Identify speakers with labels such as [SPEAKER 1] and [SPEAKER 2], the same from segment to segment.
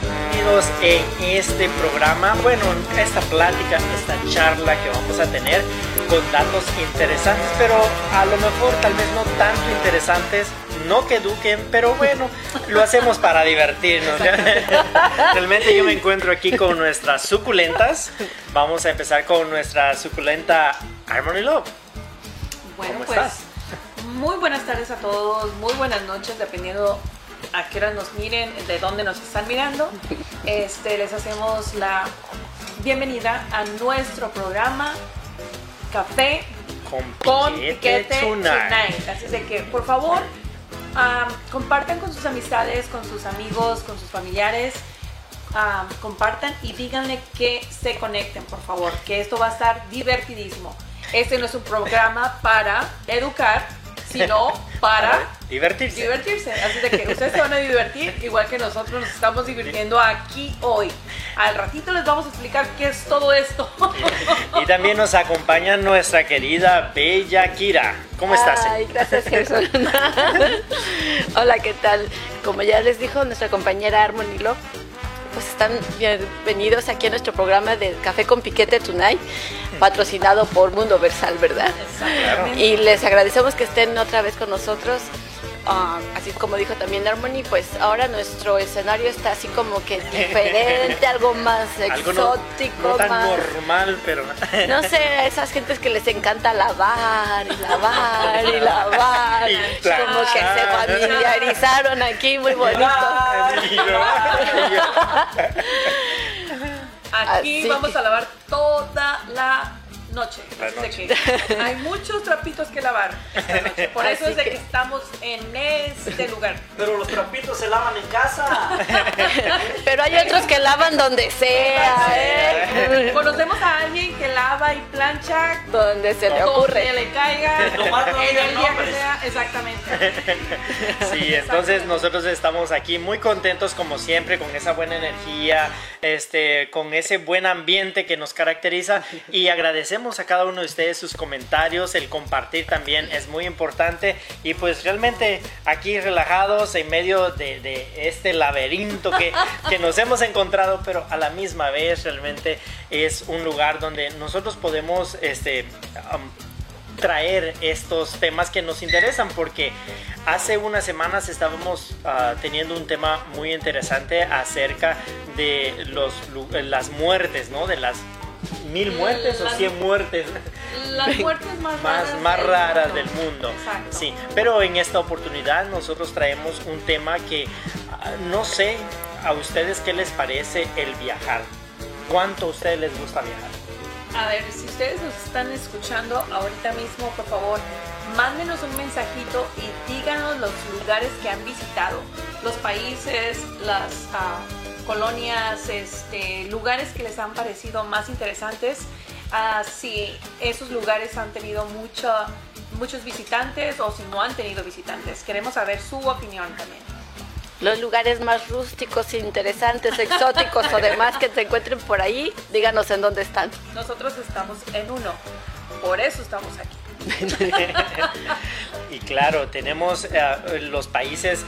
[SPEAKER 1] bienvenidos en este programa, bueno, en esta plática, esta charla que vamos a tener con datos interesantes, pero a lo mejor tal vez no tanto interesantes, no que eduquen, pero bueno, lo hacemos para divertirnos. Realmente yo me encuentro aquí con nuestras suculentas. Vamos a empezar con nuestra suculenta Harmony Love.
[SPEAKER 2] Bueno,
[SPEAKER 1] ¿Cómo
[SPEAKER 2] pues
[SPEAKER 1] estás?
[SPEAKER 2] muy buenas tardes a todos, muy buenas noches, dependiendo a qué hora nos miren, de dónde nos están mirando. Este, les hacemos la bienvenida a nuestro programa Café
[SPEAKER 1] Con,
[SPEAKER 2] con
[SPEAKER 1] Piquete
[SPEAKER 2] Piquete
[SPEAKER 1] Tonight.
[SPEAKER 2] Tonight. Así es de que, por favor, am, compartan con sus amistades, con sus amigos, con sus familiares. am, compartan y díganle que se conecten, por favor, que esto va a estar divertidísimo. Este no es un programa para educar, sino para
[SPEAKER 1] divertirse.
[SPEAKER 2] divertirse. Así de que ustedes se van a divertir igual que nosotros nos estamos divirtiendo aquí hoy. Al ratito les vamos a explicar qué es todo esto.
[SPEAKER 1] y también nos acompaña nuestra querida Bella Kira. ¿Cómo estás?
[SPEAKER 3] Ay, gracias, Gerson. Hola, ¿qué tal? Como ya les dijo nuestra compañera Harmony Love, pues están bienvenidos aquí a nuestro programa de Café con Piquete Tonight, patrocinado por Mundo Versal, ¿verdad?
[SPEAKER 2] Exactamente.
[SPEAKER 3] Y les agradecemos que estén otra vez con nosotros. Ah, así como dijo también Harmony, pues ahora nuestro escenario está así como que diferente, algo más
[SPEAKER 1] Algo
[SPEAKER 3] exótico,
[SPEAKER 1] no- no, tan
[SPEAKER 3] más...
[SPEAKER 1] normal, pero
[SPEAKER 3] No sé, a esas gentes que les encanta lavar y lavar y lavar.
[SPEAKER 1] Y
[SPEAKER 3] como que se
[SPEAKER 1] planchar.
[SPEAKER 3] familiarizaron aquí, muy bonito.
[SPEAKER 1] Sí, ¿no?
[SPEAKER 2] Aquí
[SPEAKER 3] Así
[SPEAKER 2] vamos
[SPEAKER 3] que-
[SPEAKER 2] a lavar toda la noche.
[SPEAKER 1] La
[SPEAKER 2] Así es de que hay muchos trapitos que lavar esta noche. Por eso
[SPEAKER 3] Así
[SPEAKER 2] es de que...
[SPEAKER 3] que-
[SPEAKER 2] estamos en este lugar.
[SPEAKER 4] Pero los trapitos se lavan en casa.
[SPEAKER 3] Pero hay otros que lavan donde sea, ¿eh?
[SPEAKER 2] Conocemos a alguien que lava y plancha
[SPEAKER 3] Donde se le
[SPEAKER 2] donde
[SPEAKER 3] ocurre.
[SPEAKER 2] le caiga.
[SPEAKER 4] Nomás no
[SPEAKER 2] en el
[SPEAKER 4] digan
[SPEAKER 2] día que
[SPEAKER 4] nombres.
[SPEAKER 2] sea, exactamente.
[SPEAKER 1] Sí, entonces nosotros estamos aquí muy contentos como siempre con esa buena energía, este, con ese buen ambiente que nos caracteriza y agradecemos a cada uno de ustedes sus comentarios, el compartir también es muy importante y pues realmente aquí relajados en medio de, de este laberinto que, que nos hemos encontrado, pero a la misma vez realmente es un lugar donde nosotros podemos, este, am, traer estos temas que nos interesan porque hace unas semanas estábamos ah, teniendo un tema muy interesante acerca de los, lu- eh, las muertes, ¿no? De las mil muertes o
[SPEAKER 2] Las-
[SPEAKER 1] cien muertes
[SPEAKER 2] Las muertes más,
[SPEAKER 1] más,
[SPEAKER 2] raras,
[SPEAKER 1] más
[SPEAKER 2] del
[SPEAKER 1] raras
[SPEAKER 2] mundo.
[SPEAKER 1] del mundo.
[SPEAKER 2] Exacto.
[SPEAKER 1] Sí, pero en esta oportunidad nosotros traemos un tema que ah, no sé a ustedes qué les parece el viajar. ¿Cuánto a ustedes les gusta viajar?
[SPEAKER 2] A ver, si ustedes nos están escuchando ahorita mismo, por favor, mándenos un mensajito y díganos los lugares que han visitado, los países, las ah, colonias, este, lugares que les han parecido más interesantes. Ah, si esos lugares han tenido mucho, muchos visitantes o si no han tenido visitantes. Queremos saber su opinión también.
[SPEAKER 3] Los lugares más rústicos, interesantes, exóticos o demás que se encuentren por ahí, díganos en dónde están.
[SPEAKER 2] Nosotros estamos en uno, por eso estamos aquí.
[SPEAKER 1] Y claro, tenemos eh, los países,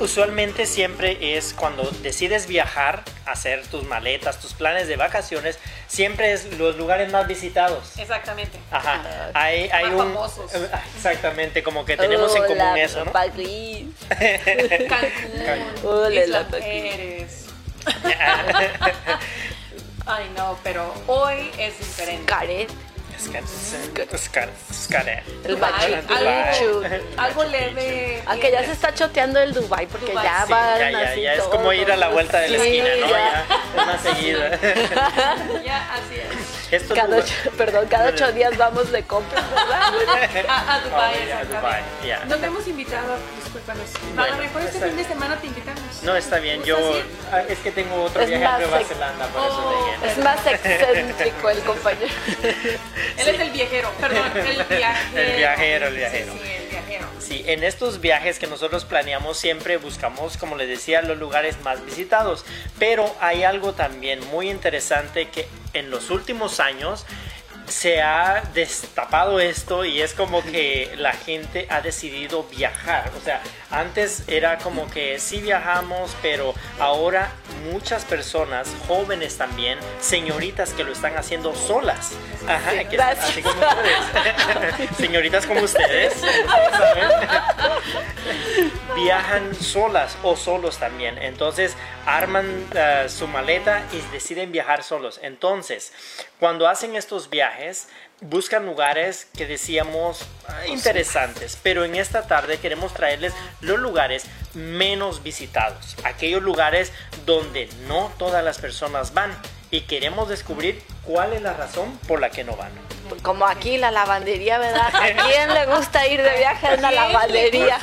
[SPEAKER 1] usualmente siempre es cuando decides viajar, hacer tus maletas, tus planes de vacaciones, siempre es los lugares más visitados.
[SPEAKER 2] Exactamente.
[SPEAKER 3] Ah,
[SPEAKER 1] Ajá, hay, hay un... eh,
[SPEAKER 2] Más
[SPEAKER 1] ah,
[SPEAKER 2] famosos.
[SPEAKER 1] Exactamente, como que tenemos
[SPEAKER 3] Oh,
[SPEAKER 1] en común
[SPEAKER 3] Hola,
[SPEAKER 1] eso, ¿no?
[SPEAKER 3] París.
[SPEAKER 2] Cancún,
[SPEAKER 3] Hola,
[SPEAKER 2] Isla
[SPEAKER 3] la patria.
[SPEAKER 2] Mujeres. Ay, no, pero hoy es diferente.
[SPEAKER 3] Caret.
[SPEAKER 1] Escar- escar- escar-
[SPEAKER 3] El
[SPEAKER 2] Ay,
[SPEAKER 3] Machu
[SPEAKER 2] algo,
[SPEAKER 3] Picchu.
[SPEAKER 2] algo leve.
[SPEAKER 3] Aunque Ah, ya se está choteando el Dubai porque
[SPEAKER 2] Dubái,
[SPEAKER 3] ya
[SPEAKER 2] sí,
[SPEAKER 3] van
[SPEAKER 1] Ya, ya,
[SPEAKER 3] así
[SPEAKER 1] ya, es como ir a la
[SPEAKER 3] todos.
[SPEAKER 1] vuelta de la
[SPEAKER 3] Sí,
[SPEAKER 1] esquina, ¿no?
[SPEAKER 3] ya.
[SPEAKER 1] Ya, una seguida.
[SPEAKER 2] Ya, así es.
[SPEAKER 1] Estos
[SPEAKER 3] Cada
[SPEAKER 1] lugares-
[SPEAKER 3] ocho- perdón, cada ocho días vamos de compras, ¿verdad?
[SPEAKER 2] Ah, A, a Dubai,
[SPEAKER 1] Oh, yeah,
[SPEAKER 2] exactamente.
[SPEAKER 1] Dubai, yeah.
[SPEAKER 2] No te hemos invitado, discúlpanos. a
[SPEAKER 1] Bueno,
[SPEAKER 2] lo mejor este
[SPEAKER 1] está
[SPEAKER 2] fin de semana te invitamos.
[SPEAKER 1] No, está bien, yo...
[SPEAKER 2] ¿Gustas ir?
[SPEAKER 1] ah, Es que tengo otro
[SPEAKER 3] Es
[SPEAKER 1] viaje a
[SPEAKER 3] más
[SPEAKER 1] Nueva
[SPEAKER 3] ex-
[SPEAKER 1] Zelanda, por eso
[SPEAKER 2] Oh.
[SPEAKER 1] te dije.
[SPEAKER 3] Es más excéntrico el compañero.
[SPEAKER 2] Él es el viajero, perdón, el viajero.
[SPEAKER 1] El viajero, el viajero.
[SPEAKER 2] Sí, sí, el viajero.
[SPEAKER 1] Sí, en estos viajes que nosotros planeamos siempre buscamos, como les decía, los lugares más visitados. Pero hay algo también muy interesante que en los últimos años se ha destapado esto y es como que la gente ha decidido viajar. O sea, antes era como que sí viajamos, pero ahora muchas personas, jóvenes también, señoritas que lo están haciendo solas. Ajá, que-
[SPEAKER 3] gracias.
[SPEAKER 1] así como ustedes. señoritas como ustedes. ¿saben? viajan solas o solos también. Entonces arman eh, su maleta y deciden viajar solos. Entonces, cuando hacen estos viajes, buscan lugares que decíamos ah, interesantes. Pero en esta tarde queremos traerles los lugares menos visitados. Aquellos lugares donde no todas las personas van. Y queremos descubrir cuál es la razón por la que no van.
[SPEAKER 3] Como aquí la lavandería, ¿verdad? ¿A quién le gusta ir de viaje a una
[SPEAKER 2] ¿A quién le
[SPEAKER 3] lavandería?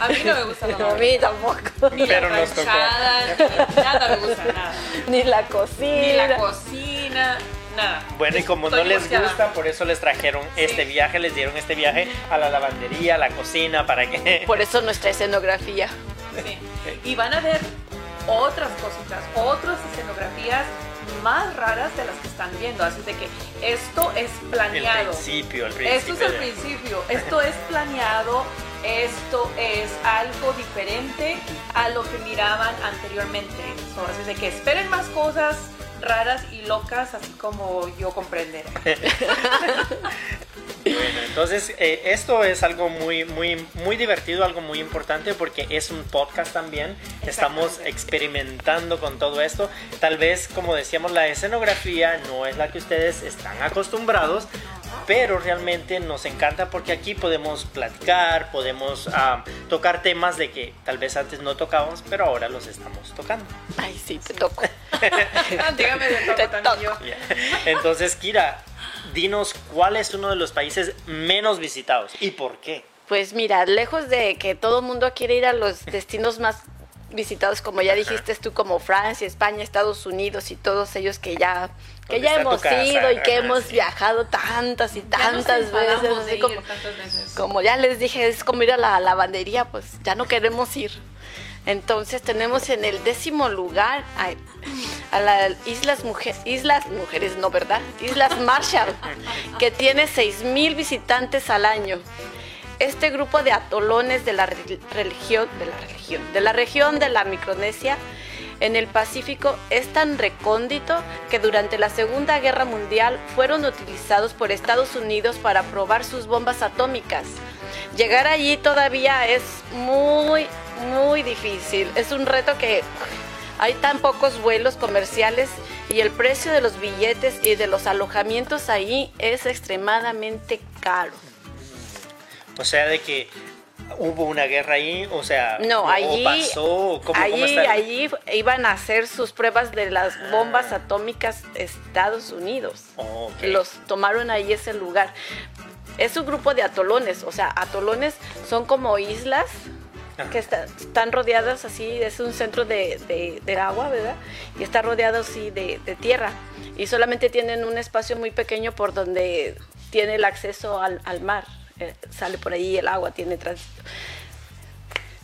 [SPEAKER 2] A mí no me gusta la
[SPEAKER 3] A mí tampoco.
[SPEAKER 2] Ni la
[SPEAKER 1] Pero nos tocó.
[SPEAKER 2] planchada, ni- nada me gusta, nada.
[SPEAKER 3] Ni la cocina.
[SPEAKER 2] Ni la cocina, nada.
[SPEAKER 1] Bueno, y como no
[SPEAKER 2] Estoy
[SPEAKER 1] les
[SPEAKER 2] divorciada.
[SPEAKER 1] gusta, por eso les trajeron
[SPEAKER 2] Sí.
[SPEAKER 1] este viaje, les dieron este viaje a la lavandería, a la cocina, para que...
[SPEAKER 3] Por eso nuestra escenografía.
[SPEAKER 2] Sí. Y van a ver otras cositas, otras escenografías más raras de las que están viendo. Así de que esto es
[SPEAKER 1] El
[SPEAKER 2] planeado.
[SPEAKER 1] principio, el principio.
[SPEAKER 2] Esto es el
[SPEAKER 1] de-
[SPEAKER 2] principio. Esto es planeado. Esto es algo diferente a lo que miraban anteriormente. So, así de que esperen más cosas raras y locas, así como yo comprenderé.
[SPEAKER 1] Bueno, entonces eh, esto es algo muy, muy, muy divertido, algo muy importante porque es un podcast también. Estamos experimentando con todo esto. Tal vez, como decíamos, la escenografía no es la que ustedes están acostumbrados, pero realmente nos encanta porque aquí podemos platicar, podemos ah, tocar temas de que tal vez antes no tocábamos, pero ahora los estamos tocando.
[SPEAKER 3] Ay, sí, te toco.
[SPEAKER 2] Dígame de todo
[SPEAKER 3] Te
[SPEAKER 2] también
[SPEAKER 3] toco.
[SPEAKER 2] yo.
[SPEAKER 1] Ya. Entonces, Kira, dinos cuál es uno de los países menos visitados y por qué.
[SPEAKER 3] Pues mira, lejos de que todo el mundo quiere ir a los destinos más visitados, como ya dijiste tú, como Francia, España, Estados Unidos y todos ellos que ya, que
[SPEAKER 1] Donde
[SPEAKER 3] ya
[SPEAKER 1] está tu
[SPEAKER 3] hemos
[SPEAKER 1] casa,
[SPEAKER 3] ido y que
[SPEAKER 1] ajá,
[SPEAKER 3] hemos
[SPEAKER 1] sí.
[SPEAKER 3] viajado tantas y
[SPEAKER 2] Ya nos
[SPEAKER 3] tantas veces.
[SPEAKER 2] enfadamos de
[SPEAKER 3] así
[SPEAKER 2] ir
[SPEAKER 3] como,
[SPEAKER 2] tantas veces.
[SPEAKER 3] como ya les dije, es como ir a la lavandería, pues ya no queremos ir. Entonces tenemos en el décimo lugar a, a las Islas, Mujer- Islas Mujeres, no, ¿verdad? Islas Marshall, que tiene 6.000 visitantes al año. Este grupo de atolones de la re- religión, de la religión, de la región de la Micronesia en el Pacífico es tan recóndito que durante la Segunda Guerra Mundial fueron utilizados por Estados Unidos para probar sus bombas atómicas. Llegar allí todavía es muy, muy difícil. Es un reto que hay tan pocos vuelos comerciales y el precio de los billetes y de los alojamientos ahí es extremadamente caro.
[SPEAKER 1] O sea, de que hubo una guerra ahí, o sea,
[SPEAKER 3] No,
[SPEAKER 1] ¿o
[SPEAKER 3] allí,
[SPEAKER 1] pasó, ¿Cómo- cómo
[SPEAKER 3] allí,
[SPEAKER 1] está?
[SPEAKER 3] allí iban a hacer sus pruebas de las bombas atómicas Estados Unidos.
[SPEAKER 1] Ah. Oh, ok.
[SPEAKER 3] Los tomaron ahí ese lugar. Es un grupo de atolones, o sea, atolones son como islas
[SPEAKER 1] Ajá.
[SPEAKER 3] que está- están rodeadas así, es un centro de, de- del agua, ¿verdad? Y está rodeado así de, de tierra. Y solamente tienen un espacio muy pequeño por donde tiene el acceso al, al mar. Eh, sale por ahí el agua, tiene tránsito.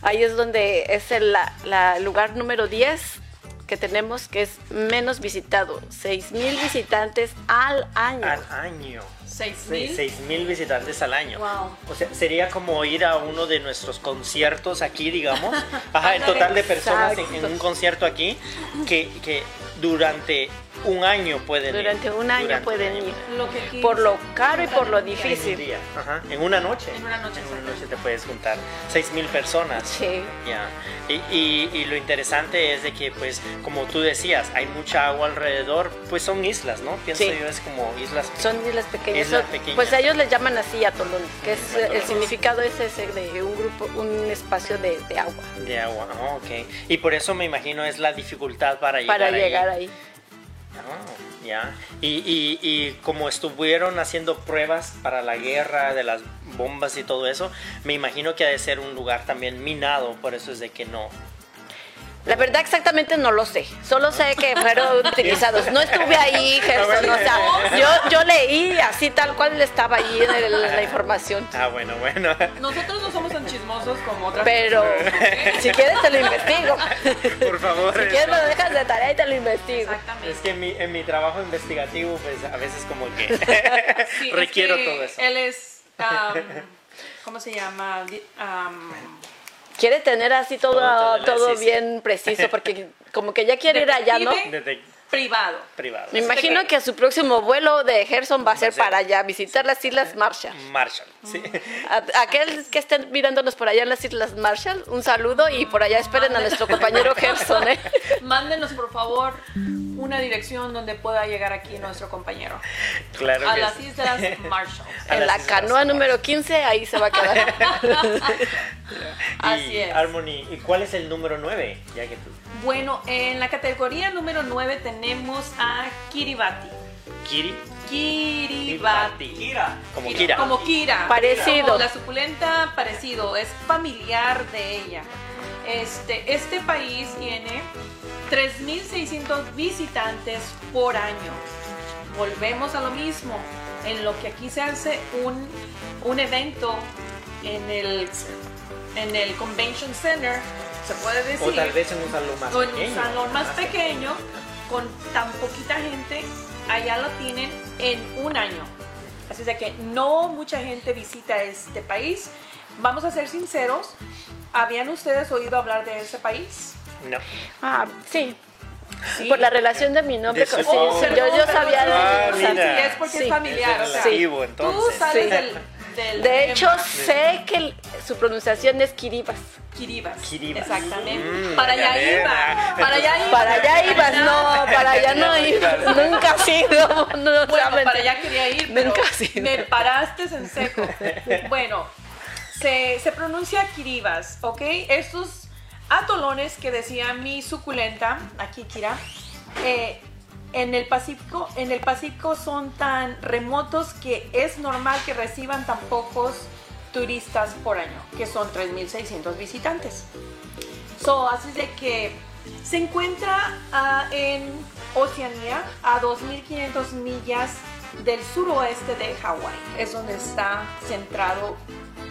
[SPEAKER 3] Ahí es donde es el la- la lugar número 10 que tenemos, que es menos visitado. 6 mil visitantes al año.
[SPEAKER 1] al año.
[SPEAKER 2] ¿Seis
[SPEAKER 1] Sí,
[SPEAKER 2] mil?
[SPEAKER 1] Seis mil visitantes al año.
[SPEAKER 2] Wow.
[SPEAKER 1] O sea, sería como ir a uno de nuestros conciertos aquí, digamos. Ajá, el
[SPEAKER 2] Ándale,
[SPEAKER 1] total de personas en,
[SPEAKER 3] exacto.
[SPEAKER 1] en un concierto aquí que, que durante un año pueden ir.
[SPEAKER 3] Durante un año
[SPEAKER 1] Durante un
[SPEAKER 3] pueden ir.
[SPEAKER 2] Lo que aquí
[SPEAKER 3] Por lo
[SPEAKER 2] dice,
[SPEAKER 3] caro y por lo
[SPEAKER 2] en un día.
[SPEAKER 1] En un
[SPEAKER 3] difícil.
[SPEAKER 1] día, ajá, en una noche.
[SPEAKER 2] En una noche,
[SPEAKER 1] En una
[SPEAKER 2] exacto.
[SPEAKER 1] noche te puedes juntar seis mil personas.
[SPEAKER 3] Sí.
[SPEAKER 1] Ya. Y, y- y lo interesante es de que, pues, como tú decías, hay mucha agua alrededor, pues son islas, ¿no? Pienso
[SPEAKER 3] Sí.
[SPEAKER 1] yo, es como islas.
[SPEAKER 3] Son islas pequeñas.
[SPEAKER 1] Islas
[SPEAKER 3] son-
[SPEAKER 1] pequeñas.
[SPEAKER 3] Pues a ellos les llaman así atolones, que es
[SPEAKER 1] Atolones.
[SPEAKER 3] el significado es ese de un grupo, un espacio de, de agua
[SPEAKER 1] De agua, ¿no? ok. Y por eso me imagino es la dificultad para llegar
[SPEAKER 3] para
[SPEAKER 1] ahí.
[SPEAKER 3] llegar ahí.
[SPEAKER 1] Ah, ya. Y, y- y como estuvieron haciendo pruebas para la guerra de las bombas y todo eso, me imagino que ha de ser un lugar también minado, por eso es de que no.
[SPEAKER 3] La verdad exactamente no lo sé. Solo sé que fueron utilizados. No estuve ahí, Gerson. O sea, yo, yo leí así tal cual estaba ahí en el- la información.
[SPEAKER 1] Ah, bueno, bueno.
[SPEAKER 2] Nosotros no somos tan chismosos como otras
[SPEAKER 3] Pero
[SPEAKER 2] personas, ¿ok?
[SPEAKER 3] si quieres te lo investigo.
[SPEAKER 1] Por favor.
[SPEAKER 3] Si quieres lo dejas de tarea y te lo investigo.
[SPEAKER 2] Exactamente.
[SPEAKER 1] Es que en mi, en mi trabajo investigativo, pues a veces como que
[SPEAKER 2] Sí, es
[SPEAKER 1] requiero
[SPEAKER 2] que
[SPEAKER 1] todo eso.
[SPEAKER 2] Él es. am, ¿Cómo se llama? Di- am,
[SPEAKER 3] Quiere tener así
[SPEAKER 1] Todo
[SPEAKER 3] todo,
[SPEAKER 1] tener
[SPEAKER 3] todo
[SPEAKER 1] así, sí.
[SPEAKER 3] bien preciso porque como que ya quiere ir allá, ¿no?
[SPEAKER 2] Detective.
[SPEAKER 1] Desde
[SPEAKER 2] privado.
[SPEAKER 1] privado.
[SPEAKER 3] Me imagino que a su próximo vuelo de Gerson va a ser para allá, visitar las Islas Marshall.
[SPEAKER 1] Marshall, sí.
[SPEAKER 2] Mm.
[SPEAKER 3] A- aquel que estén mirándonos por allá en las Islas Marshall, un saludo y por allá esperen a nuestro compañero Gerson, ¿eh?
[SPEAKER 2] Mándenos, por favor, una dirección donde pueda llegar aquí nuestro compañero.
[SPEAKER 1] Claro
[SPEAKER 2] A
[SPEAKER 1] que
[SPEAKER 2] las
[SPEAKER 1] sí.
[SPEAKER 2] Islas Marshall.
[SPEAKER 1] A
[SPEAKER 3] En
[SPEAKER 1] las
[SPEAKER 3] la
[SPEAKER 1] Islas
[SPEAKER 3] canoa
[SPEAKER 1] Marshall.
[SPEAKER 3] número 15, ahí se va a quedar.
[SPEAKER 2] Así
[SPEAKER 1] Y,
[SPEAKER 2] es.
[SPEAKER 1] Harmony, ¿y cuál es el número 9? Ya que tú.
[SPEAKER 2] Bueno, en la categoría número 9 tenemos a Kiribati.
[SPEAKER 1] Kiri,
[SPEAKER 2] Kiribati.
[SPEAKER 4] Kira.
[SPEAKER 1] como Kira.
[SPEAKER 2] Como Kira.
[SPEAKER 3] Parecido.
[SPEAKER 2] Como la suculenta, parecido. Es familiar de ella. Este, este país tiene 3.600 visitantes por año. Volvemos a lo mismo. En lo que aquí se hace un, un evento en el, en el Convention Center, se puede decir.
[SPEAKER 1] O tal vez en un salón más
[SPEAKER 2] O en
[SPEAKER 1] pequeño.
[SPEAKER 2] un salón más pequeño, con tan poquita gente, allá lo tienen en un año. Así es de que no mucha gente visita este país. Vamos a ser sinceros, ¿habían ustedes oído hablar de ese país?
[SPEAKER 1] No.
[SPEAKER 3] Ah, sí. Por la relación de mi nombre
[SPEAKER 1] De
[SPEAKER 3] con-
[SPEAKER 1] su-
[SPEAKER 3] sí,
[SPEAKER 1] Oh,
[SPEAKER 3] sí, yo, yo
[SPEAKER 2] perdón,
[SPEAKER 3] sabía de
[SPEAKER 1] Ah,
[SPEAKER 2] perdón,
[SPEAKER 3] o sea,
[SPEAKER 1] mira.
[SPEAKER 2] Sí, es porque es
[SPEAKER 3] Sí.
[SPEAKER 2] familiar. o
[SPEAKER 1] Es
[SPEAKER 2] sea,
[SPEAKER 1] relativo,
[SPEAKER 2] Tú
[SPEAKER 1] entonces.
[SPEAKER 2] sales
[SPEAKER 3] Sí.
[SPEAKER 2] del, del- em,
[SPEAKER 3] De hecho,
[SPEAKER 2] del-
[SPEAKER 3] sé que el- su pronunciación es Kiribas.
[SPEAKER 2] Kiribas.
[SPEAKER 1] Kiribas.
[SPEAKER 2] Exactamente.
[SPEAKER 1] Mm,
[SPEAKER 2] para
[SPEAKER 1] ya
[SPEAKER 2] allá
[SPEAKER 1] ves,
[SPEAKER 2] iba.
[SPEAKER 1] ah.
[SPEAKER 2] Para allá iba.
[SPEAKER 3] Para allá ibas, no, para allá no ibas, nunca has ido, no
[SPEAKER 2] Bueno,
[SPEAKER 3] saben.
[SPEAKER 2] para allá quería ir, pero
[SPEAKER 3] Nunca ha sido.
[SPEAKER 2] me paraste en seco. Bueno, se, se pronuncia Kiribas, ¿ok? Estos atolones que decía mi suculenta, aquí Kira, eh, en el Pacífico, en el Pacífico son tan remotos que es normal que reciban tan pocos turistas por año, que son 3.600 visitantes. So, así es de que se encuentra ah, en Oceanía, a 2.500 millas del suroeste de Hawái. Es donde está centrado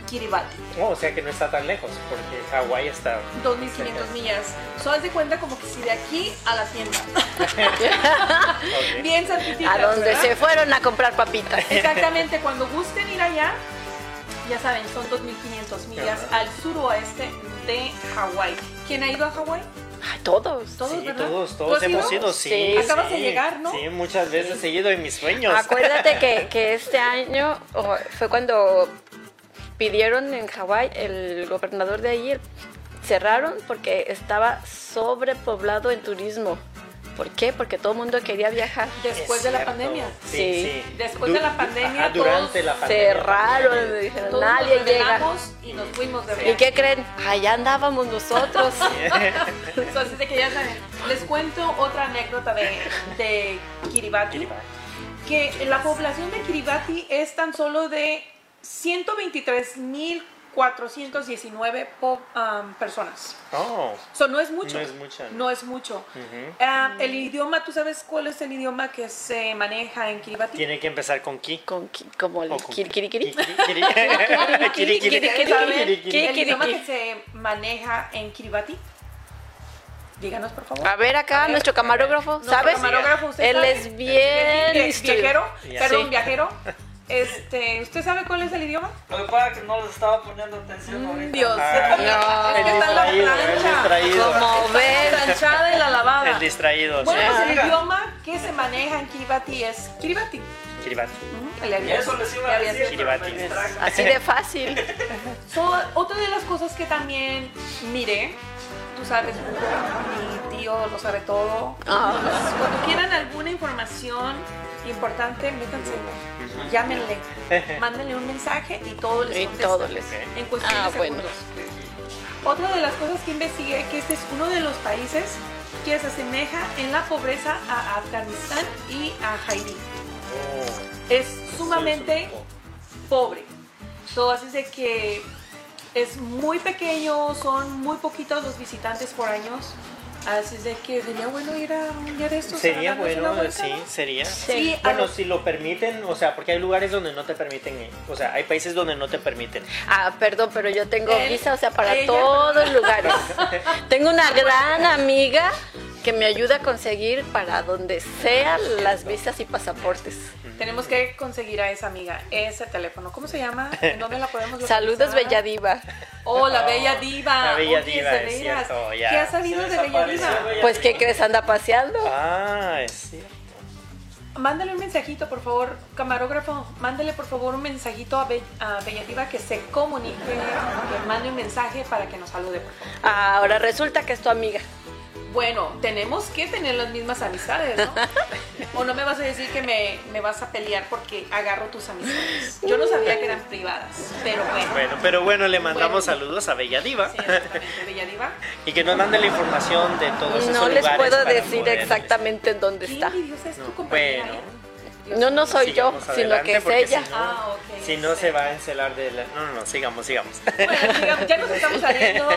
[SPEAKER 2] Kiribati.
[SPEAKER 1] Oh, o sea que no está tan lejos, porque Hawái está.
[SPEAKER 2] 2.500 millas. So, haz de cuenta como que si de aquí a la tienda.
[SPEAKER 1] Ok.
[SPEAKER 2] Bien cerquitita.
[SPEAKER 3] A donde
[SPEAKER 2] ¿verdad?
[SPEAKER 3] se fueron a comprar papitas.
[SPEAKER 2] Exactamente, cuando gusten ir allá, ya saben, son 2.500 millas
[SPEAKER 1] Ajá.
[SPEAKER 2] al suroeste de Hawái. ¿Quién ha ido a Hawái?
[SPEAKER 3] Ay, Todos.
[SPEAKER 2] Todos,
[SPEAKER 1] Sí,
[SPEAKER 2] ¿verdad? Pues
[SPEAKER 1] todos,
[SPEAKER 2] ¿Tú
[SPEAKER 1] todos
[SPEAKER 2] has ido?
[SPEAKER 1] hemos ido, sí.
[SPEAKER 3] Sí.
[SPEAKER 2] Acabas de
[SPEAKER 1] sí.
[SPEAKER 2] llegar, ¿no?
[SPEAKER 1] Sí, muchas veces he ido en mis sueños.
[SPEAKER 3] Acuérdate que, que este año o, fue cuando pidieron en Hawái, el gobernador de ahí el- cerraron porque estaba sobrepoblado en turismo. ¿Por qué? Porque todo el mundo quería viajar.
[SPEAKER 2] Después
[SPEAKER 1] Es
[SPEAKER 2] de la
[SPEAKER 1] cierto.
[SPEAKER 2] pandemia.
[SPEAKER 1] Sí,
[SPEAKER 3] Sí.
[SPEAKER 1] sí.
[SPEAKER 2] Después de la pandemia,
[SPEAKER 1] ajá, durante
[SPEAKER 2] todos
[SPEAKER 1] la pandemia.
[SPEAKER 3] Cerraron, me dijeron,
[SPEAKER 2] Todos
[SPEAKER 3] nadie
[SPEAKER 2] nos
[SPEAKER 3] llega.
[SPEAKER 2] revelamos y nos fuimos de
[SPEAKER 3] ¿Y
[SPEAKER 2] viaje.
[SPEAKER 3] qué creen? Allá andábamos nosotros.
[SPEAKER 2] So, así de que ya saben. Les cuento otra anécdota de, de Kiribati. Que la población de Kiribati es tan solo de 123.419 po- um, personas.
[SPEAKER 1] Oh,
[SPEAKER 2] So, no es mucho.
[SPEAKER 1] No es mucha, ¿no?
[SPEAKER 2] No es mucho.
[SPEAKER 1] ujú.
[SPEAKER 2] Ah, el idioma, ¿tú sabes cuál es el idioma que se maneja en Kiribati?
[SPEAKER 1] tiene que empezar con Ki.
[SPEAKER 3] Con qui- como
[SPEAKER 2] Oh,
[SPEAKER 3] el
[SPEAKER 1] o con
[SPEAKER 3] kiri, kiri, kiri.
[SPEAKER 1] Kiri,
[SPEAKER 2] Kiri,
[SPEAKER 1] kiri. Kiri,
[SPEAKER 2] kiri,
[SPEAKER 1] kiri,
[SPEAKER 2] kiri,
[SPEAKER 1] kiri,
[SPEAKER 3] kiri.
[SPEAKER 1] kiri.
[SPEAKER 2] el idioma que se maneja en Kiribati? Díganos, por favor.
[SPEAKER 3] A ver acá, nuestro camarógrafo,
[SPEAKER 2] Nuestro
[SPEAKER 3] ¿sabes?
[SPEAKER 2] camarógrafo, ¿usted
[SPEAKER 3] Él
[SPEAKER 2] sabe?
[SPEAKER 3] es bien
[SPEAKER 2] Vie-
[SPEAKER 3] listo.
[SPEAKER 2] viajero,
[SPEAKER 1] Ya.
[SPEAKER 2] perdón,
[SPEAKER 3] Sí.
[SPEAKER 2] viajero. Este, ¿usted sabe cuál es el idioma?
[SPEAKER 4] Lo que pasa es que no les estaba poniendo atención ahorita.
[SPEAKER 2] Mm, Dios.
[SPEAKER 1] Ah,
[SPEAKER 2] Es que
[SPEAKER 1] el
[SPEAKER 2] está en la
[SPEAKER 1] distraído, el
[SPEAKER 2] plancha.
[SPEAKER 1] distraído.
[SPEAKER 3] Como ven.
[SPEAKER 2] La planchada y la lavada.
[SPEAKER 1] El distraído.
[SPEAKER 2] Bueno,
[SPEAKER 1] sí.
[SPEAKER 2] pues el
[SPEAKER 4] Mira.
[SPEAKER 2] idioma que se maneja en Kiribati es Kiribati.
[SPEAKER 1] Kiribati.
[SPEAKER 2] Ujú, le había-
[SPEAKER 4] Eso les
[SPEAKER 2] le
[SPEAKER 4] iba a
[SPEAKER 2] había
[SPEAKER 4] decir, pero me
[SPEAKER 1] Kiribati.
[SPEAKER 4] distraje.
[SPEAKER 3] Así de fácil.
[SPEAKER 2] So, otra de las cosas que también miré, tú sabes, mi tío lo sabe todo.
[SPEAKER 3] Ah.
[SPEAKER 2] Entonces, Cuando quieran alguna información importante, métanse, llámenle, mándenle un mensaje y todo les
[SPEAKER 3] Y
[SPEAKER 2] contesta.
[SPEAKER 3] todo les-
[SPEAKER 2] En cuestión
[SPEAKER 3] Ah,
[SPEAKER 2] de
[SPEAKER 3] bueno.
[SPEAKER 2] segundos. Otra de las cosas que investigué que este es uno de los países que se asemeja en la pobreza a Afganistán y a Haití.
[SPEAKER 1] Oh,
[SPEAKER 2] Es sumamente
[SPEAKER 1] sí,
[SPEAKER 2] pobre. Todo así es de que es muy pequeño, son muy poquitos los visitantes por años. Así es de que sería bueno ir a un día de estos. a
[SPEAKER 1] Sería
[SPEAKER 2] darnos una
[SPEAKER 1] bueno,
[SPEAKER 2] vuelta,
[SPEAKER 1] sí,
[SPEAKER 2] ¿no?
[SPEAKER 1] sería.
[SPEAKER 2] Sí, a
[SPEAKER 1] Bueno,
[SPEAKER 2] los-
[SPEAKER 1] si lo permiten, o sea, porque hay lugares donde no te permiten ir. O sea, hay países donde no te permiten.
[SPEAKER 3] Ah, perdón, pero yo tengo
[SPEAKER 2] Él,
[SPEAKER 3] visa, o sea, para
[SPEAKER 2] ella.
[SPEAKER 3] todos lugares. tengo una gran amiga que me ayuda a conseguir para donde sea las visas y pasaportes.
[SPEAKER 2] Tenemos que conseguir a esa amiga, ese teléfono. ¿Cómo se llama? ¿En dónde la podemos localizar?
[SPEAKER 3] Saludos, Bella Diva.
[SPEAKER 2] Oh, la
[SPEAKER 1] Oh,
[SPEAKER 2] Bella Diva.
[SPEAKER 1] la Bella
[SPEAKER 2] Oye,
[SPEAKER 1] Diva,
[SPEAKER 2] de
[SPEAKER 1] es
[SPEAKER 2] veras,
[SPEAKER 1] cierto, ya.
[SPEAKER 2] ¿Qué ha sabido
[SPEAKER 4] Se
[SPEAKER 2] de Bella
[SPEAKER 4] desapareció,
[SPEAKER 2] Diva?
[SPEAKER 4] Bella.
[SPEAKER 3] Pues, ¿qué crees? Anda paseando.
[SPEAKER 1] Ah, es cierto.
[SPEAKER 2] Mándale un mensajito, por favor, camarógrafo. Mándale, por favor, un mensajito a, Be- a Bella Diva que se comunique, que mande un mensaje para que nos salude, por favor.
[SPEAKER 3] Ahora resulta que es tu amiga.
[SPEAKER 2] Bueno, tenemos que tener las mismas amistades, ¿no? o no me vas a decir que me, me vas a pelear porque agarro tus amistades. Yo no sabía que eran privadas, pero bueno.
[SPEAKER 1] Bueno, pero bueno, le mandamos
[SPEAKER 2] Bueno.
[SPEAKER 1] saludos a Bella Diva.
[SPEAKER 2] Sí, exactamente, Bella Diva.
[SPEAKER 1] y que nos mande la información de todos esos
[SPEAKER 3] No les
[SPEAKER 1] lugares
[SPEAKER 3] puedo
[SPEAKER 1] para
[SPEAKER 3] decir
[SPEAKER 1] poder- este,
[SPEAKER 3] exactamente en dónde
[SPEAKER 2] ¿Qué
[SPEAKER 3] está.
[SPEAKER 2] envidiosa es tu
[SPEAKER 1] No,
[SPEAKER 2] compañera?
[SPEAKER 1] bueno.
[SPEAKER 2] ¿eh?
[SPEAKER 3] No, no soy yo,
[SPEAKER 1] Sigamos
[SPEAKER 3] sino
[SPEAKER 1] adelante,
[SPEAKER 3] que es
[SPEAKER 1] porque
[SPEAKER 3] ella.
[SPEAKER 1] Si no,
[SPEAKER 2] Ah, ok.
[SPEAKER 1] si no,
[SPEAKER 2] sí.
[SPEAKER 1] se va a encelar de la... No, no, no, sigamos, sigamos.
[SPEAKER 2] Bueno, digamos, ya nos estamos saliendo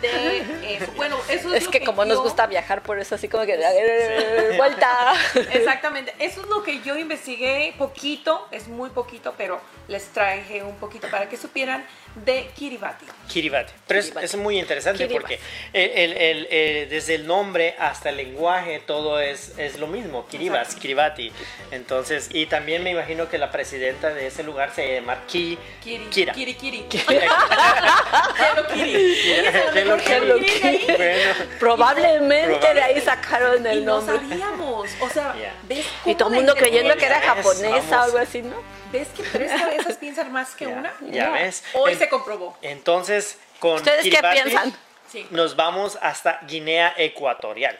[SPEAKER 2] de eso. Bueno, eso es
[SPEAKER 3] Es
[SPEAKER 2] lo
[SPEAKER 3] que como nos
[SPEAKER 2] yo-
[SPEAKER 3] gusta viajar, por eso así como que... eh, ¡Vuelta!
[SPEAKER 2] Exactamente, eso es lo que yo investigué poquito, es muy poquito, pero les traje un poquito para que supieran de Kiribati.
[SPEAKER 1] Kiribati. Pero es-
[SPEAKER 3] Kiribati.
[SPEAKER 1] Es, muy interesante
[SPEAKER 3] Kiribati.
[SPEAKER 1] porque el- el- el, eh, desde el nombre hasta el lenguaje todo es, es lo mismo, Kiribati,
[SPEAKER 2] Exacto.
[SPEAKER 1] Kiribati. Entonces, y también me imagino que la presidenta de ese lugar se llama Ki,
[SPEAKER 2] Kiri,
[SPEAKER 1] Kira.
[SPEAKER 2] Kiri, Kiri. Ah, Hello Kiri. Oye, se
[SPEAKER 1] Hello
[SPEAKER 2] lo mejor que
[SPEAKER 1] Kitty.
[SPEAKER 2] Hello Kitty de ahí.
[SPEAKER 1] Bueno,
[SPEAKER 3] Probablemente de
[SPEAKER 1] Probablemente.
[SPEAKER 3] ahí sacaron
[SPEAKER 2] Y
[SPEAKER 3] el
[SPEAKER 2] no
[SPEAKER 3] nombre.
[SPEAKER 2] sabíamos, o sea,
[SPEAKER 1] Yeah.
[SPEAKER 2] ¿ves
[SPEAKER 3] Y
[SPEAKER 2] cómo
[SPEAKER 3] todo el
[SPEAKER 2] la
[SPEAKER 3] mundo
[SPEAKER 2] internet-
[SPEAKER 3] creyendo que era
[SPEAKER 1] Vamos.
[SPEAKER 3] japonesa o algo así, ¿no?
[SPEAKER 2] ¿Ves que tres cabezas piensan más que
[SPEAKER 1] Ya,
[SPEAKER 2] una?
[SPEAKER 1] ya ves.
[SPEAKER 2] Hoy
[SPEAKER 1] En-
[SPEAKER 2] se comprobó.
[SPEAKER 1] entonces con
[SPEAKER 3] ¿Ustedes qué
[SPEAKER 1] Kiribati
[SPEAKER 3] piensan?
[SPEAKER 2] Sí.
[SPEAKER 1] nos vamos hasta Guinea Ecuatorial.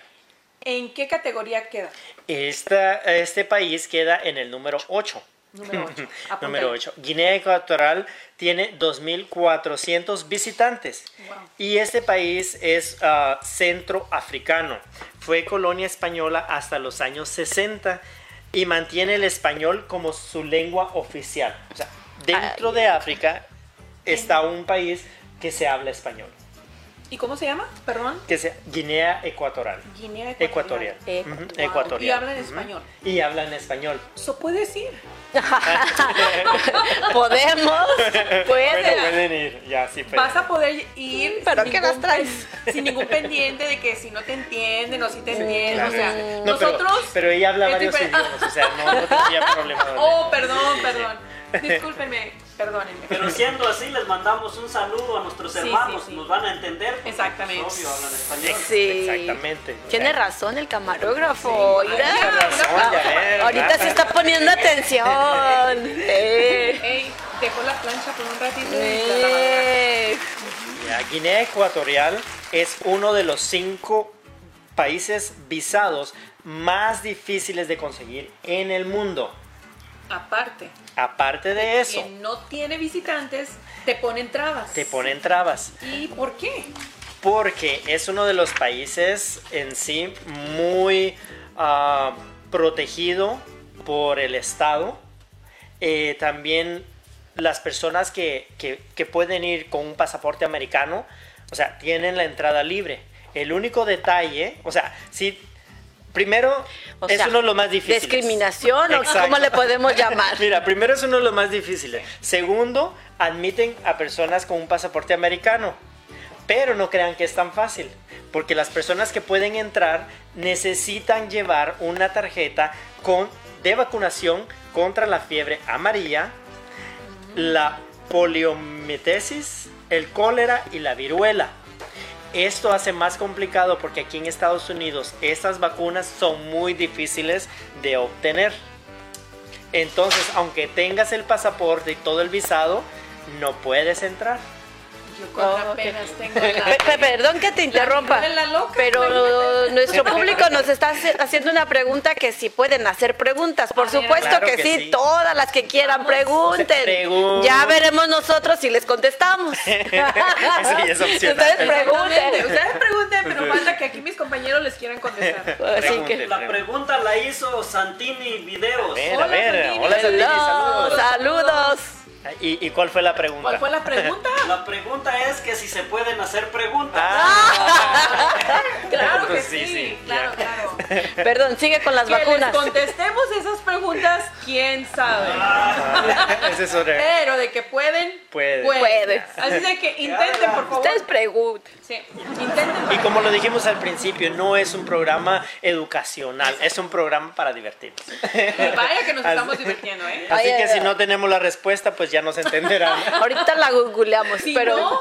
[SPEAKER 2] ¿En qué categoría queda?
[SPEAKER 1] Esta, este país queda en el número 8.
[SPEAKER 2] Número 8.
[SPEAKER 1] Número 8. Guinea Ecuatorial tiene 2.400 visitantes.
[SPEAKER 2] Wow.
[SPEAKER 1] Y este país es ah, centroafricano. Fue colonia española hasta los años 60 y mantiene el español como su lengua oficial. O sea, dentro de África está un país que se habla español,
[SPEAKER 2] ¿Y cómo se llama? Perdón.
[SPEAKER 1] que es Guinea Ecuatorial.
[SPEAKER 2] Guinea Ecuatorial.
[SPEAKER 1] Ecuatorial.
[SPEAKER 3] Ecuatorial.
[SPEAKER 1] Ujú,
[SPEAKER 2] Wow.
[SPEAKER 1] Ecuatorial.
[SPEAKER 2] Y hablan
[SPEAKER 1] Ujú.
[SPEAKER 2] español.
[SPEAKER 1] Y hablan español.
[SPEAKER 2] Eso puede decir.
[SPEAKER 3] Podemos,
[SPEAKER 1] Bueno,
[SPEAKER 3] puede.
[SPEAKER 1] pueden ir, ya, sí, pueden.
[SPEAKER 2] Vas a poder ir.
[SPEAKER 3] Mm, pero
[SPEAKER 2] sin
[SPEAKER 3] ¿qué
[SPEAKER 2] ningún
[SPEAKER 3] las traes?
[SPEAKER 2] pen- Sin ningún pendiente de que si no te entienden o si te entienden.
[SPEAKER 1] Claro,
[SPEAKER 2] o sea,
[SPEAKER 1] sí. No, pero-
[SPEAKER 2] nosotros.
[SPEAKER 1] Pero, ella habla
[SPEAKER 2] es
[SPEAKER 1] varios
[SPEAKER 2] difer-
[SPEAKER 1] idiomas, o sea, no, no tendría problema.
[SPEAKER 2] Oh, perdón, perdón. Discúlpenme, perdónenme.
[SPEAKER 5] Pero siendo así, les mandamos un saludo a nuestros
[SPEAKER 2] Sí,
[SPEAKER 5] hermanos,
[SPEAKER 2] sí, sí.
[SPEAKER 5] nos van a entender. porque,
[SPEAKER 2] Exactamente.
[SPEAKER 5] pues, obvio, hablan español.
[SPEAKER 3] Sí.
[SPEAKER 1] Exactamente.
[SPEAKER 3] Tiene razón el camarógrafo. mira.
[SPEAKER 1] Tiene razón, ya ves,
[SPEAKER 3] Ahorita
[SPEAKER 1] ¿verdad?
[SPEAKER 3] se está poniendo atención. Eh.
[SPEAKER 2] Ey, dejó la plancha por un ratito. y la lavadora.
[SPEAKER 3] Eh.
[SPEAKER 1] Ya, Guinea Ecuatorial es uno de los cinco países visados más difíciles de conseguir en el mundo.
[SPEAKER 2] Aparte,
[SPEAKER 1] Aparte de eso,
[SPEAKER 2] que no tiene visitantes, te ponen trabas.
[SPEAKER 1] te ponen trabas.
[SPEAKER 2] ¿Y por qué?
[SPEAKER 1] porque es uno de los países en sí muy ah, protegido por el Estado. Eh, también las personas que, que- que pueden ir con un pasaporte americano, o sea, tienen la entrada libre. El único detalle, o sea, si primero
[SPEAKER 3] O
[SPEAKER 1] es
[SPEAKER 3] sea,
[SPEAKER 1] uno de los más difíciles.
[SPEAKER 3] Discriminación, o
[SPEAKER 1] Exacto.
[SPEAKER 3] cómo le podemos llamar.
[SPEAKER 1] Mira, primero es uno de los más difíciles. Segundo, admiten a personas con un pasaporte americano. Pero no crean que es tan fácil, porque las personas que pueden entrar necesitan llevar una tarjeta con, de vacunación contra la fiebre amarilla, la poliomielitis, el cólera y la viruela. Esto hace más complicado porque aquí en Estados Unidos estas vacunas son muy difíciles de obtener. Entonces, aunque tengas el pasaporte y todo el visado, no puedes entrar.
[SPEAKER 2] Yo con
[SPEAKER 3] Oh,
[SPEAKER 2] apenas tengo la-
[SPEAKER 3] Pe- pe- perdón que te interrumpa,
[SPEAKER 2] La- la loca,
[SPEAKER 3] pero
[SPEAKER 2] imagínate.
[SPEAKER 3] nuestro público nos está hace- haciendo una pregunta que si pueden hacer preguntas, por
[SPEAKER 2] A ver,
[SPEAKER 3] supuesto
[SPEAKER 1] claro
[SPEAKER 3] que,
[SPEAKER 1] que
[SPEAKER 3] sí,
[SPEAKER 1] sí.
[SPEAKER 3] todas las que quieran pregunten.
[SPEAKER 1] Pregun-
[SPEAKER 3] Ya veremos nosotros si les contestamos.
[SPEAKER 1] sí es opcional.
[SPEAKER 3] Ustedes
[SPEAKER 2] Exactamente,
[SPEAKER 3] pregunten.
[SPEAKER 2] Ustedes pregunten, pero falta que aquí mis compañeros les quieran contestar.
[SPEAKER 3] Así
[SPEAKER 1] Pregunten.
[SPEAKER 3] que
[SPEAKER 5] La pregunta la hizo Santini
[SPEAKER 1] A
[SPEAKER 5] Videos.
[SPEAKER 1] ver,
[SPEAKER 2] Hola,
[SPEAKER 1] a ver.
[SPEAKER 2] Santini.
[SPEAKER 1] Hola, Santini, saludos.
[SPEAKER 3] Hello, saludos.
[SPEAKER 1] ¿Y, y cuál fue la pregunta?
[SPEAKER 2] ¿Cuál fue la pregunta?
[SPEAKER 5] La pregunta es que si se pueden hacer preguntas.
[SPEAKER 2] Claro que
[SPEAKER 1] Pues
[SPEAKER 2] sí,
[SPEAKER 1] sí, sí,
[SPEAKER 2] claro,
[SPEAKER 1] ya.
[SPEAKER 2] claro.
[SPEAKER 3] Perdón, sigue con las
[SPEAKER 2] Que les
[SPEAKER 3] vacunas. Ah,
[SPEAKER 2] contestemos esas preguntas, quién sabe.
[SPEAKER 1] Ah, Ese es otro.
[SPEAKER 3] Eh.
[SPEAKER 2] Pero de que pueden,
[SPEAKER 1] Pueden.
[SPEAKER 3] Pueden.
[SPEAKER 2] Así de que intenten, por favor.
[SPEAKER 3] Ustedes pregunten.
[SPEAKER 2] Sí, intenten.
[SPEAKER 1] Y como lo dijimos al principio, no es un programa educacional, es un programa para divertirnos.
[SPEAKER 2] Y vaya que nos
[SPEAKER 1] Así-
[SPEAKER 2] estamos divirtiendo, ¿eh?
[SPEAKER 1] Así
[SPEAKER 3] Ay,
[SPEAKER 1] que
[SPEAKER 3] ay,
[SPEAKER 1] si
[SPEAKER 3] ay.
[SPEAKER 1] no tenemos la respuesta, pues ya nos entenderán.
[SPEAKER 3] Ahorita la googleamos,
[SPEAKER 2] Si
[SPEAKER 3] pero
[SPEAKER 2] no,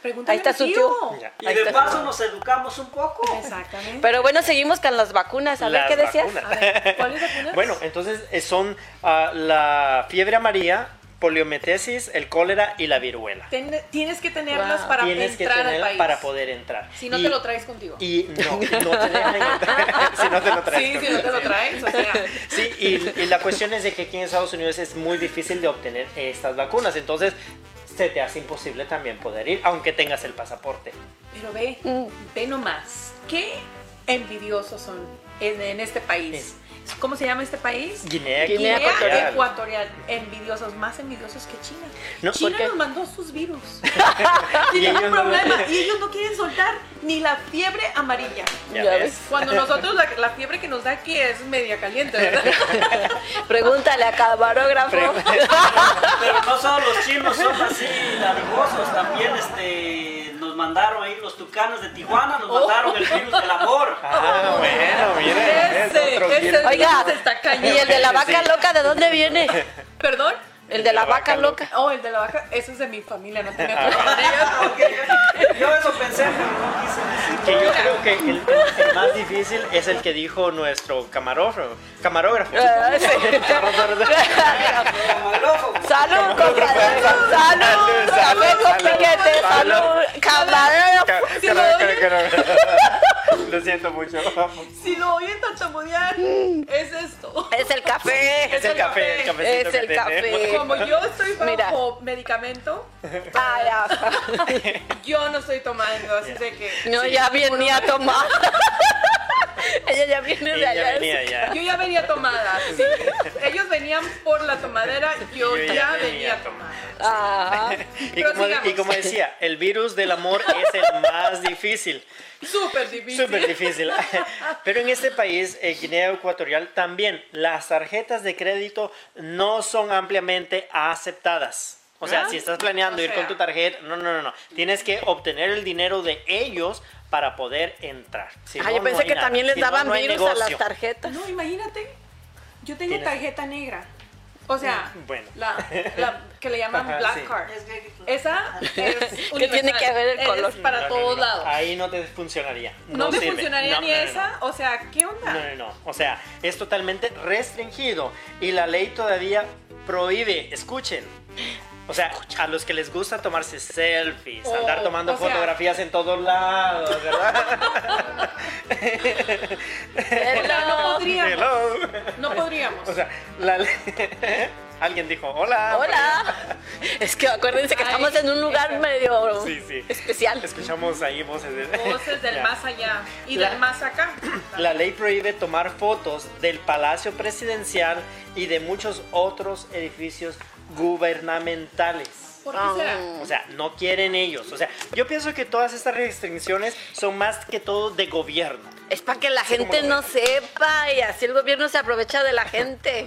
[SPEAKER 2] pregúntale
[SPEAKER 3] ahí está
[SPEAKER 2] a mi
[SPEAKER 3] su tío.
[SPEAKER 1] Ya.
[SPEAKER 5] Y
[SPEAKER 3] Ahí
[SPEAKER 5] de
[SPEAKER 3] está.
[SPEAKER 5] paso nos educamos un poco.
[SPEAKER 2] Exactamente.
[SPEAKER 3] Pero bueno, seguimos con las vacunas. A ver
[SPEAKER 1] Las
[SPEAKER 3] qué decías.
[SPEAKER 1] vacunas.
[SPEAKER 2] A ver, ¿cuáles vacunas?
[SPEAKER 1] Bueno, entonces eh, son ah, la fiebre amarilla, poliometesis, el cólera y la viruela.
[SPEAKER 2] Ten- tienes que tenerlas
[SPEAKER 3] Wow.
[SPEAKER 2] para
[SPEAKER 1] Tienes que
[SPEAKER 2] entrar al
[SPEAKER 1] tener
[SPEAKER 2] país.
[SPEAKER 1] para poder entrar.
[SPEAKER 2] Si no
[SPEAKER 1] Y-
[SPEAKER 2] te lo traes contigo.
[SPEAKER 1] Y no, no te dejan entrar. si no te lo traes.
[SPEAKER 2] Ah, sí, si
[SPEAKER 1] contigo,
[SPEAKER 2] no te lo
[SPEAKER 1] sí.
[SPEAKER 2] traes, o sea.
[SPEAKER 1] Sí, y, y la cuestión es de que aquí en Estados Unidos es muy difícil de obtener estas vacunas, entonces se te hace imposible también poder ir, aunque tengas el pasaporte.
[SPEAKER 2] Pero ve,
[SPEAKER 3] Mm.
[SPEAKER 2] ve nomás. Qué envidiosos son en, en este país. ¿Cómo se llama este país?
[SPEAKER 1] Guinea,
[SPEAKER 3] Guinea
[SPEAKER 2] Guinea
[SPEAKER 3] Ecuatorial.
[SPEAKER 2] Ecuatorial. Envidiosos, más envidiosos que China.
[SPEAKER 1] No,
[SPEAKER 2] China
[SPEAKER 1] ¿por qué?
[SPEAKER 2] nos mandó sus virus.
[SPEAKER 1] Y
[SPEAKER 2] Tienen un
[SPEAKER 1] ellos no lo-
[SPEAKER 2] problema y ellos no quieren soltar ni la fiebre amarilla.
[SPEAKER 1] Ya
[SPEAKER 3] Ya
[SPEAKER 1] ves.
[SPEAKER 2] Cuando nosotros la, la fiebre que nos da aquí es media caliente, ¿verdad?
[SPEAKER 3] Pregúntale a camarógrafo.
[SPEAKER 5] Pero no solo los chinos son así dadivosos, también este, nos mandaron ahí los tucanes de Tijuana,
[SPEAKER 2] Oh.
[SPEAKER 5] nos mandaron el virus del amor.
[SPEAKER 1] Ah, bueno, mira. es
[SPEAKER 2] Ese,
[SPEAKER 1] otro
[SPEAKER 2] ese
[SPEAKER 1] virus.
[SPEAKER 3] Oiga,
[SPEAKER 2] Entonces está
[SPEAKER 3] ¿y
[SPEAKER 2] cañón.
[SPEAKER 3] el de la vaca
[SPEAKER 1] Sí.
[SPEAKER 3] loca de dónde viene?
[SPEAKER 2] ¿Perdón?
[SPEAKER 3] El de la vaca loca.
[SPEAKER 2] Oh, el de la vaca, eso es de mi familia, no tenía que ver con ellos.
[SPEAKER 5] Yo eso pensé, pero no quise decir.
[SPEAKER 1] Que yo creo que el, el más difícil es el que dijo nuestro camarógrafo. Camarógrafo.
[SPEAKER 3] Ah, sí.
[SPEAKER 5] Camarógrafo.
[SPEAKER 3] Salud, compadre.
[SPEAKER 1] Salud,
[SPEAKER 3] Salud,
[SPEAKER 1] salud,
[SPEAKER 3] café con
[SPEAKER 1] salud,
[SPEAKER 3] piquete.
[SPEAKER 1] salud.
[SPEAKER 3] Salud, camarógrafo.
[SPEAKER 1] Ca-
[SPEAKER 2] Si lo
[SPEAKER 1] cara-
[SPEAKER 2] oyen.
[SPEAKER 1] cara- cara- Lo siento mucho.
[SPEAKER 2] Si lo oyen tartamudear, es esto.
[SPEAKER 3] Es el café.
[SPEAKER 1] Es el café, el cafecito
[SPEAKER 3] Es el
[SPEAKER 1] que
[SPEAKER 3] café.
[SPEAKER 1] tenemos.
[SPEAKER 2] Como yo estoy bajo
[SPEAKER 3] Mira.
[SPEAKER 2] medicamento,
[SPEAKER 3] Ay, ajá.
[SPEAKER 2] yo no estoy tomando, así de que.
[SPEAKER 3] No, ya venía a tomar. Ella ya viene
[SPEAKER 1] Y
[SPEAKER 3] de
[SPEAKER 1] ya
[SPEAKER 3] allá.
[SPEAKER 1] venía, ya.
[SPEAKER 2] Yo ya venía tomada. así que ellos venían por la tomadera, yo,
[SPEAKER 1] Yo
[SPEAKER 2] ya,
[SPEAKER 1] ya venía
[SPEAKER 2] venía tomada.
[SPEAKER 3] Ajá.
[SPEAKER 1] Y como,
[SPEAKER 2] Prosigamos.
[SPEAKER 1] y como decía, el virus del amor es el más difícil.
[SPEAKER 2] Súper difícil.
[SPEAKER 1] Súper difícil. Pero en este país, eh, Guinea Ecuatorial, también las tarjetas de crédito no son ampliamente aceptadas. O sea,
[SPEAKER 2] Ah,
[SPEAKER 1] si estás planeando
[SPEAKER 2] o
[SPEAKER 1] ir
[SPEAKER 2] sea.
[SPEAKER 1] con tu tarjeta, no, no, no, no. Tienes que obtener el dinero de ellos para poder entrar. Si
[SPEAKER 3] Ah,
[SPEAKER 1] no,
[SPEAKER 3] yo
[SPEAKER 1] no
[SPEAKER 3] pensé
[SPEAKER 1] hay
[SPEAKER 3] que
[SPEAKER 1] nada.
[SPEAKER 3] también les
[SPEAKER 1] Si no,
[SPEAKER 3] daban
[SPEAKER 1] no hay
[SPEAKER 3] virus a las
[SPEAKER 1] negocio.
[SPEAKER 3] tarjetas.
[SPEAKER 2] No, imagínate. Yo tengo
[SPEAKER 1] Tienes-
[SPEAKER 2] tarjeta negra. O sea,
[SPEAKER 1] Bueno.
[SPEAKER 2] la, la que le llaman
[SPEAKER 1] Ajá,
[SPEAKER 2] Black
[SPEAKER 1] sí.
[SPEAKER 2] Card.
[SPEAKER 5] Es que-
[SPEAKER 2] Esa es
[SPEAKER 3] Que tiene que ver el
[SPEAKER 2] universal,
[SPEAKER 3] color.
[SPEAKER 2] Es para
[SPEAKER 1] Mm. No, no,
[SPEAKER 2] todos
[SPEAKER 1] no.
[SPEAKER 2] lados.
[SPEAKER 1] Ahí no te funcionaría.
[SPEAKER 2] No,
[SPEAKER 1] No,
[SPEAKER 2] me
[SPEAKER 1] sirve.
[SPEAKER 2] funcionaría
[SPEAKER 1] No,
[SPEAKER 2] ni
[SPEAKER 1] no, no, no.
[SPEAKER 2] esa. O sea, ¿qué onda?
[SPEAKER 1] No, no, no. O sea, es totalmente restringido y la ley todavía prohíbe, escuchen. O sea, a los que les gusta tomarse selfies,
[SPEAKER 2] Oh,
[SPEAKER 1] andar tomando
[SPEAKER 2] o sea-
[SPEAKER 1] fotografías en todos lados, ¿verdad?
[SPEAKER 2] O sea, no podríamos.
[SPEAKER 1] Hello.
[SPEAKER 2] No podríamos.
[SPEAKER 1] O sea, la ley... Alguien dijo, hola.
[SPEAKER 3] Hola. Es que acuérdense que
[SPEAKER 2] Ay,
[SPEAKER 3] estamos en un lugar
[SPEAKER 2] esa-
[SPEAKER 3] medio
[SPEAKER 1] Sí, sí.
[SPEAKER 3] especial.
[SPEAKER 1] Escuchamos ahí voces de...
[SPEAKER 2] Voces del
[SPEAKER 1] Ya.
[SPEAKER 2] más allá y
[SPEAKER 1] La-
[SPEAKER 2] del más acá.
[SPEAKER 1] La ley prohíbe tomar fotos del Palacio Presidencial y de muchos otros edificios gubernamentales.
[SPEAKER 2] ¿Por qué será?
[SPEAKER 3] Mm.
[SPEAKER 1] O sea, no quieren ellos. O sea, yo pienso que todas estas restricciones son más que todo de gobierno.
[SPEAKER 3] Es para que la
[SPEAKER 1] Sí, como
[SPEAKER 3] gente
[SPEAKER 1] lo
[SPEAKER 3] no sepa y así el gobierno se aprovecha de la gente.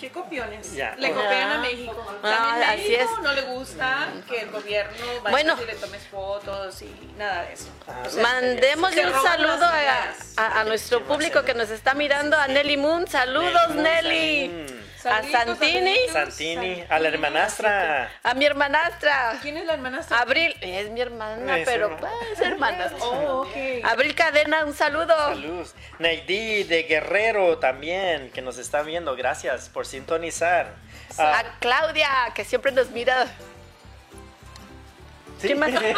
[SPEAKER 2] ¿Qué copiones?
[SPEAKER 1] Ya.
[SPEAKER 2] Le
[SPEAKER 1] Ah.
[SPEAKER 2] copian a México. También
[SPEAKER 3] Ah,
[SPEAKER 2] México
[SPEAKER 3] así es.
[SPEAKER 2] no le gusta que el gobierno vaya
[SPEAKER 3] Bueno.
[SPEAKER 2] y le tomes fotos y nada de eso.
[SPEAKER 1] Ah,
[SPEAKER 3] Mandémosle
[SPEAKER 2] Se
[SPEAKER 3] un
[SPEAKER 2] roban
[SPEAKER 3] saludo
[SPEAKER 2] las
[SPEAKER 3] a,
[SPEAKER 2] ideas.
[SPEAKER 3] a- a nuestro público que nos está mirando, a Nelly Moon. Saludos, Nelly. A
[SPEAKER 2] Saluditos,
[SPEAKER 3] Santini,
[SPEAKER 2] saluditos.
[SPEAKER 1] Santini, a la hermanastra.
[SPEAKER 3] a mi hermanastra.
[SPEAKER 2] ¿Quién es la hermana Santini?
[SPEAKER 3] Abril, es mi hermana,
[SPEAKER 1] Es
[SPEAKER 3] pero
[SPEAKER 1] hermana.
[SPEAKER 3] pues, hermanastra.
[SPEAKER 2] Oh, ok.
[SPEAKER 3] Abril Cadena, un saludo.
[SPEAKER 1] Salud. Naidí de Guerrero también, que nos está viendo. Gracias por sintonizar. Ah,
[SPEAKER 3] A Claudia, que siempre nos mira.
[SPEAKER 1] sí.
[SPEAKER 3] ¿Quién más? ¿Quién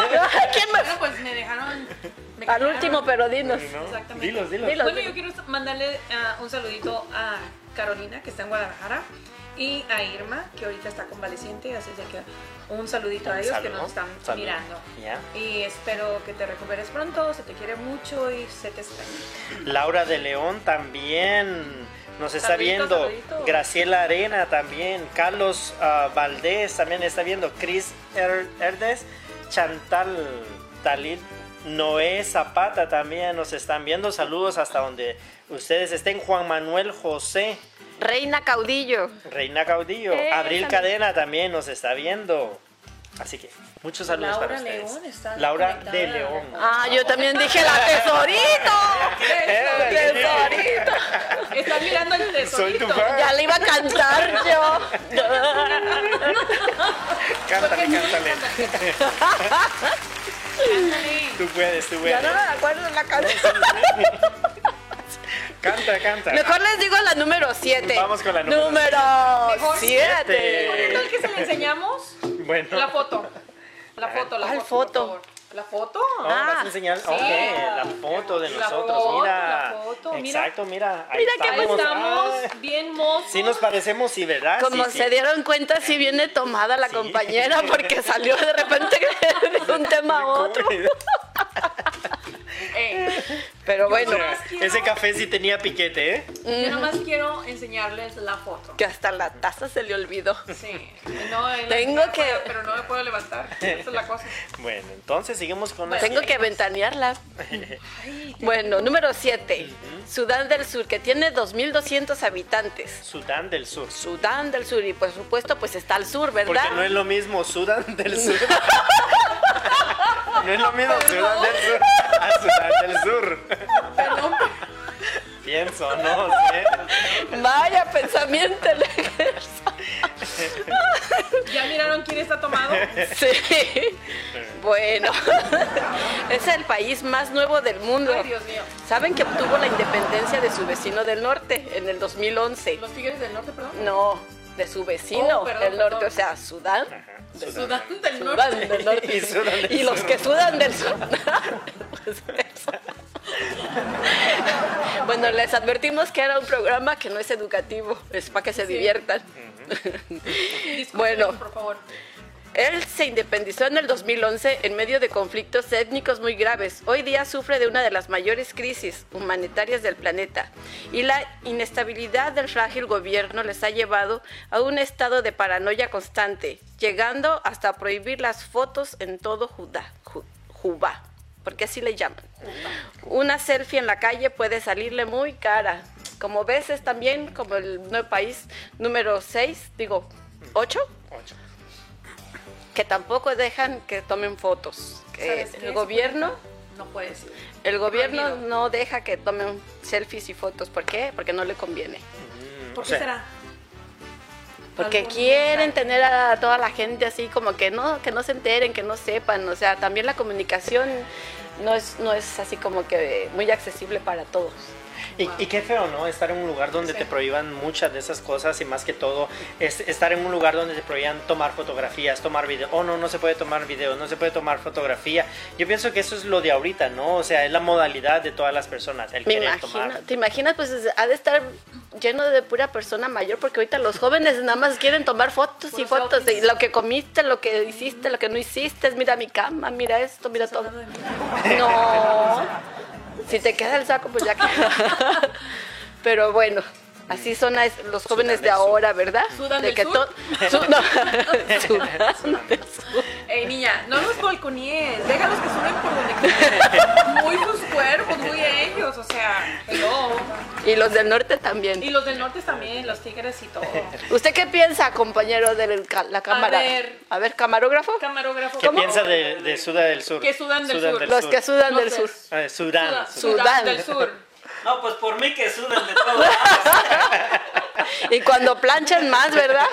[SPEAKER 3] más?
[SPEAKER 2] Bueno, pues me dejaron. me
[SPEAKER 3] Al
[SPEAKER 2] callaron.
[SPEAKER 3] último, pero dinos.
[SPEAKER 1] Sí, ¿no?
[SPEAKER 2] Exactamente.
[SPEAKER 1] Dilos, dilos.
[SPEAKER 3] Dilo.
[SPEAKER 2] Bueno, yo quiero mandarle ah, un saludito a Carolina, que está en Guadalajara, y a Irma, que ahorita está convaleciente, así es de que un saludito a ellos que
[SPEAKER 1] Saludo,
[SPEAKER 2] nos están
[SPEAKER 1] saludo.
[SPEAKER 2] mirando.
[SPEAKER 1] Ya.
[SPEAKER 2] Y espero que te recuperes pronto, se te quiere mucho y se te extraña.
[SPEAKER 1] Laura de León también. nos está
[SPEAKER 2] Saluditos,
[SPEAKER 1] viendo.
[SPEAKER 2] saluditos.
[SPEAKER 1] Graciela Arena también. Carlos ah, Valdés también está viendo. Chris Er- Herdes. Chantal Talil. Noé Zapata también nos están viendo. Saludos hasta donde ustedes estén. Juan Manuel José.
[SPEAKER 3] Reina Caudillo.
[SPEAKER 1] Reina Caudillo.
[SPEAKER 3] Eh,
[SPEAKER 1] Abril
[SPEAKER 3] también.
[SPEAKER 1] Cadena también nos está viendo. Así que muchos saludos
[SPEAKER 2] Laura
[SPEAKER 1] para ustedes.
[SPEAKER 2] León está
[SPEAKER 1] Laura de
[SPEAKER 2] conectada.
[SPEAKER 1] León.
[SPEAKER 3] Ah, yo también dije la tesorito. Tesorito.
[SPEAKER 2] Estás mirando el tesorito.
[SPEAKER 1] Soy tu fan.
[SPEAKER 3] Ya le iba a cantar yo.
[SPEAKER 1] Cántale,
[SPEAKER 2] Porque-
[SPEAKER 1] cántale.
[SPEAKER 2] Ándale.
[SPEAKER 1] Tú puedes, tú
[SPEAKER 3] Ya
[SPEAKER 1] puedes.
[SPEAKER 3] no me acuerdo de la canción.
[SPEAKER 1] Canta, canta.
[SPEAKER 3] Mejor les digo la número 7.
[SPEAKER 1] Vamos con la número
[SPEAKER 3] número
[SPEAKER 2] Mejor
[SPEAKER 3] 7.
[SPEAKER 1] siete.
[SPEAKER 2] ¿Recuerdan que se le enseñamos?
[SPEAKER 1] Eh. Bueno.
[SPEAKER 2] La foto. La foto, la
[SPEAKER 3] ¿Cuál
[SPEAKER 2] foto. por
[SPEAKER 3] foto?
[SPEAKER 2] favor. La foto.
[SPEAKER 1] Oh, vas
[SPEAKER 3] Ah,
[SPEAKER 1] a enseñar oh, la foto de
[SPEAKER 2] La
[SPEAKER 1] nosotros,
[SPEAKER 2] foto,
[SPEAKER 1] mira.
[SPEAKER 2] la foto, mira.
[SPEAKER 1] Exacto, mira. Ahí
[SPEAKER 3] Mira qué
[SPEAKER 2] Ahí
[SPEAKER 1] estamos. Ah.
[SPEAKER 2] estamos,
[SPEAKER 1] Ay,
[SPEAKER 2] bien mozos.
[SPEAKER 1] Sí nos parecemos, sí, ¿verdad?
[SPEAKER 3] Como
[SPEAKER 1] Ah, Sí, sí.
[SPEAKER 3] se dieron cuenta, sí viene tomada la
[SPEAKER 1] Sí.
[SPEAKER 3] compañera porque salió de repente de un tema a otro.
[SPEAKER 2] Eh,
[SPEAKER 3] Pero
[SPEAKER 1] O
[SPEAKER 3] bueno,
[SPEAKER 1] sea, Ese café sí tenía piquete, ¿eh?
[SPEAKER 2] yo nomás quiero enseñarles la foto.
[SPEAKER 3] que hasta la taza se le olvidó.
[SPEAKER 2] Sí. No, es la
[SPEAKER 3] Tengo
[SPEAKER 2] misma
[SPEAKER 3] que-
[SPEAKER 2] foto, Pero no me puedo levantar. Esa es la cosa.
[SPEAKER 1] Bueno, entonces seguimos con este la
[SPEAKER 3] Tengo que ventanearla. Bueno, número 7. Sudán del Sur, que tiene 2.200 habitantes.
[SPEAKER 1] Sudán del Sur.
[SPEAKER 3] Sudán del Sur, y por supuesto, pues está al sur,
[SPEAKER 1] Porque no
[SPEAKER 3] ¿verdad?
[SPEAKER 1] es lo mismo Sudán del Sur. no es lo mismo Sudán del Sur a Sudán del Sur.
[SPEAKER 2] Perdón,
[SPEAKER 1] Pienso, no sé.
[SPEAKER 3] Vaya pensamiento. Alexa.
[SPEAKER 2] ¿ya miraron quién está tomado?
[SPEAKER 3] Sí. Bueno, es el país más nuevo del mundo.
[SPEAKER 2] Ay, Dios mío.
[SPEAKER 3] ¿Saben que obtuvo la independencia de su vecino del norte en el 2011?
[SPEAKER 2] Los tigres del norte, perdón.
[SPEAKER 3] No, de su vecino
[SPEAKER 2] Oh, perdón,
[SPEAKER 3] del norte,
[SPEAKER 2] perdón.
[SPEAKER 3] o sea, Sudán.
[SPEAKER 2] Sudán del norte.
[SPEAKER 3] Sudán del norte.
[SPEAKER 1] Y Sudán del
[SPEAKER 3] Y los
[SPEAKER 1] sur.
[SPEAKER 3] que sudan del sur. Pues eso. bueno, les advertimos que era un programa que no es educativo, es para que se diviertan.
[SPEAKER 2] Bueno,
[SPEAKER 3] Bueno. eh,
[SPEAKER 2] por favor.
[SPEAKER 3] Él se independizó en el 2011 en medio de conflictos étnicos muy graves. Hoy día sufre de una de las mayores crisis humanitarias del planeta y la inestabilidad del frágil gobierno les ha llevado a un estado de paranoia constante, llegando hasta prohibir las fotos en todo Judá, Ju- Jubá, porque así le llaman. Una selfie en la calle puede salirle muy cara. Como ves, es también como el nuevo país número 6, digo, 8
[SPEAKER 1] Ocho.
[SPEAKER 3] que tampoco dejan que tomen fotos. Que
[SPEAKER 2] ¿Sabes qué?
[SPEAKER 3] el gobierno,
[SPEAKER 2] No puedes.
[SPEAKER 3] el gobierno
[SPEAKER 2] Prohibido.
[SPEAKER 3] no deja que tomen selfies y fotos. ¿Por qué? Porque no le conviene.
[SPEAKER 1] Mm, o
[SPEAKER 2] ¿Por qué
[SPEAKER 1] sea,
[SPEAKER 2] será?
[SPEAKER 3] Porque
[SPEAKER 2] Algún
[SPEAKER 3] quieren
[SPEAKER 2] mensaje.
[SPEAKER 3] tener a toda la gente así como que no, que no se enteren, que no sepan. O sea, también la comunicación no es, no es así como que muy accesible para todos.
[SPEAKER 1] Y, y qué feo, ¿no? Estar en un lugar donde
[SPEAKER 2] Sí.
[SPEAKER 1] te prohíban muchas de esas cosas y más que todo es estar en un lugar donde te prohíban tomar fotografías, tomar video. Oh, no, no se puede tomar video, no se puede tomar fotografía. Yo pienso que eso es lo de ahorita, ¿no? O sea, es la modalidad de todas las personas, el
[SPEAKER 3] Me
[SPEAKER 1] querer
[SPEAKER 3] imagino,
[SPEAKER 1] tomar.
[SPEAKER 3] te imaginas, pues ha de estar lleno de pura persona mayor, porque ahorita los jóvenes nada más quieren tomar fotos y
[SPEAKER 2] Puros
[SPEAKER 3] fotos de
[SPEAKER 2] selfies.
[SPEAKER 3] lo que comiste, lo que hiciste, lo que no hiciste, mira mi cama, mira esto, mira todo.
[SPEAKER 2] Hablando de mí.
[SPEAKER 3] No, si te queda el saco, pues ya que. Pero bueno. Así son a- los jóvenes
[SPEAKER 1] Sudán
[SPEAKER 3] de
[SPEAKER 1] del Sur.
[SPEAKER 3] ahora, ¿verdad?
[SPEAKER 2] Sudán
[SPEAKER 3] de
[SPEAKER 2] del
[SPEAKER 3] que
[SPEAKER 2] Sur.
[SPEAKER 3] to- Su- no. Sudán del Sur.
[SPEAKER 2] Ey, niña, no los balconíes. Déjalos que suben por donde quieran. Muy sus cuerpos, muy ellos. O sea, hello.
[SPEAKER 3] Y los del norte
[SPEAKER 2] Y
[SPEAKER 3] también.
[SPEAKER 2] los del norte también, los tigres y todo.
[SPEAKER 3] ¿Usted qué piensa, compañero de la cámara?
[SPEAKER 2] ver.
[SPEAKER 3] A ver, camarógrafo.
[SPEAKER 2] Camarógrafo.
[SPEAKER 1] ¿Qué piensa de, de Sudán del Sur?
[SPEAKER 2] Que Sudán del Sur.
[SPEAKER 3] Los que sudan
[SPEAKER 2] No
[SPEAKER 3] del
[SPEAKER 2] sé.
[SPEAKER 3] sur.
[SPEAKER 1] Eh, Sudán.
[SPEAKER 2] Sudán,
[SPEAKER 1] Sudán.
[SPEAKER 3] Sudán.
[SPEAKER 2] del sur.
[SPEAKER 5] No, pues por mí que sudan de todo. lado.
[SPEAKER 3] Y cuando planchan más, ¿verdad?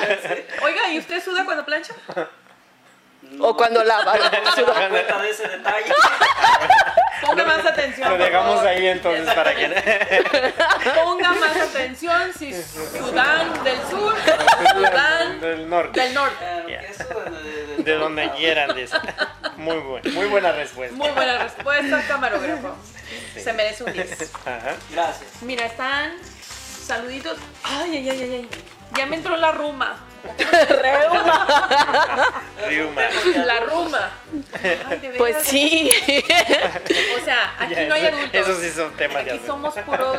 [SPEAKER 2] Oiga, ¿y usted suda cuando plancha?
[SPEAKER 3] O cuando lavan.
[SPEAKER 5] No me doy cuenta de ese detalle.
[SPEAKER 2] Ponga más atención.
[SPEAKER 1] Lo
[SPEAKER 2] por
[SPEAKER 1] dejamos
[SPEAKER 2] favor.
[SPEAKER 1] ahí entonces para que...
[SPEAKER 2] Ponga más atención si Sudán del sur, Sudán
[SPEAKER 1] del norte.
[SPEAKER 2] del norte.
[SPEAKER 5] Claro, que sudan de- de- de-
[SPEAKER 1] De donde quieran, dice. Muy buena, muy buena respuesta.
[SPEAKER 2] Muy buena respuesta, camarógrafo. Se merece un 10.
[SPEAKER 1] Ajá.
[SPEAKER 5] Gracias.
[SPEAKER 2] Mira, están saluditos. Ay, ay, ay, ay, ay. Ya me entró la ruma.
[SPEAKER 1] Riuma.
[SPEAKER 2] La ruma. Ay, de
[SPEAKER 3] Pues
[SPEAKER 2] veras.
[SPEAKER 3] sí.
[SPEAKER 2] O sea, aquí
[SPEAKER 1] Ya,
[SPEAKER 2] no hay
[SPEAKER 1] eso-
[SPEAKER 2] adultos.
[SPEAKER 1] Eso sí son temas
[SPEAKER 2] Aquí
[SPEAKER 1] ya.
[SPEAKER 2] somos puros.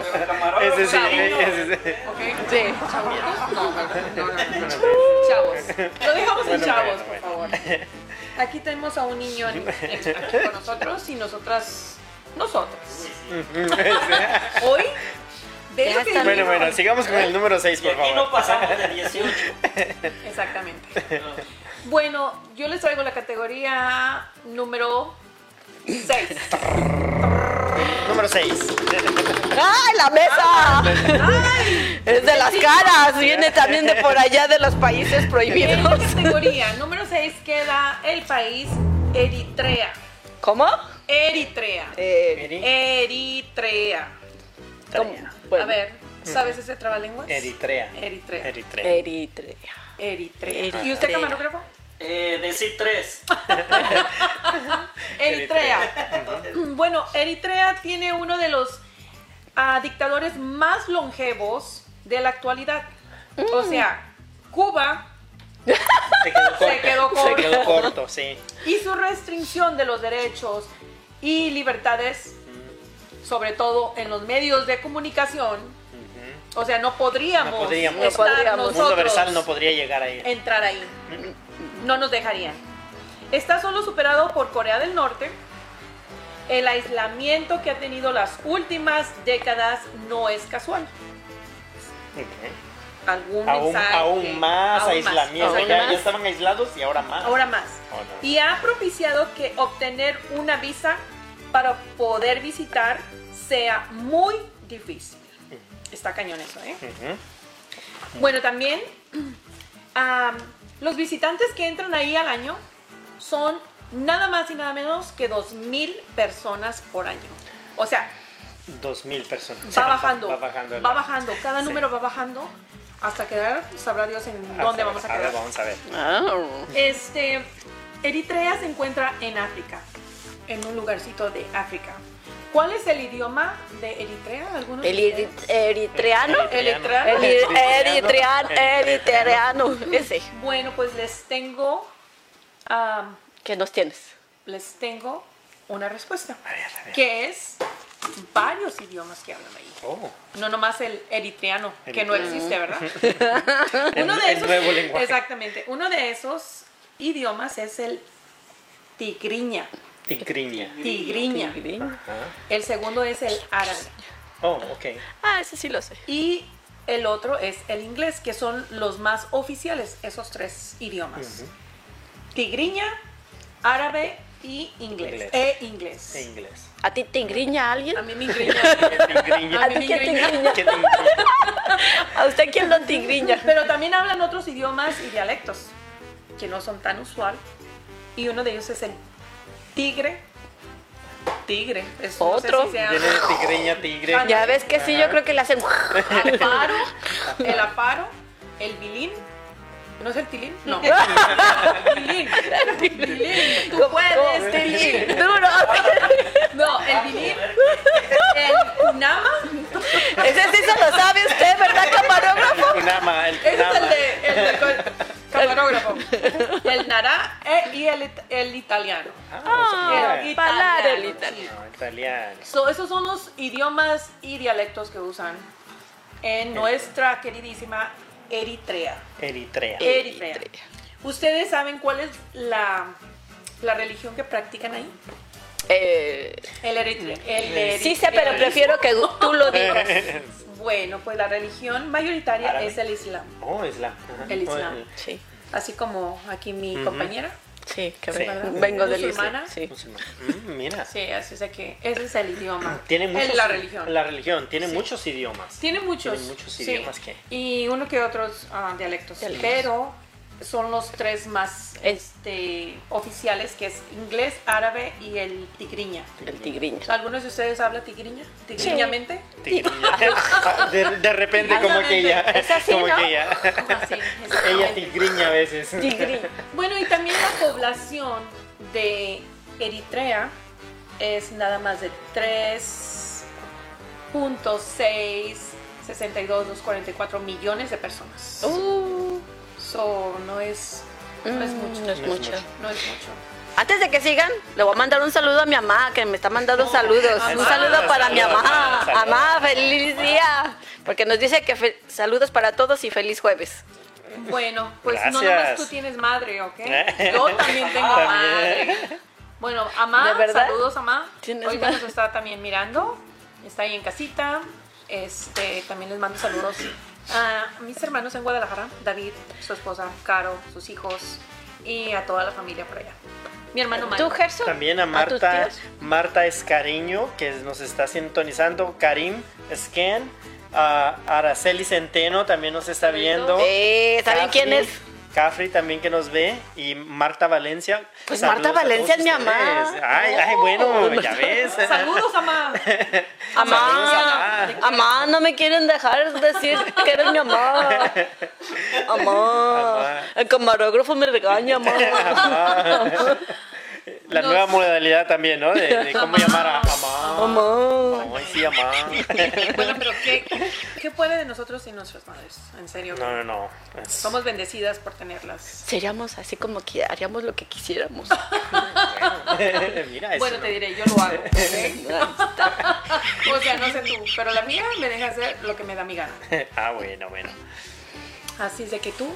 [SPEAKER 1] Ese sí, eh,
[SPEAKER 2] Sabinos.
[SPEAKER 1] ese sí.
[SPEAKER 2] ¿Ok?
[SPEAKER 3] Sí.
[SPEAKER 2] ¿Chavitos? No, ¿verdad? No, no, no. Chavos. Lo dejamos en
[SPEAKER 1] Bueno,
[SPEAKER 2] chavos, por
[SPEAKER 1] bueno,
[SPEAKER 2] favor. Aquí tenemos a un niño en- en- aquí con nosotros y nosotras. Nosotras.
[SPEAKER 1] eh,
[SPEAKER 2] Hoy. De
[SPEAKER 3] Ya
[SPEAKER 2] lo que
[SPEAKER 3] está.
[SPEAKER 1] Bueno,
[SPEAKER 2] vivimos-
[SPEAKER 1] bueno, sigamos con el número 6,
[SPEAKER 5] Y
[SPEAKER 1] por
[SPEAKER 5] aquí no
[SPEAKER 1] favor.
[SPEAKER 5] pasamos de 18.
[SPEAKER 2] Exactamente. Bueno, yo les traigo la categoría número 6.
[SPEAKER 1] Número 6.
[SPEAKER 3] ¡Ay, la mesa! Es de las caras, viene también de por allá de los países
[SPEAKER 2] En la
[SPEAKER 3] prohibidos.
[SPEAKER 2] categoría número 6 queda el país Eritrea.
[SPEAKER 3] ¿Cómo?
[SPEAKER 2] Eritrea.
[SPEAKER 3] Eh,
[SPEAKER 2] Eritrea.
[SPEAKER 3] ¿cómo?
[SPEAKER 2] A ver, ¿sabes ese trabalenguas?
[SPEAKER 1] Eritrea.
[SPEAKER 2] Eritrea. Eh,
[SPEAKER 1] Eritrea.
[SPEAKER 3] Eritrea.
[SPEAKER 2] Eritrea. ¿Y usted,
[SPEAKER 3] Eritrea.
[SPEAKER 2] camarógrafo?
[SPEAKER 5] Eh, decir 3.
[SPEAKER 2] Eritrea. Mm, bueno, Eritrea tiene uno de los ah, dictadores más longevos de la actualidad. O
[SPEAKER 3] Mm.
[SPEAKER 2] sea, Cuba
[SPEAKER 1] Se quedó
[SPEAKER 2] se quedó
[SPEAKER 1] corto. Se
[SPEAKER 2] corto.
[SPEAKER 1] quedó corto, sí.
[SPEAKER 2] y su restricción de los derechos y libertades, sobre todo en los medios de comunicación. O sea, no podríamos,
[SPEAKER 1] No podríamos.
[SPEAKER 3] No
[SPEAKER 2] estar
[SPEAKER 3] podríamos.
[SPEAKER 1] Mundo
[SPEAKER 2] nosotros Eh,
[SPEAKER 1] Versal no podría llegar ahí.
[SPEAKER 2] entrar ahí. No nos dejarían. Está solo superado por Corea del Norte. El aislamiento que ha tenido las últimas décadas no es casual.
[SPEAKER 1] Ujú.
[SPEAKER 2] Algún
[SPEAKER 1] Aún,
[SPEAKER 2] mensaje,
[SPEAKER 1] aún más
[SPEAKER 2] aún
[SPEAKER 1] aislamiento.
[SPEAKER 3] aún
[SPEAKER 1] ya,
[SPEAKER 3] más.
[SPEAKER 1] ya estaban aislados y ahora más.
[SPEAKER 2] ahora más.
[SPEAKER 1] Oh, no.
[SPEAKER 2] Y ha propiciado que obtener una visa para poder visitar sea muy difícil. Está cañón eso, ¿eh?
[SPEAKER 1] Ujú.
[SPEAKER 2] Bueno, también am, los visitantes que entran ahí al año son nada más y nada menos que 2.000 personas por año. O sea,
[SPEAKER 1] Dos mil personas.
[SPEAKER 2] va bajando,
[SPEAKER 1] Va bajando.
[SPEAKER 2] va bajando, cada
[SPEAKER 1] Sí.
[SPEAKER 2] número va bajando hasta quedar, sabrá Dios en
[SPEAKER 1] Hasta
[SPEAKER 2] dónde
[SPEAKER 1] ver,
[SPEAKER 2] vamos a
[SPEAKER 1] ver,
[SPEAKER 2] quedar.
[SPEAKER 1] Vamos Ah, a ver.
[SPEAKER 3] Ah.
[SPEAKER 2] Este, Eritrea se encuentra en África, en un lugarcito de África. ¿Cuál es el idioma de Eritrea? ¿Alguno de
[SPEAKER 3] El
[SPEAKER 2] ustedes?
[SPEAKER 3] erit- eritreano.
[SPEAKER 2] Eritreano.
[SPEAKER 3] El eritreano, eritreano. Ese.
[SPEAKER 2] Bueno, pues les tengo, am,
[SPEAKER 3] ¿Qué nos tienes?
[SPEAKER 2] les tengo una respuesta,
[SPEAKER 1] A ver, a ver.
[SPEAKER 2] que es varios idiomas que hablan ahí.
[SPEAKER 1] Oh,
[SPEAKER 2] No nomás el eritreano, que no existe, ¿verdad? Uno
[SPEAKER 1] El-
[SPEAKER 2] de
[SPEAKER 1] el
[SPEAKER 2] esos,
[SPEAKER 1] nuevo lenguaje.
[SPEAKER 2] exactamente, uno de esos idiomas es el tigriña,
[SPEAKER 1] tigriña.
[SPEAKER 2] tigriña.
[SPEAKER 1] Ajá.
[SPEAKER 2] El segundo es el árabe.
[SPEAKER 1] Oh, ok.
[SPEAKER 3] Ah, ese sí lo sé.
[SPEAKER 2] Y el otro es el inglés, que son los más oficiales, esos tres idiomas. Tigriña, árabe y inglés.
[SPEAKER 1] Inglés.
[SPEAKER 2] E inglés.
[SPEAKER 1] En inglés.
[SPEAKER 3] ¿A ti te ingriña
[SPEAKER 2] A
[SPEAKER 3] alguien?
[SPEAKER 2] mí me ingriña.
[SPEAKER 1] Tigriña.
[SPEAKER 3] ¿A
[SPEAKER 2] mí me
[SPEAKER 3] ti quién te
[SPEAKER 2] ingriña.
[SPEAKER 3] ingriña?
[SPEAKER 1] ¿Qué tigriña?
[SPEAKER 3] ¿A usted quién lo tigriña?
[SPEAKER 2] Pero también hablan otros idiomas y dialectos, que no son tan usual. Y uno de ellos es el tigre. Tigre. Es, no sé
[SPEAKER 3] Otro.
[SPEAKER 2] si sea
[SPEAKER 1] Viene de tigriña, tigre.
[SPEAKER 3] Ya ves que sí, yo creo que le hacen.
[SPEAKER 2] aparo, el aparo, el bilín. ¿No es el tilín? No. bilín. Bilín. Tú
[SPEAKER 3] ¿Cómo-
[SPEAKER 2] puedes,
[SPEAKER 3] cómo?
[SPEAKER 2] tilín.
[SPEAKER 3] Duro.
[SPEAKER 2] No, el vinil, el kunama,
[SPEAKER 3] Ese sí se lo sabe usted, ¿verdad, camarógrafo?
[SPEAKER 1] Kunama, el
[SPEAKER 2] ese es el
[SPEAKER 1] kunama.
[SPEAKER 2] de, el del co- camarógrafo, el nará eh, y el, it- el italiano.
[SPEAKER 1] Ah,
[SPEAKER 2] El
[SPEAKER 1] no sabía.
[SPEAKER 3] Palar el
[SPEAKER 2] italiano,
[SPEAKER 3] italiano.
[SPEAKER 2] sí.
[SPEAKER 1] No, italiano.
[SPEAKER 2] So, esos son los idiomas y dialectos que usan en nuestra queridísima Eritrea.
[SPEAKER 1] Eritrea.
[SPEAKER 2] Eritrea.
[SPEAKER 3] Eritrea.
[SPEAKER 2] ¿Ustedes saben cuál es la, la religión que practican ahí?
[SPEAKER 3] Eh,
[SPEAKER 2] El
[SPEAKER 1] Mm.
[SPEAKER 2] eritre- el
[SPEAKER 3] sí sé, pero
[SPEAKER 2] eritreanismo.
[SPEAKER 3] prefiero que tú lo digas.
[SPEAKER 2] Bueno, pues la religión mayoritaria
[SPEAKER 1] Árabe.
[SPEAKER 2] es el Islam.
[SPEAKER 1] Oh, Islam. Ajá.
[SPEAKER 2] El Islam.
[SPEAKER 1] Oh, el-
[SPEAKER 3] Sí,
[SPEAKER 2] Así como aquí mi
[SPEAKER 1] Ujú.
[SPEAKER 2] compañera.
[SPEAKER 3] sí, que
[SPEAKER 1] Sí.
[SPEAKER 3] vengo- vengo del
[SPEAKER 2] ¿Musulmana?
[SPEAKER 3] Islam. Sí.
[SPEAKER 1] musulmán. Mm, mira.
[SPEAKER 2] Sí, así es que ese es el idioma.
[SPEAKER 1] Tiene muchos,
[SPEAKER 2] Es la religión.
[SPEAKER 1] La religión. Tiene muchos idiomas.
[SPEAKER 2] Tiene muchos.
[SPEAKER 1] Tiene muchos
[SPEAKER 2] sí.
[SPEAKER 1] idiomas que-
[SPEAKER 2] Y uno que otros ah, dialectos.
[SPEAKER 3] Dialectos.
[SPEAKER 2] Pero son los tres más este, oficiales, que es inglés, árabe y el tigriña.
[SPEAKER 3] El tigriña.
[SPEAKER 2] ¿Algunos de ustedes hablan tigriña? ¿Tigriñamente?
[SPEAKER 1] Tigriña. De, de repente, como que ella.
[SPEAKER 3] Es así,
[SPEAKER 1] como
[SPEAKER 3] ¿no?
[SPEAKER 1] que ella.
[SPEAKER 2] Así,
[SPEAKER 1] Ella
[SPEAKER 2] exactamente.
[SPEAKER 1] tigriña a veces.
[SPEAKER 3] Tigriña.
[SPEAKER 2] Bueno, y también la población de Eritrea es nada más de 3.662.244 millones de personas.
[SPEAKER 3] Uh,
[SPEAKER 2] So, no es, no es
[SPEAKER 3] mm,
[SPEAKER 2] mucho.
[SPEAKER 3] No es
[SPEAKER 1] No es
[SPEAKER 3] mucho.
[SPEAKER 1] mucho.
[SPEAKER 2] No es mucho.
[SPEAKER 3] Antes de que sigan, le voy a mandar un saludo a mi mamá, que me está mandando saludos. Un
[SPEAKER 1] saludos,
[SPEAKER 3] saludo para mi
[SPEAKER 1] saludos,
[SPEAKER 3] mamá.
[SPEAKER 1] saludos.
[SPEAKER 3] Mamá, feliz día. Porque nos dice que fe- saludos para todos y feliz jueves.
[SPEAKER 2] Bueno, pues no
[SPEAKER 1] Gracias.
[SPEAKER 2] nomás tú tienes madre, ¿ok? Yo también tengo
[SPEAKER 1] También.
[SPEAKER 2] madre. Bueno, Amá,
[SPEAKER 3] ¿De verdad?
[SPEAKER 2] saludos, Amá.
[SPEAKER 3] ¿Tienes
[SPEAKER 2] Ahorita
[SPEAKER 3] madre?
[SPEAKER 2] nos está también mirando. Está ahí en casita. Este, también les mando saludos a mis hermanos en Guadalajara, David, su esposa, Caro, sus hijos y a toda la familia por allá. Mi hermano Mario.
[SPEAKER 3] ¿Tú, Gerson?
[SPEAKER 1] También a
[SPEAKER 3] tus
[SPEAKER 1] Marta,
[SPEAKER 3] tíos?
[SPEAKER 1] Marta Escariño, que nos está sintonizando, Karim Scan, a Araceli Centeno también nos está viendo.
[SPEAKER 3] Eh, ¿Saben
[SPEAKER 1] Cafri-
[SPEAKER 3] quién es?
[SPEAKER 1] Cafri también que nos ve y Marta Valencia.
[SPEAKER 3] Pues
[SPEAKER 1] Saludos
[SPEAKER 3] Marta
[SPEAKER 1] a todos
[SPEAKER 3] Valencia es mi
[SPEAKER 1] ustedes.
[SPEAKER 3] mamá. Oh.
[SPEAKER 1] Ay, ay, bueno, ya ves.
[SPEAKER 2] Saludos, Amá.
[SPEAKER 3] Amá,
[SPEAKER 1] Saludos,
[SPEAKER 3] amá, no me quieren dejar decir que eres mi mamá. Amá,
[SPEAKER 1] Amá.
[SPEAKER 3] el camarógrafo me regaña, amá.
[SPEAKER 1] La
[SPEAKER 2] Nos-
[SPEAKER 1] nueva modalidad también, ¿no? De, de cómo llamar a mamá.
[SPEAKER 3] Amá.
[SPEAKER 1] Ay, sí, mamá.
[SPEAKER 2] Bueno, pero ¿qué, ¿qué puede de nosotros y nuestras madres? En serio.
[SPEAKER 1] No, no, no. Es-
[SPEAKER 2] Somos bendecidas por tenerlas.
[SPEAKER 3] Seríamos así como que haríamos lo que quisiéramos.
[SPEAKER 1] Mira, eso
[SPEAKER 2] Bueno,
[SPEAKER 1] no-
[SPEAKER 2] te diré, yo lo hago. ¿ok? o sea, no sé tú, pero la mía me deja hacer lo que me da mi gana.
[SPEAKER 1] Ah, bueno, bueno.
[SPEAKER 2] Así es de que tú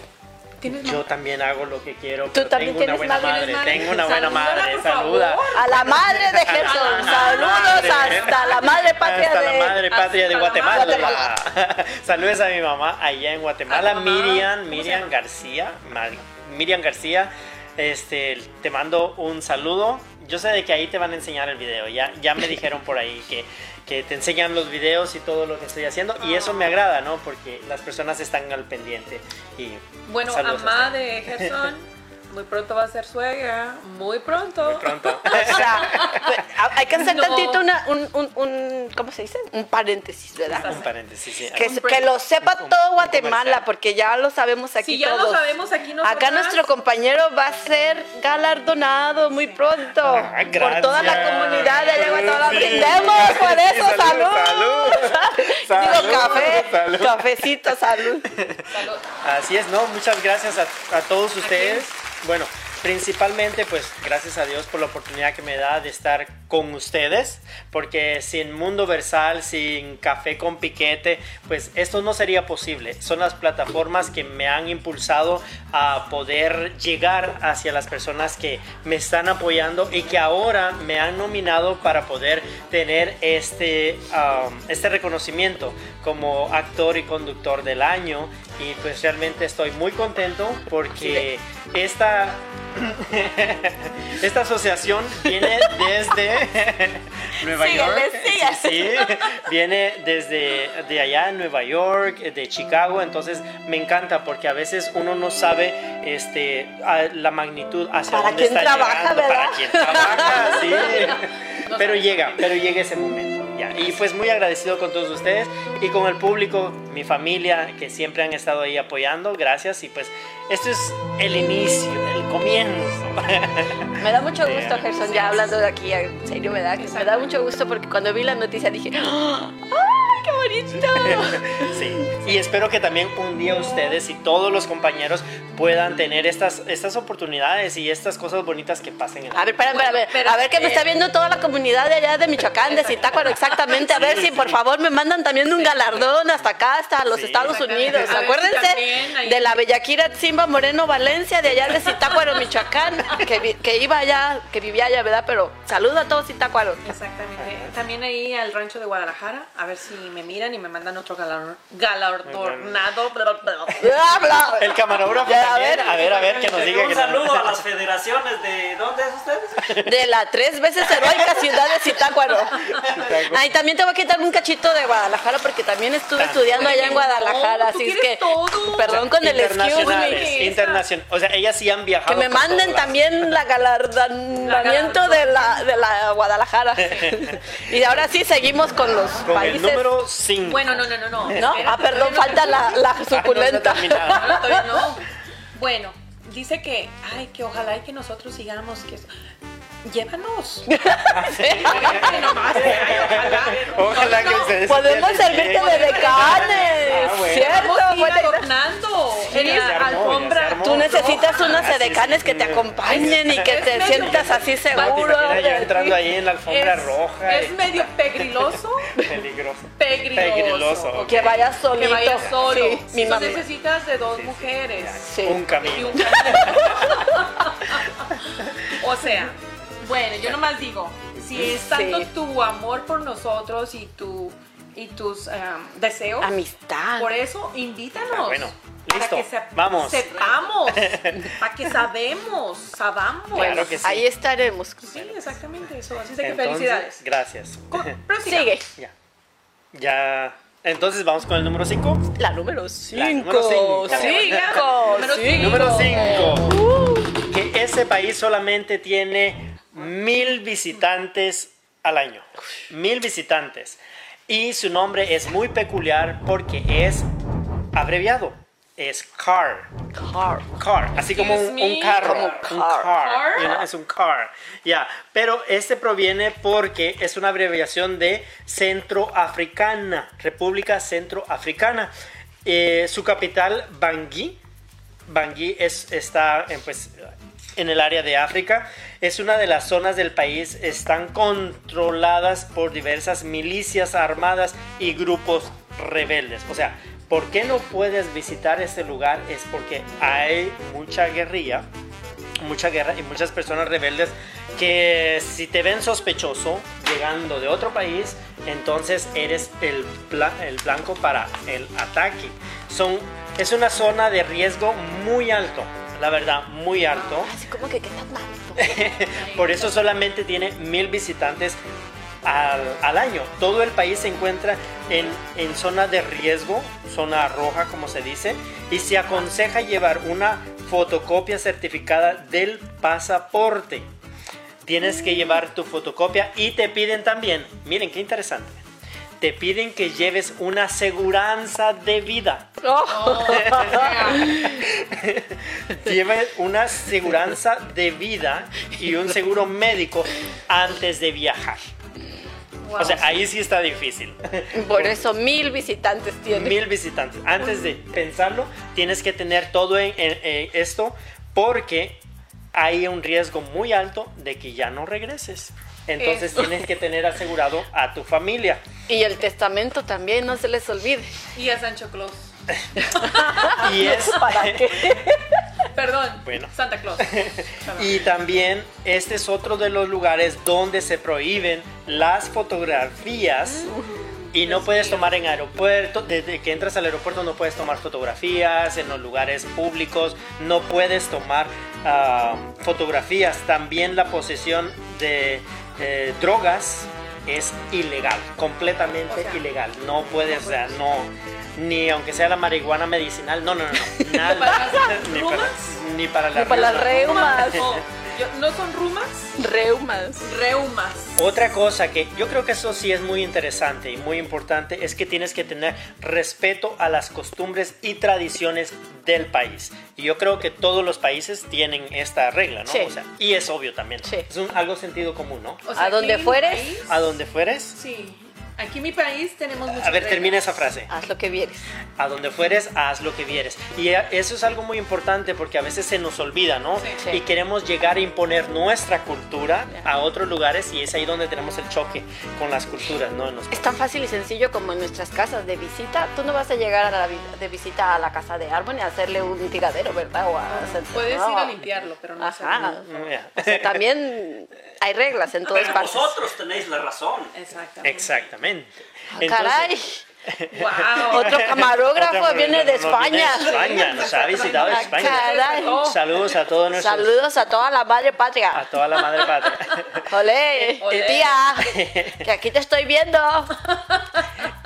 [SPEAKER 2] tienes
[SPEAKER 1] Yo también hago lo que quiero.
[SPEAKER 3] Tú
[SPEAKER 1] pero
[SPEAKER 3] también
[SPEAKER 1] tengo una buena
[SPEAKER 3] tienes madre,
[SPEAKER 1] madre.
[SPEAKER 2] madre.
[SPEAKER 1] Tengo una buena
[SPEAKER 2] Salúdala,
[SPEAKER 1] madre.
[SPEAKER 2] por
[SPEAKER 1] Saluda.
[SPEAKER 2] favor.
[SPEAKER 3] A la madre de Gerson,
[SPEAKER 1] A la
[SPEAKER 3] saludos
[SPEAKER 1] madre.
[SPEAKER 3] hasta la madre patria
[SPEAKER 1] Hasta la
[SPEAKER 3] de...
[SPEAKER 1] madre patria de
[SPEAKER 2] hasta la
[SPEAKER 1] Guatemala.
[SPEAKER 2] madre.
[SPEAKER 1] Saludos a mi mamá allá en Guatemala,
[SPEAKER 2] A tu mamá.
[SPEAKER 1] Miriam,
[SPEAKER 2] ¿Cómo se
[SPEAKER 1] Miriam
[SPEAKER 2] llama?
[SPEAKER 1] García. Mar- Miriam García, este, te mando un saludo. Yo sé de que ahí te van a enseñar el video. Ya, ya me dijeron por ahí que, que te enseñan los videos y todo lo que estoy haciendo. Y eso me agrada, ¿no? Porque las personas están al pendiente. Y
[SPEAKER 2] Bueno,
[SPEAKER 1] saludos
[SPEAKER 2] mamá
[SPEAKER 1] hasta-
[SPEAKER 2] de Gerson, muy pronto va a ser suegra, muy pronto.
[SPEAKER 1] Muy pronto.
[SPEAKER 3] O sea, pues, hay que hacer
[SPEAKER 2] No.
[SPEAKER 3] tantito una, un, un, un- ¿cómo se dice? Un paréntesis, ¿verdad?
[SPEAKER 1] un paréntesis. sí.
[SPEAKER 3] Que,
[SPEAKER 2] Un
[SPEAKER 3] se-
[SPEAKER 2] break.
[SPEAKER 3] que lo sepa
[SPEAKER 1] Un-
[SPEAKER 3] todo
[SPEAKER 1] un
[SPEAKER 3] Guatemala,
[SPEAKER 1] comercial.
[SPEAKER 3] porque ya lo sabemos aquí
[SPEAKER 2] Si ya
[SPEAKER 3] todos.
[SPEAKER 2] lo sabemos aquí nosotros.
[SPEAKER 3] Acá nuestro compañero va a ser galardonado muy pronto
[SPEAKER 1] Ah,
[SPEAKER 3] por toda la
[SPEAKER 1] gracias.
[SPEAKER 3] comunidad de Guatemala.
[SPEAKER 1] Sí.
[SPEAKER 3] Brindemos por eso,
[SPEAKER 1] Sí,
[SPEAKER 3] salud.
[SPEAKER 1] salud, salud,
[SPEAKER 3] Digo, café,
[SPEAKER 1] salud.
[SPEAKER 3] cafecito, salud.
[SPEAKER 2] Salud.
[SPEAKER 1] Así es, ¿no? Muchas gracias a, a todos ustedes. Bueno, principalmente pues gracias a Dios por la oportunidad que me da de estar con ustedes, porque sin Mundo Versal, sin Café con Piquete, pues esto no sería posible. Son las plataformas que me han impulsado a poder llegar hacia las personas que me están apoyando y que ahora me han nominado para poder tener este, um, este reconocimiento como actor y conductor del año. Y pues realmente estoy muy contento porque esta, esta asociación viene desde Nueva York.
[SPEAKER 3] Síguele, síguele.
[SPEAKER 1] Sí, viene desde de allá en Nueva York, de Chicago, entonces me encanta porque a veces uno no sabe este a- la magnitud hacia
[SPEAKER 3] Para
[SPEAKER 1] dónde
[SPEAKER 3] quién
[SPEAKER 1] está
[SPEAKER 3] trabaja,
[SPEAKER 1] llegando,
[SPEAKER 3] ¿verdad?
[SPEAKER 1] para quien trabaja, sí.
[SPEAKER 2] No
[SPEAKER 1] Pero
[SPEAKER 2] sabes.
[SPEAKER 1] llega, pero llega ese momento. ya. Y pues muy agradecido con todos ustedes y con el público, mi familia que siempre han estado ahí apoyando, gracias y pues esto es el inicio, el comienzo.
[SPEAKER 3] Me da mucho
[SPEAKER 1] Sí.
[SPEAKER 3] gusto, Gerson, ya hablando de aquí, en serio, me da, me da mucho gusto porque cuando vi la noticia dije, ¡Ah! ¡ay, qué bonito!
[SPEAKER 1] Sí, y espero que también un día ustedes y todos los compañeros puedan tener estas, estas oportunidades y estas cosas bonitas que pasen en la
[SPEAKER 3] A ver, espera, espera, a ver,
[SPEAKER 2] Pero-
[SPEAKER 3] a ver que me está viendo toda la comunidad de allá de Michoacán, de Zitácuaro, exactamente. A ver si por favor me mandan también un galardón hasta acá, hasta los
[SPEAKER 1] Sí.
[SPEAKER 3] Estados
[SPEAKER 2] Exactamente.
[SPEAKER 3] Unidos.
[SPEAKER 2] A ver si también
[SPEAKER 3] Acuérdense
[SPEAKER 2] ahí-
[SPEAKER 3] de la Bellaquira Simba Moreno Valencia, de allá de Zitácuaro, Michoacán, que, vi- que iba allá, que vivía allá, ¿verdad? Pero saludo a todos Zitácuaro.
[SPEAKER 2] Exactamente. También ahí al rancho de Guadalajara, a ver si me miran y me mandan otro galar- galardonado. bla, bla, bla.
[SPEAKER 3] Bla, bla.
[SPEAKER 1] El camarógrafo
[SPEAKER 3] Ya, a
[SPEAKER 1] también,
[SPEAKER 3] ver.
[SPEAKER 1] a ver, a ver, que nos diga
[SPEAKER 5] Eh, Un
[SPEAKER 1] que
[SPEAKER 5] saludo a las federaciones de... ¿Dónde es ustedes?
[SPEAKER 3] De la tres veces heroica ciudad de Zitácuaro. Ahí también te voy a quitar un cachito de Guadalajara porque también estuve estudiando allá en Guadalajara,
[SPEAKER 2] Tú
[SPEAKER 3] así es que
[SPEAKER 2] quieres todo.
[SPEAKER 3] perdón con el excuse
[SPEAKER 1] internacionales,
[SPEAKER 3] me.
[SPEAKER 2] esa.
[SPEAKER 1] internacionales. O sea, ellas sí han viajado.
[SPEAKER 3] Que me
[SPEAKER 1] por todos
[SPEAKER 3] manden
[SPEAKER 1] lados.
[SPEAKER 3] también la galardonamiento de la, de la Guadalajara. y ahora sí seguimos con los
[SPEAKER 1] Con el
[SPEAKER 3] países.
[SPEAKER 1] número 5.
[SPEAKER 2] Bueno, no, no, no, no.
[SPEAKER 3] ¿No?
[SPEAKER 2] Espérate,
[SPEAKER 3] Ah, perdón,
[SPEAKER 2] todavía no
[SPEAKER 3] falta la, la suculenta.
[SPEAKER 2] No, no, todavía no. Bueno, dice que, ay, que ojalá y que nosotros sigamos que... Llévanos.
[SPEAKER 5] Ay, nomás, ay, ojalá.
[SPEAKER 1] Ojalá que
[SPEAKER 2] No,
[SPEAKER 1] ustedes.
[SPEAKER 3] Podemos
[SPEAKER 1] estén bien.
[SPEAKER 3] servirte de decanes.
[SPEAKER 1] Ah, bueno.
[SPEAKER 3] ¿Cierto?
[SPEAKER 2] Vamos a ir
[SPEAKER 3] Buena idea.
[SPEAKER 2] adornando
[SPEAKER 1] Sí,
[SPEAKER 2] en
[SPEAKER 1] ya se
[SPEAKER 2] la
[SPEAKER 1] armó, ya se
[SPEAKER 2] alfombra.
[SPEAKER 1] armó.
[SPEAKER 3] Tú necesitas unos
[SPEAKER 1] Así es,
[SPEAKER 3] edecanes que te
[SPEAKER 1] sí.
[SPEAKER 3] acompañen y que
[SPEAKER 2] Es
[SPEAKER 3] te
[SPEAKER 2] medio-
[SPEAKER 3] sientas así
[SPEAKER 1] Mira,
[SPEAKER 3] seguro.
[SPEAKER 1] yo entrando ahí en la alfombra
[SPEAKER 2] Es-
[SPEAKER 1] roja.
[SPEAKER 2] Es medio pegriloso.
[SPEAKER 1] Peligroso.
[SPEAKER 2] Pegriloso.
[SPEAKER 1] Pegriloso,
[SPEAKER 3] Que vayas solito.
[SPEAKER 2] Que vaya solo.
[SPEAKER 3] Sí, mi
[SPEAKER 2] Entonces
[SPEAKER 3] mamá.
[SPEAKER 2] necesitas de dos
[SPEAKER 1] Sí, sí,
[SPEAKER 2] mujeres.
[SPEAKER 3] Sí.
[SPEAKER 1] Un
[SPEAKER 2] Y
[SPEAKER 1] camino.
[SPEAKER 2] un camino. o sea, bueno, yo nomás digo, si es tanto
[SPEAKER 3] Sí.
[SPEAKER 2] tu amor por nosotros y tu y tus em, deseos,
[SPEAKER 3] Amistad.
[SPEAKER 2] por eso invítanos.
[SPEAKER 1] Ah, bueno, listo,
[SPEAKER 2] Para que sep-
[SPEAKER 1] vamos.
[SPEAKER 2] sepamos, para que sabemos, sabamos.
[SPEAKER 1] Claro que sí.
[SPEAKER 3] Ahí estaremos.
[SPEAKER 2] Sí, exactamente eso. Así es de que
[SPEAKER 1] Entonces,
[SPEAKER 2] felicidades.
[SPEAKER 1] Gracias.
[SPEAKER 2] Co- prosiga.
[SPEAKER 3] Sigue.
[SPEAKER 1] ya. Ya. Entonces vamos con el número 5.
[SPEAKER 3] La número
[SPEAKER 1] La número
[SPEAKER 3] 5.
[SPEAKER 1] cinco.
[SPEAKER 2] Número cinco.
[SPEAKER 1] Número 5. Que ese país solamente tiene mil visitantes al año. Mil visitantes. Y su nombre es muy peculiar porque es abreviado. Es CAR. Car, así como un,
[SPEAKER 2] Excuse
[SPEAKER 1] un
[SPEAKER 2] me.
[SPEAKER 1] carro.
[SPEAKER 3] Como
[SPEAKER 1] un
[SPEAKER 3] car.
[SPEAKER 1] car.
[SPEAKER 2] Car.
[SPEAKER 1] you know, es un car. Ya. Pero este proviene porque es una abreviación de Centroafricana, República Centroafricana. Eh, su capital, Bangui. Bangui es, está en, pues, en el área de África. Es una de las zonas del país. Están controladas por diversas milicias armadas y grupos rebeldes. O sea, ¿por qué no puedes visitar este lugar? Es porque hay mucha guerrilla mucha guerra y muchas personas rebeldes que si te ven sospechoso llegando de otro país, entonces eres el, bla- el blanco para el ataque. Son, es una zona de riesgo muy alto, la verdad, muy alto.
[SPEAKER 3] Así como que qué tan malo.
[SPEAKER 1] Por eso solamente tiene mil visitantes al, al año. Todo el país se encuentra en, en zona de riesgo, zona roja como se dice, y se aconseja llevar una fotocopia certificada del pasaporte. Tienes que llevar tu fotocopia y te piden también, miren qué interesante, te piden que lleves una aseguranza de vida.
[SPEAKER 2] Oh,
[SPEAKER 1] Lleve una aseguranza de vida y un seguro médico antes de viajar.
[SPEAKER 2] Wow.
[SPEAKER 1] O sea, ahí sí está difícil.
[SPEAKER 3] Por eso mil visitantes tiene.
[SPEAKER 1] Mil visitantes. Antes de pensarlo, tienes que tener todo en, en- en esto porque hay un riesgo muy alto de que ya no regreses. Entonces
[SPEAKER 2] Eso.
[SPEAKER 1] tienes que tener asegurado a tu familia.
[SPEAKER 3] Y el testamento también, no se les olvide.
[SPEAKER 1] ah.
[SPEAKER 2] Y a Sancho Claus.
[SPEAKER 1] Y es,
[SPEAKER 3] ¿Para qué?
[SPEAKER 2] Perdón,
[SPEAKER 1] Bueno.
[SPEAKER 2] Santa Claus.
[SPEAKER 1] Y también este es otro de los lugares donde se prohíben las fotografías y no
[SPEAKER 2] Dios
[SPEAKER 1] puedes
[SPEAKER 2] mío.
[SPEAKER 1] tomar en aeropuerto, desde que entras al aeropuerto no puedes tomar fotografías, en los lugares públicos no puedes tomar ah, fotografías, también la posesión de eh, drogas es ilegal, completamente
[SPEAKER 2] O sea,
[SPEAKER 1] ilegal, no puedes, o sea, no, ni aunque sea la marihuana medicinal, no, no, no, no, nada,
[SPEAKER 2] para las
[SPEAKER 1] ni, para,
[SPEAKER 2] rumas?
[SPEAKER 1] ni para la
[SPEAKER 3] Ni para las
[SPEAKER 1] reuma.
[SPEAKER 3] reumas.
[SPEAKER 2] No, Oh, yo- no son rumas,
[SPEAKER 3] Reumas.
[SPEAKER 2] reumas.
[SPEAKER 1] Otra cosa que yo creo que eso sí es muy interesante y muy importante es que tienes que tener respeto a las costumbres y tradiciones del país. Y yo creo que todos los países tienen esta regla, ¿no?
[SPEAKER 3] Sí.
[SPEAKER 1] O sea, y es obvio también.
[SPEAKER 3] Sí.
[SPEAKER 1] Es un, algo sentido común, ¿no?
[SPEAKER 2] O sea,
[SPEAKER 3] ¿A
[SPEAKER 2] aquí
[SPEAKER 3] dónde
[SPEAKER 2] en mi
[SPEAKER 3] fueres?
[SPEAKER 2] país-
[SPEAKER 1] A donde fueres,
[SPEAKER 2] Sí. Aquí en mi país tenemos muchas
[SPEAKER 1] a ver,
[SPEAKER 2] reglas.
[SPEAKER 1] termina esa frase.
[SPEAKER 3] Haz lo que vieres.
[SPEAKER 1] A donde fueres, haz lo que vieres. Y eh, eso es algo muy importante porque a veces se nos olvida, ¿no?
[SPEAKER 2] Sí.
[SPEAKER 3] Sí.
[SPEAKER 1] Y queremos llegar a imponer nuestra cultura
[SPEAKER 3] Ya.
[SPEAKER 1] a otros lugares y es ahí donde tenemos el choque con las culturas, ¿no? En los-
[SPEAKER 3] Es tan fácil y sencillo como en nuestras casas de visita. Tú no vas a llegar a la vi- de visita a la casa de árbol ni a hacerle un tiradero, ¿verdad? O a hacer-
[SPEAKER 2] Puedes
[SPEAKER 3] no.
[SPEAKER 2] ir a limpiarlo, pero no
[SPEAKER 3] Ajá.
[SPEAKER 2] hacerlo.
[SPEAKER 1] Ya.
[SPEAKER 3] O sea, también hay reglas en todas
[SPEAKER 5] Pero
[SPEAKER 3] partes.
[SPEAKER 5] vosotros tenéis la razón.
[SPEAKER 2] Exactamente.
[SPEAKER 1] Exactamente.
[SPEAKER 3] Ah,
[SPEAKER 1] Entonces,
[SPEAKER 3] Caray,
[SPEAKER 2] Wow.
[SPEAKER 3] otro camarógrafo
[SPEAKER 1] otra
[SPEAKER 3] viene de
[SPEAKER 1] nos viene
[SPEAKER 3] España.
[SPEAKER 1] de España, nos ha visitado
[SPEAKER 3] Ah,
[SPEAKER 1] España.
[SPEAKER 3] Caray.
[SPEAKER 2] Oh.
[SPEAKER 1] Saludos a todos nuestros.
[SPEAKER 3] Saludos a toda la madre
[SPEAKER 1] A
[SPEAKER 3] patria.
[SPEAKER 1] toda la madre patria.
[SPEAKER 3] Olé,
[SPEAKER 2] Olé.
[SPEAKER 3] tía, que aquí te estoy viendo.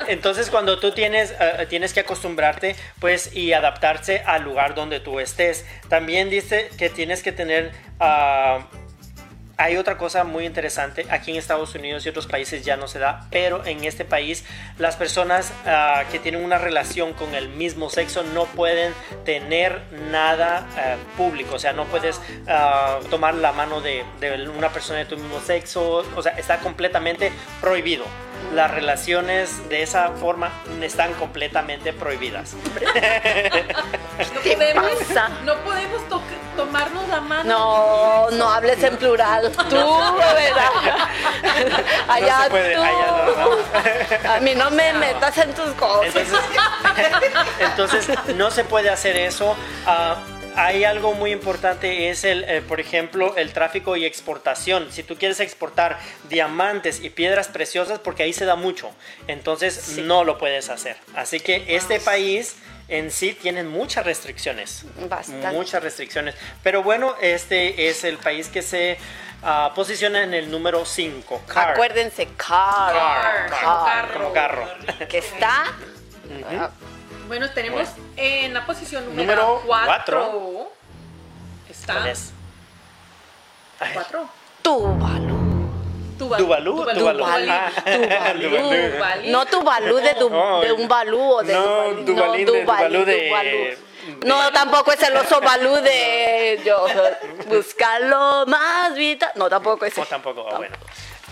[SPEAKER 1] Entonces, cuando tú tienes, eh, tienes que acostumbrarte, pues, y adaptarse al lugar donde tú estés. También dice que tienes que tener ah, hay otra cosa muy interesante, aquí en Estados Unidos y otros países ya no se da, pero en este país las personas ah, que tienen una relación con el mismo sexo no pueden tener nada eh, público, o sea, no puedes ah, tomar la mano de, de una persona de tu mismo sexo, o sea, está completamente prohibido. Las relaciones de esa forma están completamente prohibidas.
[SPEAKER 2] No
[SPEAKER 3] ¿Qué
[SPEAKER 2] podemos,
[SPEAKER 3] pasa?
[SPEAKER 2] no podemos to- tomarnos la mano.
[SPEAKER 3] No, no hables en plural. Tú, ¿verdad? Allá
[SPEAKER 1] no se puede,
[SPEAKER 3] tú.
[SPEAKER 1] allá no, no.
[SPEAKER 3] A mí no me metas en tus cosas.
[SPEAKER 1] Entonces, entonces, no se puede hacer eso. Ah, hay algo muy importante, es el, eh, por ejemplo, el tráfico y exportación. Si tú quieres exportar diamantes y piedras preciosas, porque ahí se da mucho, entonces no lo puedes hacer. Así que este país en sí tiene muchas restricciones.
[SPEAKER 3] Bastante.
[SPEAKER 1] Muchas restricciones. Pero bueno, este es el país que se ah, posiciona en el número 5.
[SPEAKER 3] Acuérdense, car,
[SPEAKER 2] Car, car.
[SPEAKER 1] Como carro.
[SPEAKER 3] que está ah,
[SPEAKER 2] Bueno, tenemos en la posición
[SPEAKER 1] Número
[SPEAKER 2] número 4.
[SPEAKER 1] ¿Cuál
[SPEAKER 2] Está
[SPEAKER 1] es? Ay.
[SPEAKER 2] 4.
[SPEAKER 3] Tuvalu.
[SPEAKER 1] Tuvalu, Tuvalu.
[SPEAKER 3] Tuvalu.
[SPEAKER 1] Ah, Tuvalu.
[SPEAKER 3] Tuvalu.
[SPEAKER 2] Tuvalu.
[SPEAKER 3] No Tuvalu de, du-
[SPEAKER 1] No,
[SPEAKER 3] de un balú o de
[SPEAKER 1] no,
[SPEAKER 3] Tuvalu.
[SPEAKER 1] Duvalín de Tuvalu de-
[SPEAKER 3] Tuvalu. No, tampoco es el oso balú de yo buscarlo más vida. No, tampoco es.
[SPEAKER 1] No, tampoco. Ah, bueno.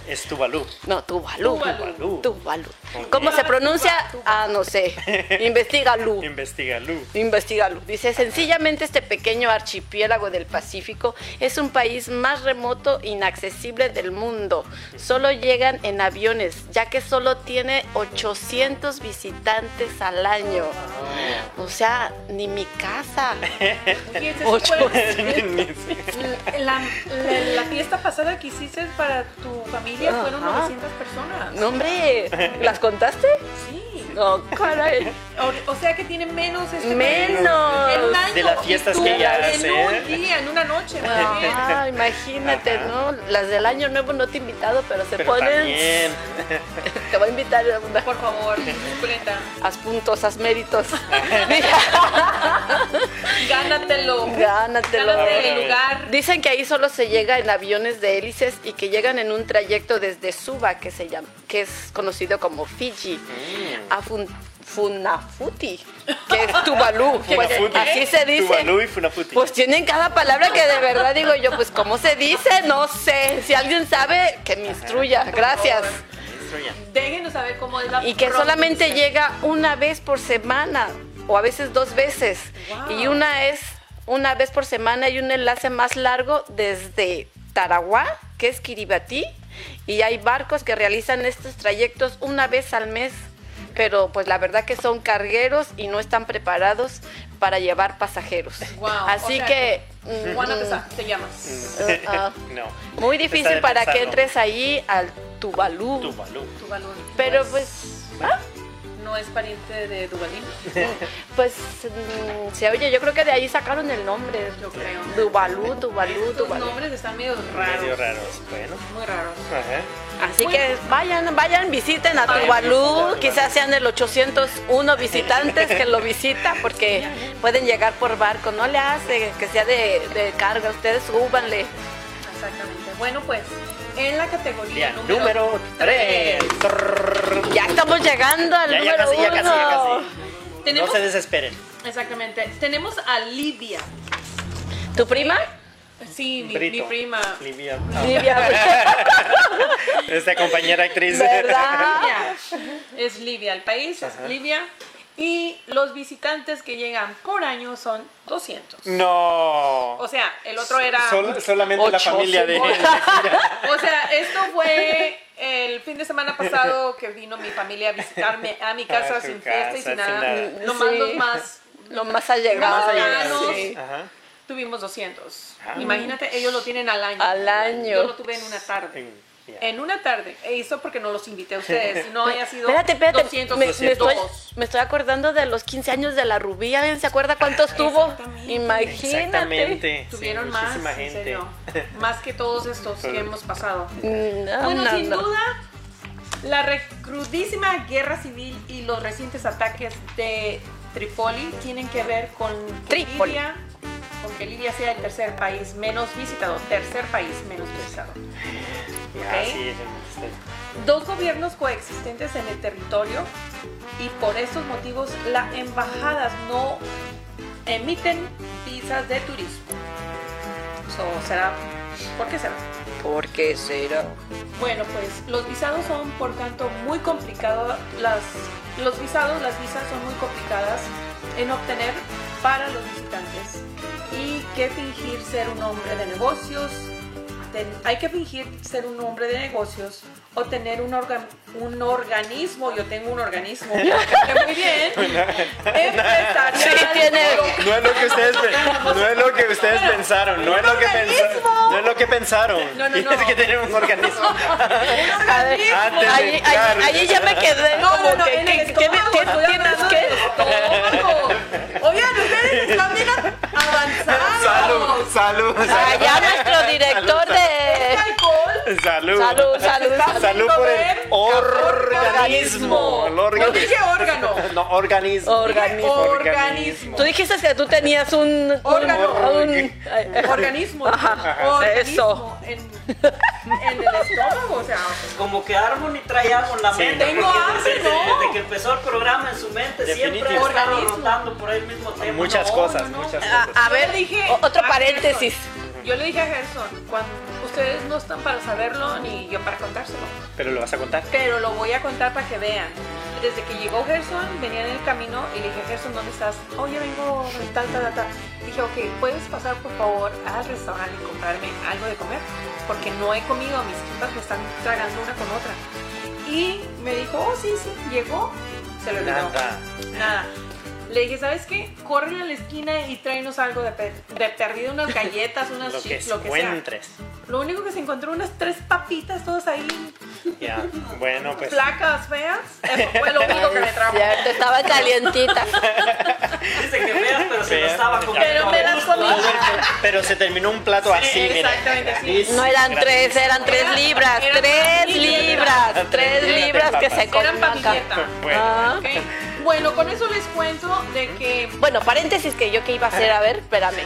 [SPEAKER 1] Es Tuvalu.
[SPEAKER 3] No, Tuvalu.
[SPEAKER 2] Tuvalu.
[SPEAKER 3] Tuvalu.
[SPEAKER 1] Ok.
[SPEAKER 3] ¿Cómo se pronuncia? Ah, no sé. Investígalo.
[SPEAKER 1] Investigalu.
[SPEAKER 3] Investígalo. Dice, sencillamente este pequeño archipiélago del Pacífico es un país más remoto e inaccesible del mundo. Solo llegan en aviones, ya que solo tiene 800 visitantes al año. O sea, ni mi casa.
[SPEAKER 2] Fíjense,
[SPEAKER 3] Ocho.
[SPEAKER 2] fue- pues, La, la- la fiesta pasada que hiciste para tu familia fueron
[SPEAKER 3] Ajá.
[SPEAKER 2] 900 personas.
[SPEAKER 3] No, hombre, ¿las contaste?
[SPEAKER 2] Sí.
[SPEAKER 3] No, caray.
[SPEAKER 2] O, o sea que tiene menos este
[SPEAKER 3] Menos.
[SPEAKER 2] en un año
[SPEAKER 1] De las
[SPEAKER 2] y
[SPEAKER 1] fiestas
[SPEAKER 2] tú
[SPEAKER 1] que ella
[SPEAKER 2] en
[SPEAKER 1] hace, ¿eh?
[SPEAKER 2] un día, en una noche. más bien.
[SPEAKER 3] Ah, imagínate, ¿no? Las del año nuevo no te he invitado, pero se
[SPEAKER 1] Pero
[SPEAKER 3] ponen...
[SPEAKER 1] también.
[SPEAKER 3] Te voy a invitar a una...
[SPEAKER 2] Por favor, Brenda,
[SPEAKER 3] Haz puntos, haz méritos.
[SPEAKER 2] gánatelo.
[SPEAKER 3] Gánatelo.
[SPEAKER 2] Gánate
[SPEAKER 1] Ahora,
[SPEAKER 2] el lugar.
[SPEAKER 3] Dicen que ahí solo se llega en aviones de hélices y que llegan en un trayecto desde Suba, que, se llama, que es conocido como Fiji,
[SPEAKER 1] Mm.
[SPEAKER 3] a Fun- Funafuti, que es Tuvalu. Pues,
[SPEAKER 1] Funafuti. ¿Eh?
[SPEAKER 3] así se dice.
[SPEAKER 1] Tuvalu y Funafuti.
[SPEAKER 3] Pues tienen cada palabra que de verdad digo yo, pues ¿cómo se dice? No sé. Si alguien sabe, que me instruya. Gracias.
[SPEAKER 2] Déjenos saber cómo es la
[SPEAKER 3] Y que solamente llega una vez por semana o a veces dos veces.
[SPEAKER 2] Wow.
[SPEAKER 3] Y una es una vez por semana y un enlace más largo desde Taraguá, que es Kiribati. Y hay barcos que realizan estos trayectos una vez al mes. Pero pues la verdad que son cargueros y no están preparados para llevar pasajeros.
[SPEAKER 2] Wow,
[SPEAKER 3] Así
[SPEAKER 2] o sea
[SPEAKER 3] que... mm,
[SPEAKER 2] Juana
[SPEAKER 3] mm,
[SPEAKER 2] Pesá, te llamas.
[SPEAKER 3] uh, ah,
[SPEAKER 1] No.
[SPEAKER 3] muy
[SPEAKER 1] Está
[SPEAKER 3] difícil
[SPEAKER 1] de
[SPEAKER 3] para que
[SPEAKER 1] pensarlo.
[SPEAKER 3] entres ahí al Tuvalu.
[SPEAKER 1] Tuvalu.
[SPEAKER 2] Tu balón.
[SPEAKER 3] Mm. Pero
[SPEAKER 2] No es-
[SPEAKER 3] pues...
[SPEAKER 2] No es pariente de Dubalín,
[SPEAKER 3] Pues mm, se oye, yo creo que de ahí sacaron el nombre.
[SPEAKER 2] yo creo.
[SPEAKER 3] Dubalú, Dubalú,
[SPEAKER 2] Tus
[SPEAKER 3] Dubalú.
[SPEAKER 2] nombres están medio raros.
[SPEAKER 1] Medio raros. Bueno.
[SPEAKER 2] Muy raros.
[SPEAKER 1] Ajá.
[SPEAKER 3] Así que vayan, vayan, visiten a
[SPEAKER 2] Vayan,
[SPEAKER 3] Tubalú. Quizás sean el 801 visitantes que lo visita porque pueden llegar por barco. No le hace que sea de, de carga. Ustedes súbanle.
[SPEAKER 2] Exactamente. Bueno, pues en la categoría
[SPEAKER 1] Ya, número 3.
[SPEAKER 3] Ya estamos llegando al
[SPEAKER 1] Ya, ya
[SPEAKER 3] número
[SPEAKER 1] casi, ya casi, ya
[SPEAKER 3] uno.
[SPEAKER 1] casi.
[SPEAKER 2] Tenemos-
[SPEAKER 1] No se desesperen.
[SPEAKER 2] Exactamente. Tenemos a Livia.
[SPEAKER 3] ¿Tu prima?
[SPEAKER 2] Sí, mi, mi
[SPEAKER 1] Brito.
[SPEAKER 2] prima.
[SPEAKER 1] Livia. Ah,
[SPEAKER 3] Livia, pues,
[SPEAKER 1] Esta compañera actriz.
[SPEAKER 3] ¿verdad?
[SPEAKER 2] Libia. Es Libia, el país es Libia. Y los visitantes que llegan por año son 200.
[SPEAKER 1] No.
[SPEAKER 2] O sea, el otro era...
[SPEAKER 1] Sol- solamente la
[SPEAKER 3] Ocho,
[SPEAKER 1] familia de
[SPEAKER 2] O sea, esto fue el fin de semana pasado que vino mi familia a visitarme a mi casa
[SPEAKER 1] A tu
[SPEAKER 2] sin fiesta
[SPEAKER 1] casa,
[SPEAKER 2] y sin
[SPEAKER 1] sin
[SPEAKER 2] nada.
[SPEAKER 1] nada.
[SPEAKER 2] Nomás
[SPEAKER 3] Sí.
[SPEAKER 2] los más...
[SPEAKER 3] Lo más allegado.
[SPEAKER 2] Más
[SPEAKER 1] allegados.
[SPEAKER 3] Sí.
[SPEAKER 1] Ajá.
[SPEAKER 2] Tuvimos 200.
[SPEAKER 1] Ah.
[SPEAKER 2] Imagínate, ellos lo tienen al año.
[SPEAKER 3] Al año.
[SPEAKER 2] Yo lo tuve en una tarde.
[SPEAKER 1] En- ya.
[SPEAKER 2] En una tarde. E hizo porque no los invité a ustedes. Si no haya sido
[SPEAKER 3] Espérate, espérate.
[SPEAKER 2] 200,
[SPEAKER 3] me, me estoy,
[SPEAKER 2] 200.
[SPEAKER 3] me estoy acordando de los 15 años de la Rubía. ¿Se acuerda cuántos tuvo?
[SPEAKER 2] Ah, Exactamente.
[SPEAKER 3] Imagínate.
[SPEAKER 1] Exactamente. sí,
[SPEAKER 2] Tuvieron más,
[SPEAKER 1] muchísima
[SPEAKER 2] en
[SPEAKER 1] gente.
[SPEAKER 2] serio. Más que todos estos que hemos pasado.
[SPEAKER 3] No,
[SPEAKER 2] Bueno,
[SPEAKER 3] Mm, no,
[SPEAKER 2] sin
[SPEAKER 3] no.
[SPEAKER 2] duda, la recrudísima guerra civil y los recientes ataques de Trípoli tienen que ver con que
[SPEAKER 3] Trípoli.
[SPEAKER 2] Libia aunque Libia sea el tercer país menos visitado, tercer país menos visitado.
[SPEAKER 1] Ya,
[SPEAKER 2] Ok.
[SPEAKER 1] sí, este,
[SPEAKER 2] Dos gobiernos coexistentes en el territorio y por estos motivos las embajadas no emiten visas de turismo. So, será, ¿Por qué será?
[SPEAKER 6] ¿Por qué será?
[SPEAKER 2] Bueno, pues los visados son, por tanto, muy complicados. Las, los visados, las visas son muy complicadas en obtener para los visitantes. Y que fingir ser un hombre de negocios. ten- hay que fingir ser un hombre de negocios o tener un, organ- un organismo. Yo tengo un organismo. que muy bien. Empresarial.
[SPEAKER 3] Sí, tiene.
[SPEAKER 1] No es lo que ustedes, pe- no es lo que ustedes pensaron, no es lo que pensaron, no es lo que pensaron.
[SPEAKER 2] No, no,
[SPEAKER 1] Tienes
[SPEAKER 2] no.
[SPEAKER 1] que tener un organismo.
[SPEAKER 3] A ver,
[SPEAKER 6] Ah,
[SPEAKER 1] Antes de
[SPEAKER 3] ahí,
[SPEAKER 1] entrar.
[SPEAKER 3] ahí- ahí ya me quedé
[SPEAKER 2] No,
[SPEAKER 3] como
[SPEAKER 2] no, no,
[SPEAKER 3] que,
[SPEAKER 2] en el
[SPEAKER 3] ¿qué- qué me-
[SPEAKER 2] estómago,
[SPEAKER 3] qué-
[SPEAKER 2] estoy
[SPEAKER 3] tienes
[SPEAKER 2] hablando
[SPEAKER 3] que?
[SPEAKER 2] del estómago. Oigan, ustedes están bien avanzados.
[SPEAKER 1] Salud, salud.
[SPEAKER 3] Allá Ah, nuestro director
[SPEAKER 2] Este
[SPEAKER 3] de
[SPEAKER 2] alcohol.
[SPEAKER 1] Salud.
[SPEAKER 3] salud, Eh. salud, salud.
[SPEAKER 1] Salud por el organismo.
[SPEAKER 2] Organismo.
[SPEAKER 1] El
[SPEAKER 2] No
[SPEAKER 1] órgano.
[SPEAKER 2] dije órgano.
[SPEAKER 1] No, organismo.
[SPEAKER 3] organismo.
[SPEAKER 2] Organismo.
[SPEAKER 3] Tú dijiste que tú tenías un
[SPEAKER 2] Órgano.
[SPEAKER 3] un-
[SPEAKER 2] Organismo.
[SPEAKER 3] eso.
[SPEAKER 2] Organismo en, en el estómago, o sea.
[SPEAKER 5] Como que Armon y trae algo en la mente.
[SPEAKER 2] Tengo
[SPEAKER 5] porque
[SPEAKER 2] hambre,
[SPEAKER 5] desde,
[SPEAKER 2] ¿no?
[SPEAKER 5] desde que empezó el programa en su mente siempre
[SPEAKER 1] Definitivo.
[SPEAKER 5] ha estado
[SPEAKER 2] Organismo.
[SPEAKER 5] rotando por el mismo tema.
[SPEAKER 1] Muchas
[SPEAKER 5] No,
[SPEAKER 1] cosas,
[SPEAKER 2] no, no.
[SPEAKER 1] muchas
[SPEAKER 3] a,
[SPEAKER 1] cosas.
[SPEAKER 3] a
[SPEAKER 2] Yo le
[SPEAKER 3] ver,
[SPEAKER 2] dije
[SPEAKER 3] o- otro
[SPEAKER 2] a
[SPEAKER 3] paréntesis.
[SPEAKER 2] Gerson, Yo le dije a Gerson, cuando ustedes no están para saberlo ni yo para contárselo.
[SPEAKER 1] Pero lo vas a contar.
[SPEAKER 2] Pero lo voy a contar para que vean. Desde que llegó Gerson, venía en el camino y le dije, Gerson, ¿dónde estás? Oye, vengo, tal, tal, tal. Dije, ok, ¿puedes pasar por favor al restaurante y comprarme algo de comer? Porque no he comido, mis tripas me están tragando una con otra. Y me dijo, oh, sí, sí, llegó. Se lo olvidó.
[SPEAKER 1] Nada.
[SPEAKER 2] Nada. Le dije, ¿sabes qué? Corre a la esquina y tráenos algo de, pe- de perdido, unas galletas, unas
[SPEAKER 1] Lo que
[SPEAKER 2] chips, lo que sea.
[SPEAKER 1] encuentres.
[SPEAKER 2] Lo único que se encontró, unas tres papitas todas ahí
[SPEAKER 1] Ya. Bueno, pues.
[SPEAKER 2] placas feas. Eso fue lo único que me trajo.
[SPEAKER 3] Cierto, estaba calientita.
[SPEAKER 5] Dice que veas, pero se lo
[SPEAKER 1] Feas.
[SPEAKER 5] estaba comiendo.
[SPEAKER 2] Pero me las comí.
[SPEAKER 1] Pero se terminó un plato así, mira.
[SPEAKER 2] exactamente, sí.
[SPEAKER 1] Listo.
[SPEAKER 3] No eran
[SPEAKER 1] Gracias.
[SPEAKER 3] tres, eran tres
[SPEAKER 2] Eran-
[SPEAKER 3] libras,
[SPEAKER 2] eran
[SPEAKER 3] tres
[SPEAKER 2] tres
[SPEAKER 3] libras,
[SPEAKER 1] libras.
[SPEAKER 3] tres
[SPEAKER 1] Eran
[SPEAKER 3] libras que
[SPEAKER 1] papas.
[SPEAKER 3] se
[SPEAKER 2] Eran
[SPEAKER 3] comen
[SPEAKER 2] para
[SPEAKER 3] acá.
[SPEAKER 1] Bueno.
[SPEAKER 3] Ah.
[SPEAKER 2] ¿ok? Bueno, con eso les cuento de que
[SPEAKER 3] Bueno, paréntesis que yo que iba a hacer, a ver, espérame.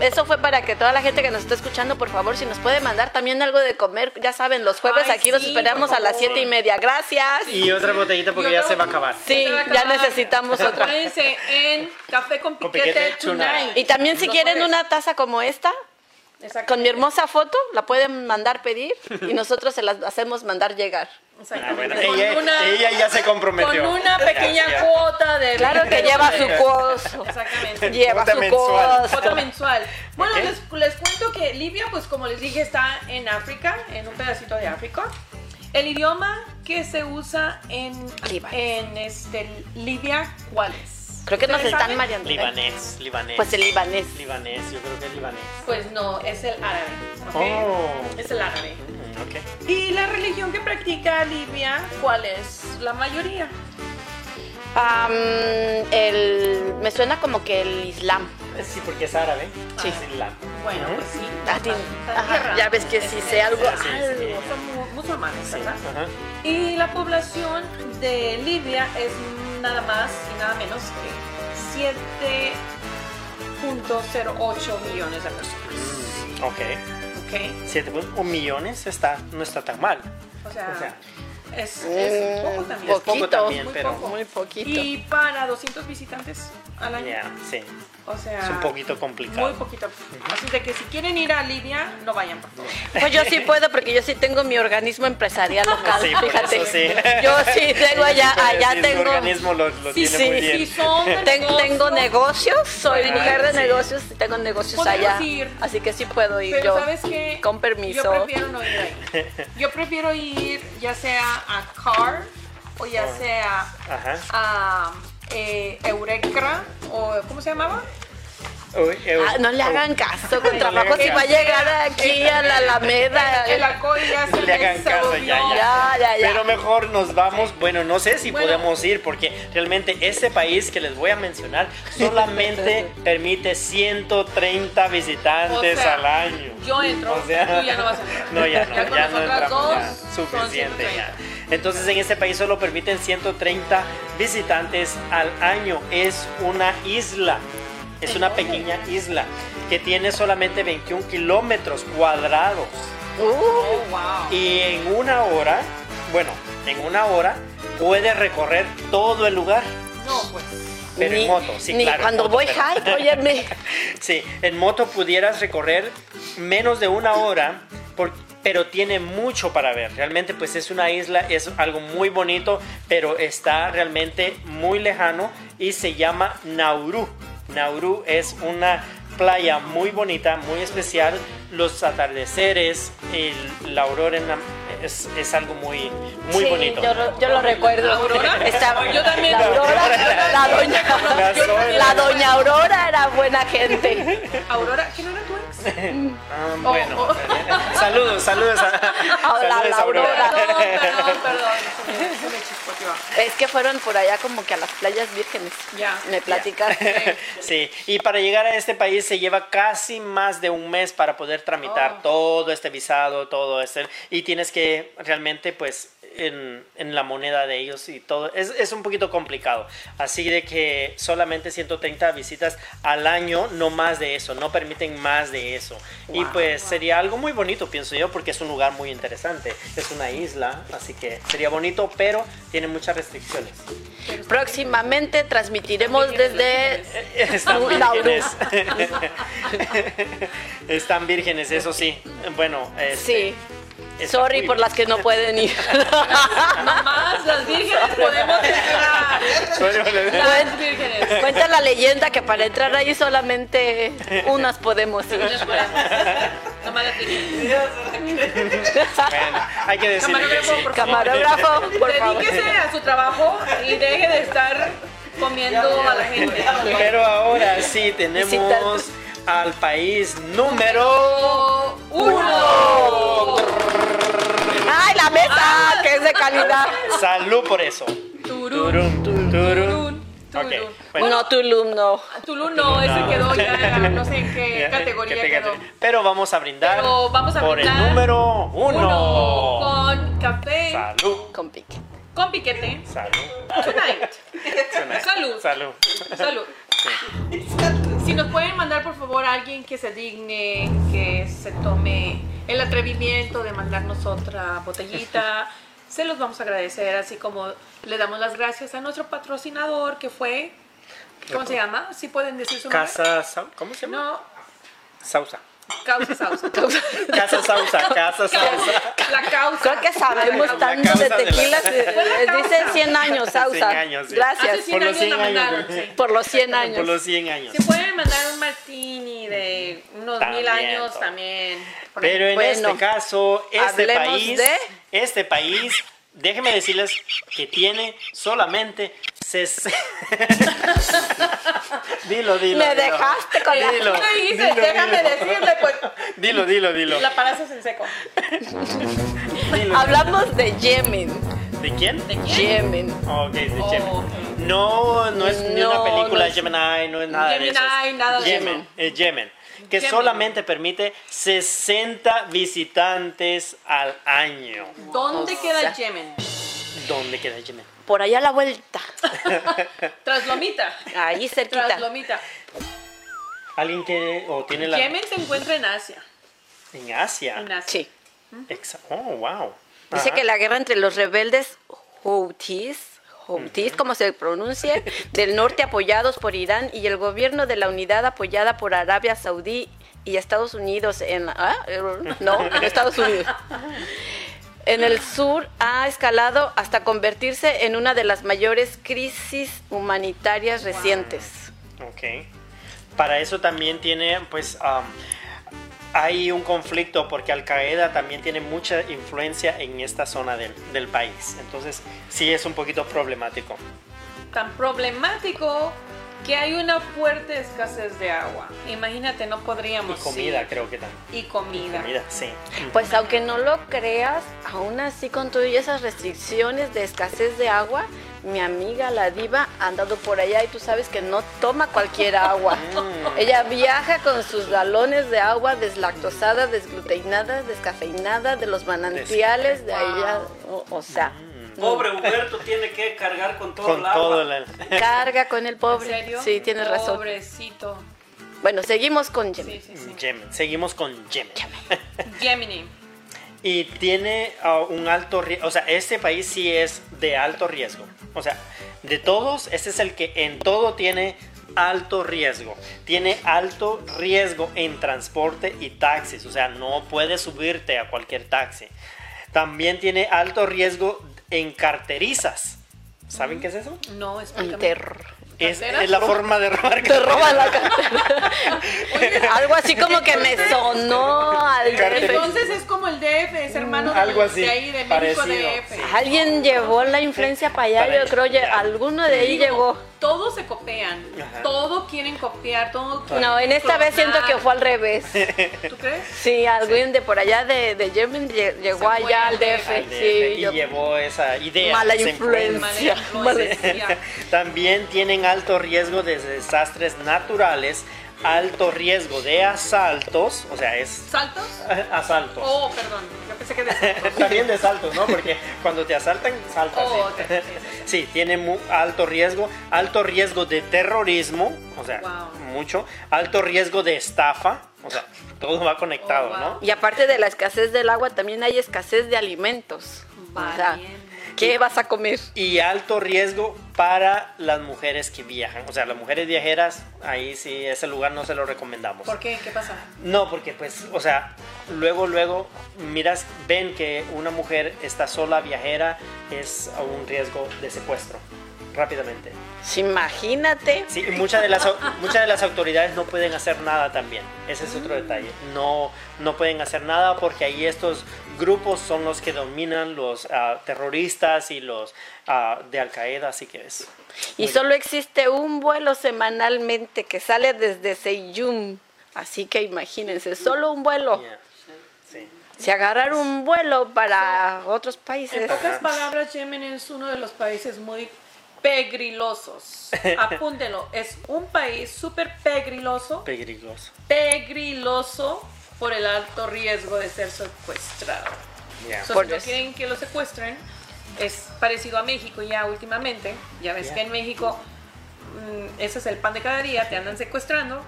[SPEAKER 3] Eso fue para que toda la gente que nos está escuchando, por favor, si nos puede mandar también algo de comer, ya saben, los jueves
[SPEAKER 2] Ay,
[SPEAKER 3] aquí los
[SPEAKER 2] sí,
[SPEAKER 3] esperamos
[SPEAKER 2] por
[SPEAKER 3] a las
[SPEAKER 2] favor.
[SPEAKER 3] siete y media. Gracias.
[SPEAKER 1] Y otra botellita porque
[SPEAKER 2] Yo
[SPEAKER 1] ya
[SPEAKER 2] no-
[SPEAKER 1] se va a acabar.
[SPEAKER 3] Sí,
[SPEAKER 2] se va a
[SPEAKER 3] ya
[SPEAKER 2] acabar.
[SPEAKER 3] necesitamos otra.
[SPEAKER 2] Acuérdense en Café con
[SPEAKER 1] Con
[SPEAKER 2] Piquete,
[SPEAKER 1] Piquete
[SPEAKER 2] Tonight.
[SPEAKER 1] Tonight.
[SPEAKER 3] Y también si
[SPEAKER 2] Los
[SPEAKER 3] quieren
[SPEAKER 2] jueves.
[SPEAKER 3] una taza como esta,
[SPEAKER 2] Exacto.
[SPEAKER 3] con mi hermosa foto, la pueden mandar pedir y nosotros se las hacemos mandar llegar.
[SPEAKER 2] Exacto.
[SPEAKER 1] Ah, bueno.
[SPEAKER 2] Con
[SPEAKER 1] Ella,
[SPEAKER 2] una-
[SPEAKER 1] ella ya se comprometió.
[SPEAKER 2] Con una pequeña
[SPEAKER 1] Gracias.
[SPEAKER 2] cuota de.
[SPEAKER 3] Claro que lleva su coso.
[SPEAKER 2] Exactamente.
[SPEAKER 3] Lleva
[SPEAKER 1] Cuota
[SPEAKER 3] su
[SPEAKER 1] mensual.
[SPEAKER 3] coso.
[SPEAKER 2] Cuota mensual. Bueno,
[SPEAKER 1] Ok.
[SPEAKER 2] les, les cuento que Libia, pues como les dije, está en África, en un pedacito de África. El idioma que se usa en,
[SPEAKER 3] Líbano.
[SPEAKER 2] en este, Libia, ¿cuál es?
[SPEAKER 3] Creo que nos
[SPEAKER 2] ¿Ustedes
[SPEAKER 3] están
[SPEAKER 2] saben?
[SPEAKER 3] mareando. ¿eh?
[SPEAKER 1] Libanés, libanés.
[SPEAKER 3] Pues el libanés.
[SPEAKER 1] Libanés, yo creo que es libanés.
[SPEAKER 2] Pues no, es el árabe. ¿ok?
[SPEAKER 1] Oh.
[SPEAKER 2] Es el árabe.
[SPEAKER 1] Mm, ok.
[SPEAKER 2] ¿Y la religión que practica Libia, cuál es? La mayoría.
[SPEAKER 3] Am, el, me suena como que el Islam.
[SPEAKER 1] Sí, porque es árabe. Ah,
[SPEAKER 3] Sí.
[SPEAKER 1] Es islam.
[SPEAKER 2] Bueno, pues sí.
[SPEAKER 3] Ah, sí.
[SPEAKER 2] bastante
[SPEAKER 3] Ajá,
[SPEAKER 2] raro.
[SPEAKER 3] ya ves que sí sé algo.
[SPEAKER 2] es-
[SPEAKER 1] Sí, sí.
[SPEAKER 2] Son mu- musulmanes,
[SPEAKER 1] Sí,
[SPEAKER 2] ¿verdad?
[SPEAKER 1] ajá.
[SPEAKER 2] Y la población de Libia es nada más y nada menos que 7.08 millones de personas.
[SPEAKER 1] Mm, Ok.
[SPEAKER 2] ¿Ok?
[SPEAKER 1] 7.1 millones está, no está tan mal.
[SPEAKER 2] O sea,
[SPEAKER 1] O sea, eh,
[SPEAKER 2] es, es poco
[SPEAKER 3] Mm,
[SPEAKER 2] también.
[SPEAKER 1] Es poco
[SPEAKER 3] Poquito,
[SPEAKER 1] también,
[SPEAKER 2] muy
[SPEAKER 1] pero.
[SPEAKER 2] poco.
[SPEAKER 3] Muy poquito.
[SPEAKER 2] Y para 200 visitantes al año.
[SPEAKER 1] Ya, sí.
[SPEAKER 2] O sea,
[SPEAKER 1] Es un poquito
[SPEAKER 2] muy
[SPEAKER 1] complicado.
[SPEAKER 2] poquito. Así de que si quieren ir a Libia, no vayan por favor.
[SPEAKER 3] Pues yo sí puedo porque yo sí tengo mi organismo empresarial local.
[SPEAKER 1] Sí, por
[SPEAKER 3] fíjate.
[SPEAKER 1] eso sí.
[SPEAKER 3] Yo sí tengo allá, allá
[SPEAKER 1] El
[SPEAKER 3] tengo.
[SPEAKER 1] organismo lo, lo
[SPEAKER 3] Sí,
[SPEAKER 1] tiene
[SPEAKER 3] sí,
[SPEAKER 1] muy bien.
[SPEAKER 2] Si son de
[SPEAKER 3] ten-
[SPEAKER 2] negocio,
[SPEAKER 3] tengo negocios, soy
[SPEAKER 1] Bueno,
[SPEAKER 3] mujer de
[SPEAKER 1] sí.
[SPEAKER 3] negocios y tengo negocios
[SPEAKER 2] Podemos
[SPEAKER 3] allá.
[SPEAKER 2] ir.
[SPEAKER 3] Así que sí puedo ir
[SPEAKER 2] Pero
[SPEAKER 3] yo.
[SPEAKER 2] sabes que
[SPEAKER 3] Con permiso.
[SPEAKER 2] Yo prefiero no ir ahí. Yo prefiero ir ya sea a Car o ya
[SPEAKER 1] Ah.
[SPEAKER 2] sea
[SPEAKER 1] Ajá.
[SPEAKER 2] a eh, Eurecra o ¿cómo se llamaba?
[SPEAKER 1] Uy, eu-
[SPEAKER 3] Ah, no le hagan caso con
[SPEAKER 1] le
[SPEAKER 3] trabajo
[SPEAKER 1] hagan
[SPEAKER 3] si va a
[SPEAKER 1] caso.
[SPEAKER 3] llegar aquí a la Alameda.
[SPEAKER 2] El Alcoy ya se
[SPEAKER 1] Le hagan
[SPEAKER 2] me
[SPEAKER 1] caso, ya,
[SPEAKER 2] volvió.
[SPEAKER 3] Ya, ya, ya.
[SPEAKER 1] Pero mejor nos vamos, bueno, no sé si
[SPEAKER 2] Bueno.
[SPEAKER 1] podemos ir porque realmente este país que les voy a mencionar solamente permite 130
[SPEAKER 2] O
[SPEAKER 1] visitantes
[SPEAKER 2] sea,
[SPEAKER 1] al año.
[SPEAKER 2] Yo entro,
[SPEAKER 1] O sea,
[SPEAKER 2] tú ya no vas a entrar.
[SPEAKER 1] No, ya no,
[SPEAKER 2] Ya con
[SPEAKER 1] ya no
[SPEAKER 2] nosotras
[SPEAKER 1] entramos, ya,
[SPEAKER 2] dos son
[SPEAKER 1] suficiente ya.
[SPEAKER 2] 130.
[SPEAKER 1] Entonces en este país solo permiten 130 visitantes al año, es una isla. Es una pequeña isla que tiene solamente 21 kilómetros cuadrados.
[SPEAKER 3] Uh,
[SPEAKER 2] Oh, wow.
[SPEAKER 1] Y en una hora, bueno, en una hora puede recorrer todo el lugar.
[SPEAKER 2] No, pues.
[SPEAKER 1] Pero en
[SPEAKER 3] ni-
[SPEAKER 1] moto, sí,
[SPEAKER 3] ni
[SPEAKER 1] claro, en
[SPEAKER 3] cuando
[SPEAKER 1] moto,
[SPEAKER 3] voy
[SPEAKER 1] pero-
[SPEAKER 3] hike, óyeme.
[SPEAKER 1] Sí, en moto pudieras recorrer menos de una hora, por- pero tiene mucho para ver. Realmente, pues es una isla, es algo muy bonito, pero está realmente muy lejano y se llama Nauru. Nauru es una playa muy bonita, muy especial. Los atardeceres, el, la aurora en la- es, es algo muy, muy
[SPEAKER 3] Sí,
[SPEAKER 1] bonito.
[SPEAKER 3] Yo, lo- yo lo recuerdo.
[SPEAKER 2] ¿Aurora?
[SPEAKER 3] Estaba-
[SPEAKER 2] Yo también.
[SPEAKER 3] La Aurora, la
[SPEAKER 1] La
[SPEAKER 3] doña,
[SPEAKER 1] sola.
[SPEAKER 3] la doña Aurora era buena gente.
[SPEAKER 2] Aurora, ¿quién era tu ex?
[SPEAKER 1] Ah,
[SPEAKER 2] Oh,
[SPEAKER 1] bueno,
[SPEAKER 2] oh.
[SPEAKER 1] saludos, saludos. A,
[SPEAKER 3] Hola,
[SPEAKER 1] saludos,
[SPEAKER 3] la aurora.
[SPEAKER 2] Perdón, perdón, perdón. Se me- se me chispoteó.
[SPEAKER 3] Es que fueron por allá como que a las playas vírgenes.
[SPEAKER 2] Ya.
[SPEAKER 3] Me platicas.
[SPEAKER 1] Sí, y para llegar a este país se lleva casi más de un mes para poder tramitar
[SPEAKER 2] Oh.
[SPEAKER 1] todo este visado, todo este, y tienes que realmente pues en, en la moneda de ellos y todo, es, es un poquito complicado, así de que solamente 130 visitas al año, no más de eso, no permiten más de eso, y pues sería algo muy bonito, pienso yo, porque es un lugar muy interesante, es una isla, así que sería bonito, pero tiene muchas restricciones.
[SPEAKER 3] Próximamente transmitiremos desde.
[SPEAKER 1] Están
[SPEAKER 3] Lauro.
[SPEAKER 1] vírgenes. Están vírgenes, eso sí. Bueno, este,
[SPEAKER 3] Sí.
[SPEAKER 1] está
[SPEAKER 3] Sorry
[SPEAKER 1] muy
[SPEAKER 3] por las que no pueden ir.
[SPEAKER 2] Nomás las vírgenes podemos entrar.
[SPEAKER 1] Sorry por las-
[SPEAKER 2] Las vírgenes.
[SPEAKER 3] Cuenta la leyenda que para entrar ahí solamente unas podemos ir.
[SPEAKER 2] Nomás las vírgenes.
[SPEAKER 1] Bueno, hay que decir que
[SPEAKER 2] Camarógrafo,
[SPEAKER 1] sí.
[SPEAKER 2] por favor.
[SPEAKER 3] Camarógrafo, por favor.
[SPEAKER 2] Dedíquese a su trabajo y deje de estar comiendo a la gente.
[SPEAKER 1] Pero ahora sí tenemos
[SPEAKER 3] Visitantes.
[SPEAKER 1] al país número
[SPEAKER 2] Uno.
[SPEAKER 3] ¡Ay, la
[SPEAKER 2] Ah.
[SPEAKER 3] mesa! ¡Que es de calidad!
[SPEAKER 1] Salud por eso.
[SPEAKER 2] Turun.
[SPEAKER 1] Turum, turum.
[SPEAKER 2] Turun.
[SPEAKER 1] Ok,
[SPEAKER 2] Turun.
[SPEAKER 1] bueno.
[SPEAKER 3] No, Tulum, no.
[SPEAKER 2] Tulum no, ese quedó ya, no sé en qué
[SPEAKER 1] Ya,
[SPEAKER 2] categoría
[SPEAKER 1] que te-
[SPEAKER 2] quedó.
[SPEAKER 1] Pero vamos a brindar
[SPEAKER 2] Pero vamos a
[SPEAKER 1] por el
[SPEAKER 2] brindar
[SPEAKER 1] número uno.
[SPEAKER 2] Con café,
[SPEAKER 1] Salud,
[SPEAKER 3] Con pique.
[SPEAKER 2] con piquete.
[SPEAKER 1] salud,
[SPEAKER 2] Tonight. Salud.
[SPEAKER 1] salud.
[SPEAKER 2] Salud. Si nos pueden mandar por favor a alguien que se digne, que se tome el atrevimiento de mandarnos otra botellita, se los vamos a agradecer, así como le damos las gracias a nuestro patrocinador que fue, ¿cómo se llama? ¿Sí pueden decir su nombre?
[SPEAKER 1] Casa, Sau- ¿cómo se llama?
[SPEAKER 2] No,
[SPEAKER 1] Sausa.
[SPEAKER 2] causa sausa.
[SPEAKER 1] Casa Sausa, Casa Sausa.
[SPEAKER 2] La causa.
[SPEAKER 3] Creo que sabemos
[SPEAKER 2] La causa.
[SPEAKER 3] tanto de
[SPEAKER 1] causa de la-
[SPEAKER 3] tequilas. eh, eh, Dicen 100 años, Sausa.
[SPEAKER 1] 100 años, Ah, sí.
[SPEAKER 2] Hace
[SPEAKER 3] Gracias
[SPEAKER 2] 100
[SPEAKER 1] Por los
[SPEAKER 2] años la
[SPEAKER 1] 100 años,
[SPEAKER 2] mandaron,
[SPEAKER 1] güey.
[SPEAKER 2] sí.
[SPEAKER 3] por los 100 años.
[SPEAKER 1] Por los 100 años.
[SPEAKER 2] Si pueden mandar un martini de unos mil
[SPEAKER 1] También,
[SPEAKER 2] años
[SPEAKER 1] todo.
[SPEAKER 2] también. por ahí.
[SPEAKER 1] Pero en
[SPEAKER 3] Bueno,
[SPEAKER 1] este caso, este
[SPEAKER 3] hablemos
[SPEAKER 1] país,
[SPEAKER 3] de-
[SPEAKER 1] este país, déjenme decirles que tiene solamente ses... dilo, dilo. dilo.
[SPEAKER 3] Me dejaste con la-
[SPEAKER 1] Dilo,
[SPEAKER 2] ¿Qué le dices?
[SPEAKER 1] dilo,
[SPEAKER 2] Déjame
[SPEAKER 1] dilo.
[SPEAKER 2] decirle, pues.
[SPEAKER 1] Dilo, dilo, dilo.
[SPEAKER 2] La parazas en seco.
[SPEAKER 1] Dilo.
[SPEAKER 3] Hablamos de Yemen.
[SPEAKER 1] ¿De quién?
[SPEAKER 3] Yemen.
[SPEAKER 1] Ok, de
[SPEAKER 2] Oh,
[SPEAKER 1] Yemen.
[SPEAKER 2] ok.
[SPEAKER 1] No, no es ni una
[SPEAKER 3] No,
[SPEAKER 1] película
[SPEAKER 3] no es-
[SPEAKER 1] Gemini, no es nada de eso.
[SPEAKER 2] Gemini, nada de
[SPEAKER 1] Yemen,
[SPEAKER 2] eso.
[SPEAKER 1] es Yemen. Que
[SPEAKER 2] Yemen.
[SPEAKER 1] solamente permite 60 visitantes al año.
[SPEAKER 2] ¿Dónde
[SPEAKER 3] O
[SPEAKER 2] queda
[SPEAKER 3] sea.
[SPEAKER 2] Yemen?
[SPEAKER 1] ¿Dónde queda Yemen?
[SPEAKER 3] Por allá a la vuelta.
[SPEAKER 2] Traslomita.
[SPEAKER 3] Ahí cerquita.
[SPEAKER 2] Traslomita.
[SPEAKER 1] Alguien que o tiene la
[SPEAKER 2] Yemen se encuentra en Asia.
[SPEAKER 1] en Asia.
[SPEAKER 2] En Asia.
[SPEAKER 3] Sí.
[SPEAKER 1] Exa- Oh, wow.
[SPEAKER 3] Dice
[SPEAKER 1] Ajá.
[SPEAKER 3] que la guerra entre los rebeldes Houthis, Houthis, como se pronuncie, del norte apoyados por Irán y el gobierno de la unidad apoyada por Arabia Saudí y Estados Unidos en ¿ah? no, Estados Unidos. En el sur ha escalado hasta convertirse en una de las mayores crisis humanitarias recientes.
[SPEAKER 1] Ok. Para eso también tiene, pues, am, hay un conflicto porque Al Qaeda también tiene mucha influencia en esta zona del, del país. Entonces, sí es un poquito problemático.
[SPEAKER 2] Tan problemático que hay una fuerte escasez de agua. Imagínate, no
[SPEAKER 1] Y
[SPEAKER 2] podríamos.
[SPEAKER 1] comida,
[SPEAKER 2] ir.
[SPEAKER 1] creo que también.
[SPEAKER 2] Y comida.
[SPEAKER 1] Comida, sí.
[SPEAKER 3] Pues aunque no lo creas, aún así con todas esas restricciones de escasez de agua, mi amiga la diva ha andado por allá y tú sabes que no toma cualquier agua. Ella viaja con sus galones de agua deslactosada, desgluteinada, descafeinada de los manantiales de allá, o, o sea,
[SPEAKER 1] Mm.
[SPEAKER 5] pobre Humberto tiene que cargar con todo
[SPEAKER 1] Con
[SPEAKER 5] el agua.
[SPEAKER 1] todo el...
[SPEAKER 3] Carga con el
[SPEAKER 2] ¿En
[SPEAKER 3] pobre.
[SPEAKER 2] serio?
[SPEAKER 3] Sí, tienes razón.
[SPEAKER 2] Pobrecito.
[SPEAKER 3] Bueno, seguimos con Jimmy.
[SPEAKER 2] Sí, sí, sí.
[SPEAKER 1] Yemen. Seguimos con Yemen.
[SPEAKER 2] Gemini.
[SPEAKER 1] Y tiene ah, un alto riesgo, o sea, este país sí es de alto riesgo. O sea, de todos, este es el que en todo tiene alto riesgo. Tiene alto riesgo en transporte y taxis, o sea, no puedes subirte a cualquier taxi. También tiene alto riesgo en carterizas. ¿Saben qué es eso?
[SPEAKER 2] No, explícame.
[SPEAKER 3] Te, r-
[SPEAKER 1] Es,
[SPEAKER 2] ¿Carteras?
[SPEAKER 1] es la forma de robar
[SPEAKER 3] te
[SPEAKER 1] carteras.
[SPEAKER 3] roba la cartera. Algo así como que me sonó al
[SPEAKER 1] Cartera.
[SPEAKER 3] DF.
[SPEAKER 2] Entonces es como el DF, es hermano
[SPEAKER 1] Mm, algo
[SPEAKER 2] de,
[SPEAKER 1] así,
[SPEAKER 2] de ahí, de México
[SPEAKER 1] parecido,
[SPEAKER 2] DF.
[SPEAKER 1] sí.
[SPEAKER 3] Alguien llevó la influencia para allá,
[SPEAKER 1] Para
[SPEAKER 3] yo creo que
[SPEAKER 1] allá.
[SPEAKER 3] alguno de ahí llegó.
[SPEAKER 2] Todos se copian,
[SPEAKER 1] Ajá.
[SPEAKER 2] todos quieren copiar, todos
[SPEAKER 3] No, en esta vez siento que fue al revés.
[SPEAKER 2] fue. ¿Tú crees?
[SPEAKER 3] Sí, alguien de por allá de, de Yemen lle- llegó
[SPEAKER 2] fue
[SPEAKER 3] allá
[SPEAKER 2] al
[SPEAKER 3] al DF.
[SPEAKER 1] Al DF,
[SPEAKER 3] Sí,
[SPEAKER 1] y
[SPEAKER 3] yo-
[SPEAKER 1] llevó esa idea.
[SPEAKER 3] mala
[SPEAKER 1] se encuentra.
[SPEAKER 3] influencia.
[SPEAKER 2] Mala
[SPEAKER 3] Mala
[SPEAKER 2] influencia.
[SPEAKER 1] También tienen alto riesgo de desastres naturales, alto riesgo de asaltos, o sea, es eh,
[SPEAKER 2] ¿Saltos?
[SPEAKER 1] asaltos.
[SPEAKER 2] Oh, perdón, yo pensé que de
[SPEAKER 1] También de asaltos, ¿no? Porque cuando te asaltan, saltas.
[SPEAKER 2] Oh,
[SPEAKER 1] sí.
[SPEAKER 2] ok, ok, ok.
[SPEAKER 1] Sí, tiene mu- alto riesgo, alto riesgo de terrorismo, o sea,
[SPEAKER 2] Wow.
[SPEAKER 1] mucho, alto riesgo de estafa, o sea, todo va conectado,
[SPEAKER 2] Oh, wow.
[SPEAKER 1] ¿no?
[SPEAKER 3] Y aparte de la escasez del agua, también hay escasez de alimentos. O sea,
[SPEAKER 2] Valiente.
[SPEAKER 3] ¿qué vas a comer?
[SPEAKER 1] y alto riesgo para las mujeres que viajan. O sea, las mujeres viajeras, ahí sí, ese lugar no se lo recomendamos.
[SPEAKER 2] ¿Por qué? ¿Qué pasa?
[SPEAKER 1] No, porque pues, o sea, luego, luego, miras, ven que una mujer está sola, viajera, es a un riesgo de secuestro, rápidamente.
[SPEAKER 3] Sí, Imagínate.
[SPEAKER 1] Sí, y muchas de las, au- muchas de las autoridades no pueden hacer nada también. Ese es otro detalle. No, no pueden hacer nada porque ahí estos grupos son los que dominan los ah, terroristas y los ah, de Al Qaeda, así que es.
[SPEAKER 3] Y solo existe un vuelo semanalmente que sale desde Seyum. Así que imagínense, solo un vuelo.
[SPEAKER 1] Yeah. Sí.
[SPEAKER 3] Si agarrar un vuelo para otros países.
[SPEAKER 2] En pocas palabras, Yemen es uno de los países muy pegrilosos. Apúntenlo, es un país súper pegriloso,
[SPEAKER 1] Peligroso.
[SPEAKER 2] pegriloso por el alto riesgo de ser secuestrado.
[SPEAKER 1] Yeah.
[SPEAKER 2] So,
[SPEAKER 3] Por
[SPEAKER 2] si no
[SPEAKER 3] eso.
[SPEAKER 2] quieren que lo secuestren, es parecido a México ya últimamente. Ya ves
[SPEAKER 1] Ya.
[SPEAKER 2] que en México mm, ese es el pan de cada día, te andan secuestrando,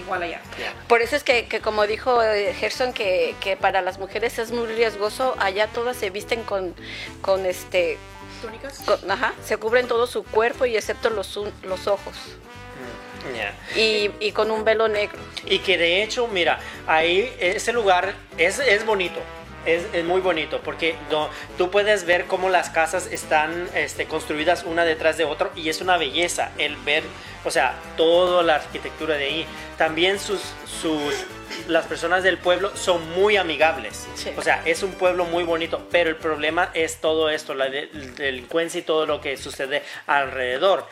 [SPEAKER 2] igual allá.
[SPEAKER 1] Yeah.
[SPEAKER 3] Por eso es que, que como dijo eh, Gerson, que, que para las mujeres es muy riesgoso, allá todas se visten con, con este,
[SPEAKER 2] ¿Túnicas?
[SPEAKER 3] con- ajá, se cubren todo su cuerpo y excepto los, un- los ojos
[SPEAKER 1] Mm, yeah.
[SPEAKER 3] y, y con un velo negro.
[SPEAKER 1] Y que de hecho, mira, ahí ese lugar es, es bonito. Es, es muy bonito porque no- tú puedes ver cómo las casas están este, construidas una detrás de otra y es una belleza el ver, o sea, toda la arquitectura de ahí. También sus, sus, las personas del pueblo son muy amigables.
[SPEAKER 3] Sí.
[SPEAKER 1] O sea, es un pueblo muy bonito, pero el problema es todo esto, la de- delincuencia y todo lo que sucede alrededor.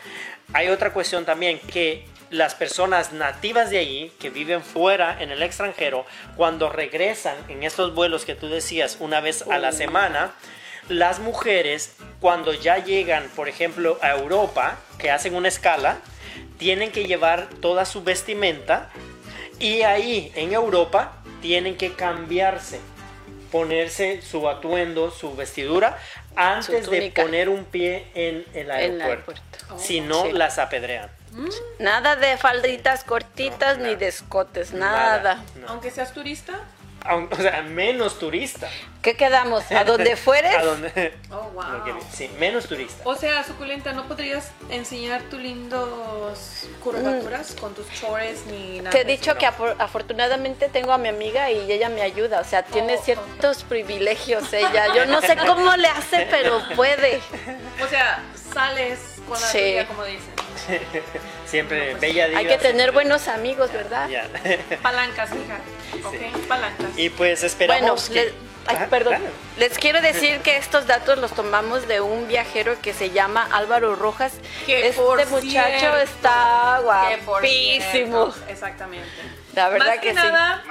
[SPEAKER 1] Hay otra cuestión también que las personas nativas de ahí que viven fuera en el extranjero, cuando regresan en estos vuelos que tú decías una vez a la semana, las mujeres cuando ya llegan, por ejemplo, a Europa, que hacen una escala, tienen que llevar toda su vestimenta y ahí en Europa tienen que cambiarse ponerse su atuendo, su vestidura, antes de
[SPEAKER 3] túnica.
[SPEAKER 1] poner un pie en el aeropuerto.
[SPEAKER 3] En el aeropuerto.
[SPEAKER 1] Si no,
[SPEAKER 3] Oh, Sí.
[SPEAKER 1] las apedrean.
[SPEAKER 3] Nada de falditas cortitas
[SPEAKER 1] No,
[SPEAKER 3] ni
[SPEAKER 1] nada.
[SPEAKER 3] de escotes, nada.
[SPEAKER 1] No.
[SPEAKER 2] Aunque seas turista.
[SPEAKER 1] Aun- O sea, menos turista.
[SPEAKER 3] ¿Qué quedamos? ¿A donde fueres?
[SPEAKER 1] A donde-
[SPEAKER 2] Oh, wow.
[SPEAKER 1] no quiere- sí, menos turista.
[SPEAKER 3] Oh,
[SPEAKER 2] O sea, suculenta, ¿no podrías enseñar tus lindos curvaturas con tus chores ni nada?
[SPEAKER 3] Mm. Te he
[SPEAKER 2] de eso?
[SPEAKER 3] dicho que afor- afortunadamente tengo a mi amiga y ella me ayuda, o sea, tiene
[SPEAKER 2] Oh,
[SPEAKER 3] ciertos privilegios ella. Yo no sé cómo le hace, pero puede.
[SPEAKER 2] O sea, sales con la
[SPEAKER 3] Sí.
[SPEAKER 2] tuya, como dicen.
[SPEAKER 1] Siempre bella diva,
[SPEAKER 3] pues, Hay que tener
[SPEAKER 1] siempre-
[SPEAKER 3] buenos amigos, ¿verdad?
[SPEAKER 1] Ya.
[SPEAKER 2] Palancas, mija. Ok, palancas.
[SPEAKER 1] Y pues
[SPEAKER 3] Bueno,
[SPEAKER 1] esperamos que-
[SPEAKER 3] le- ay,
[SPEAKER 1] Ajá,
[SPEAKER 3] perdón.
[SPEAKER 1] claro.
[SPEAKER 3] Les quiero decir que estos datos los tomamos de un viajero que se llama Álvaro Rojas.
[SPEAKER 2] Que
[SPEAKER 3] este
[SPEAKER 2] por
[SPEAKER 3] muchacho
[SPEAKER 2] cierto,
[SPEAKER 3] está
[SPEAKER 2] Que por
[SPEAKER 3] guapísimo.
[SPEAKER 2] cierto, Exactamente.
[SPEAKER 3] La verdad
[SPEAKER 2] Más que,
[SPEAKER 3] que, sí.
[SPEAKER 2] nada,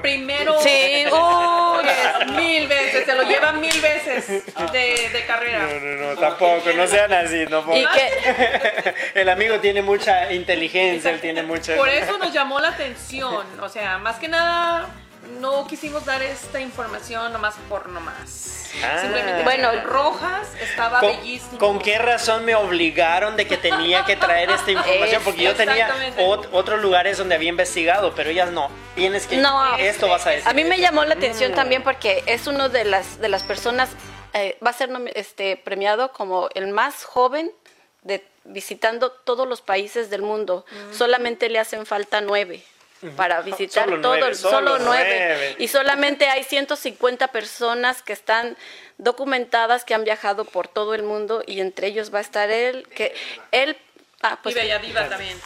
[SPEAKER 2] primero.
[SPEAKER 3] Sí, oh,
[SPEAKER 2] es mil veces, se lo lleva mil veces de, de carrera.
[SPEAKER 1] No, no, no, tampoco, no sean así, no
[SPEAKER 3] Y
[SPEAKER 1] por-
[SPEAKER 3] que
[SPEAKER 1] El amigo tiene mucha inteligencia, él tiene mucha...
[SPEAKER 2] Por eso nos llamó la atención. O sea, más que nada no quisimos dar esta información nomás por nomás.
[SPEAKER 1] Ah.
[SPEAKER 2] Simplemente
[SPEAKER 3] Bueno,
[SPEAKER 2] bueno, Rojas estaba
[SPEAKER 1] ¿Con,
[SPEAKER 2] bellísimo.
[SPEAKER 1] con qué razón me obligaron de que tenía que traer esta información? Porque yo tenía
[SPEAKER 2] Exactamente.
[SPEAKER 1] ot- otros lugares donde había investigado, pero ellas no. Tienes que...
[SPEAKER 3] No.
[SPEAKER 1] esto vas a decir.
[SPEAKER 3] A mí me llamó la atención
[SPEAKER 1] Mm.
[SPEAKER 3] también porque es uno de las de las personas eh, va a ser nomi- este premiado como el más joven de visitando todos los países del mundo.
[SPEAKER 1] Mm.
[SPEAKER 3] Solamente le hacen falta nueve para visitar
[SPEAKER 1] Solo
[SPEAKER 3] todo,
[SPEAKER 1] nueve,
[SPEAKER 3] el-
[SPEAKER 1] solo
[SPEAKER 3] solo
[SPEAKER 1] nueve.
[SPEAKER 3] nueve. Y solamente hay 150 personas que están documentadas que han viajado por todo el mundo y entre ellos va a estar él que él ah,
[SPEAKER 2] Y
[SPEAKER 3] pues
[SPEAKER 2] Bella Diva también.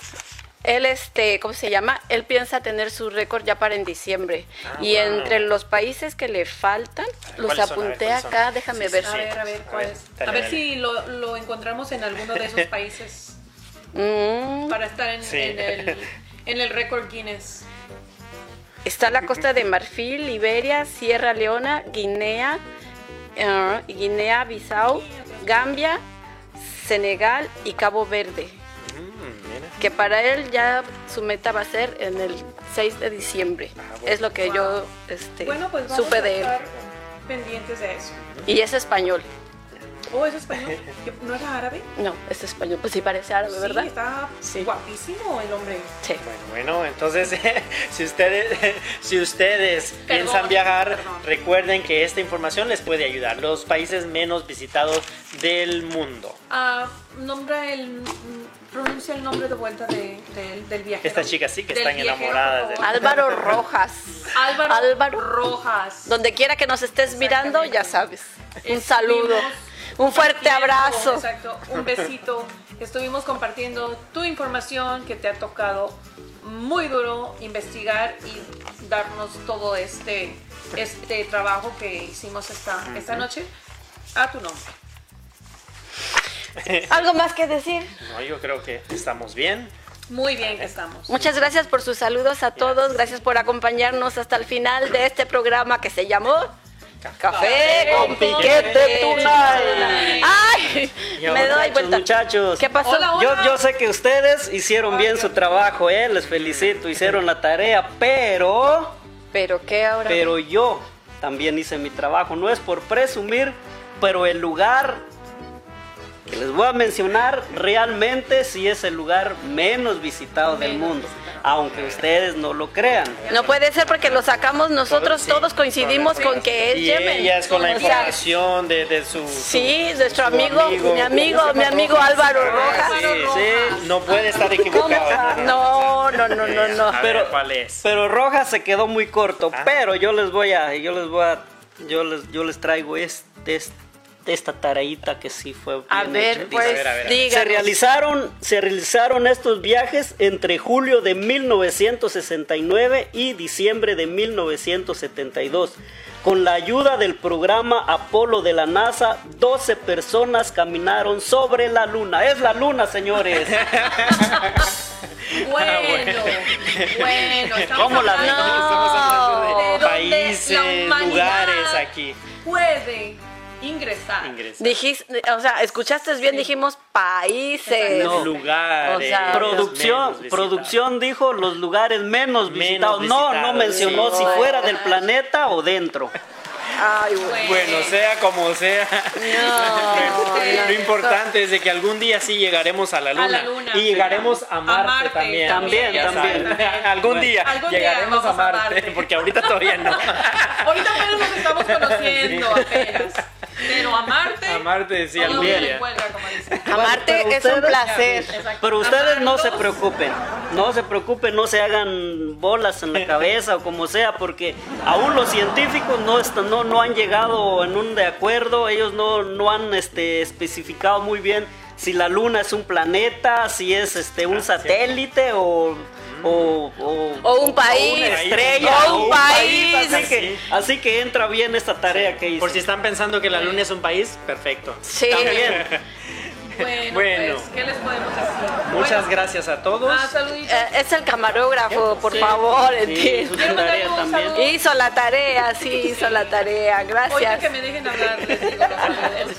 [SPEAKER 3] él, este, ¿cómo se llama? Él piensa tener su récord ya para en diciembre.
[SPEAKER 1] Ah,
[SPEAKER 3] y
[SPEAKER 1] bueno.
[SPEAKER 3] entre los países que le faltan,
[SPEAKER 1] ver,
[SPEAKER 3] los
[SPEAKER 1] ¿cuáles son? A ver,
[SPEAKER 3] apunté
[SPEAKER 1] ¿cuáles son?
[SPEAKER 3] acá, déjame
[SPEAKER 1] Sí,
[SPEAKER 3] ver.
[SPEAKER 2] A
[SPEAKER 1] sí.
[SPEAKER 2] ver, a ver,
[SPEAKER 1] A
[SPEAKER 2] ¿cuál
[SPEAKER 1] ver,
[SPEAKER 2] es?
[SPEAKER 1] dale,
[SPEAKER 2] A ver
[SPEAKER 1] dale.
[SPEAKER 2] si lo, lo encontramos en alguno de esos países
[SPEAKER 3] Mm,
[SPEAKER 2] para estar en,
[SPEAKER 1] Sí.
[SPEAKER 2] en el, en el récord Guinness.
[SPEAKER 3] está la costa de Marfil, Liberia, Sierra Leona, Guinea, eh, Guinea, Bissau, Gambia, Senegal y Cabo Verde.
[SPEAKER 1] Mm, mira.
[SPEAKER 3] Que para él ya su meta va a ser en el 6 de diciembre.
[SPEAKER 1] Ah, bueno.
[SPEAKER 3] Es lo que
[SPEAKER 2] Wow.
[SPEAKER 3] yo este,
[SPEAKER 2] Bueno, pues vamos
[SPEAKER 3] supe
[SPEAKER 2] a
[SPEAKER 3] de él.
[SPEAKER 2] estar pendientes de eso.
[SPEAKER 3] Y es español.
[SPEAKER 2] Oh, es español. ¿Que ¿No era árabe?
[SPEAKER 3] No, es español. Pues sí parece árabe, ¿verdad?
[SPEAKER 2] Sí, está
[SPEAKER 3] Sí.
[SPEAKER 2] guapísimo el hombre.
[SPEAKER 3] Sí.
[SPEAKER 1] Bueno, bueno, entonces si ustedes, si ustedes piensan viajar,
[SPEAKER 2] perdón.
[SPEAKER 1] recuerden que esta información les puede ayudar. Los países menos visitados del mundo.
[SPEAKER 2] Ah, nombra el. mm, Pronuncia el nombre de vuelta de, de- del viaje.
[SPEAKER 1] Estas chicas sí que
[SPEAKER 2] Del
[SPEAKER 1] están
[SPEAKER 2] viajero,
[SPEAKER 1] enamoradas
[SPEAKER 2] por
[SPEAKER 1] de-
[SPEAKER 2] favor.
[SPEAKER 3] Álvaro Rojas.
[SPEAKER 2] Álvaro,
[SPEAKER 3] Álvaro.
[SPEAKER 2] Rojas.
[SPEAKER 3] Donde quiera que nos estés mirando, ya sabes. Un
[SPEAKER 2] Estuvimos
[SPEAKER 3] saludo. Un fuerte
[SPEAKER 2] compartiendo,
[SPEAKER 3] abrazo.
[SPEAKER 2] Exacto, un besito. Estuvimos compartiendo tu información que te ha tocado muy duro investigar y darnos todo este, este trabajo que hicimos esta, esta noche a tu nombre.
[SPEAKER 3] ¿Algo más que decir?
[SPEAKER 1] No, yo creo que estamos bien.
[SPEAKER 2] Muy bien que estamos.
[SPEAKER 3] Muchas gracias por sus saludos a todos. Gracias por acompañarnos hasta el final de este programa que se llamó Café con Piquete Tunal. ¡Ay!
[SPEAKER 1] Y ahora,
[SPEAKER 3] Me doy
[SPEAKER 5] muchachos,
[SPEAKER 3] vuelta.
[SPEAKER 5] Muchachos,
[SPEAKER 3] ¿Qué pasó?
[SPEAKER 2] Hola, hola.
[SPEAKER 5] Yo, yo sé que ustedes hicieron bien su trabajo, eh, les felicito, hicieron la tarea, pero,
[SPEAKER 3] ¿Pero qué ahora?
[SPEAKER 5] pero yo también hice mi trabajo. No es por presumir, pero el lugar que les voy a mencionar realmente sí es el lugar menos visitado del
[SPEAKER 2] Menos
[SPEAKER 5] mundo, aunque ustedes no lo crean.
[SPEAKER 3] No puede ser porque lo sacamos nosotros,
[SPEAKER 1] Sí,
[SPEAKER 3] todos coincidimos
[SPEAKER 1] correcto.
[SPEAKER 3] con que es
[SPEAKER 1] Y
[SPEAKER 3] Yemen.
[SPEAKER 1] ellas con la
[SPEAKER 3] O sea,
[SPEAKER 1] información de, de su...
[SPEAKER 3] Sí, nuestro
[SPEAKER 1] su
[SPEAKER 3] amigo,
[SPEAKER 1] amigo.
[SPEAKER 3] mi amigo, mi amigo Álvaro Rojas.
[SPEAKER 1] Ah, Sí, sí, no puede estar
[SPEAKER 3] ¿Cómo?
[SPEAKER 1] equivocado.
[SPEAKER 3] No, no, no, no, no.
[SPEAKER 1] A ver,
[SPEAKER 5] Pero-
[SPEAKER 1] ¿cuál es?
[SPEAKER 5] Pero Rojas se quedó muy corto,
[SPEAKER 1] Ah.
[SPEAKER 5] pero yo les voy a, yo les voy a, yo les, yo les traigo este, este- esta tareita que sí fue.
[SPEAKER 3] A
[SPEAKER 5] bien
[SPEAKER 3] ver,
[SPEAKER 5] hecha.
[SPEAKER 1] a
[SPEAKER 3] pues,
[SPEAKER 1] ver, a ver.
[SPEAKER 5] Se
[SPEAKER 3] díganos.
[SPEAKER 5] realizaron, se realizaron estos viajes entre julio de 1969 y diciembre de 1972. Con la ayuda del programa Apolo de la NASA, 12 personas caminaron sobre la luna. Es la luna, señores.
[SPEAKER 2] Bueno, bueno, estamos
[SPEAKER 1] ¿Cómo la
[SPEAKER 2] hablando
[SPEAKER 1] vemos? Estamos
[SPEAKER 2] de
[SPEAKER 1] hablando de
[SPEAKER 2] donde la
[SPEAKER 1] países,
[SPEAKER 2] humanidad
[SPEAKER 1] lugares aquí.
[SPEAKER 2] Puede ingresar.
[SPEAKER 1] Ingresar.
[SPEAKER 3] Dijiste, o sea, escuchaste bien, dijimos países.
[SPEAKER 5] No.
[SPEAKER 1] lugares.
[SPEAKER 3] O sea,
[SPEAKER 5] Producción,
[SPEAKER 1] menos visitados.
[SPEAKER 5] producción dijo los lugares menos,
[SPEAKER 1] Menos
[SPEAKER 5] visitados. No, no
[SPEAKER 1] visitados,
[SPEAKER 5] mencionó
[SPEAKER 1] sí.
[SPEAKER 5] si
[SPEAKER 3] Ay.
[SPEAKER 5] fuera del planeta o dentro.
[SPEAKER 3] Ay, güey.
[SPEAKER 1] Bueno, sea como sea.
[SPEAKER 3] No.
[SPEAKER 2] Este,
[SPEAKER 1] Lo importante es de que algún día sí llegaremos a la luna.
[SPEAKER 2] A la luna.
[SPEAKER 1] Y llegaremos a
[SPEAKER 2] A
[SPEAKER 1] Marte,
[SPEAKER 2] Marte
[SPEAKER 1] también.
[SPEAKER 5] también,
[SPEAKER 1] Ya
[SPEAKER 5] también.
[SPEAKER 1] saben. algún
[SPEAKER 5] Bueno.
[SPEAKER 1] día
[SPEAKER 2] Algún día
[SPEAKER 1] llegaremos
[SPEAKER 2] vamos
[SPEAKER 1] a,
[SPEAKER 2] a
[SPEAKER 1] Marte,
[SPEAKER 2] Marte.
[SPEAKER 1] porque ahorita todavía no.
[SPEAKER 2] Ahorita apenas nos estamos conociendo
[SPEAKER 1] Sí.
[SPEAKER 2] apenas. Pero a Marte.
[SPEAKER 1] A Marte, sí,
[SPEAKER 2] todo
[SPEAKER 1] algún
[SPEAKER 2] se
[SPEAKER 1] día.
[SPEAKER 2] encuentra, como dicen.
[SPEAKER 3] Amarte
[SPEAKER 5] Bueno, pero
[SPEAKER 3] es un
[SPEAKER 5] ustedes-
[SPEAKER 3] placer.
[SPEAKER 2] Exacto.
[SPEAKER 5] Pero ustedes no se
[SPEAKER 2] Amarnos.
[SPEAKER 5] preocupen, no se preocupen, no se hagan bolas en la cabeza o como sea, porque aún los científicos no, están, no, no han llegado en un de acuerdo, ellos no, no han este, especificado muy bien si la luna es un planeta, si es este, un satélite o... O, o-
[SPEAKER 3] O un país.
[SPEAKER 5] una estrella,
[SPEAKER 1] O un país.
[SPEAKER 5] Así, que, así que entra bien esta tarea que hice.
[SPEAKER 1] Por si están pensando que la luna es un país, perfecto.
[SPEAKER 3] Sí.
[SPEAKER 5] También.
[SPEAKER 2] Bueno,
[SPEAKER 1] Bueno.
[SPEAKER 2] pues, ¿qué les podemos decir?
[SPEAKER 1] Muchas
[SPEAKER 2] Bueno,
[SPEAKER 1] gracias a todos.
[SPEAKER 2] Ah, saluditos.
[SPEAKER 3] Eh, es el camarógrafo, por favor,
[SPEAKER 5] Sí,
[SPEAKER 3] entiende.
[SPEAKER 5] su
[SPEAKER 2] Quiero mandarle
[SPEAKER 5] tarea
[SPEAKER 2] un
[SPEAKER 5] también.
[SPEAKER 2] saludo.
[SPEAKER 3] Hizo la tarea, sí, hizo la tarea.
[SPEAKER 2] Oye, que
[SPEAKER 3] Gracias.
[SPEAKER 2] me dejen hablar. les digo los saludos.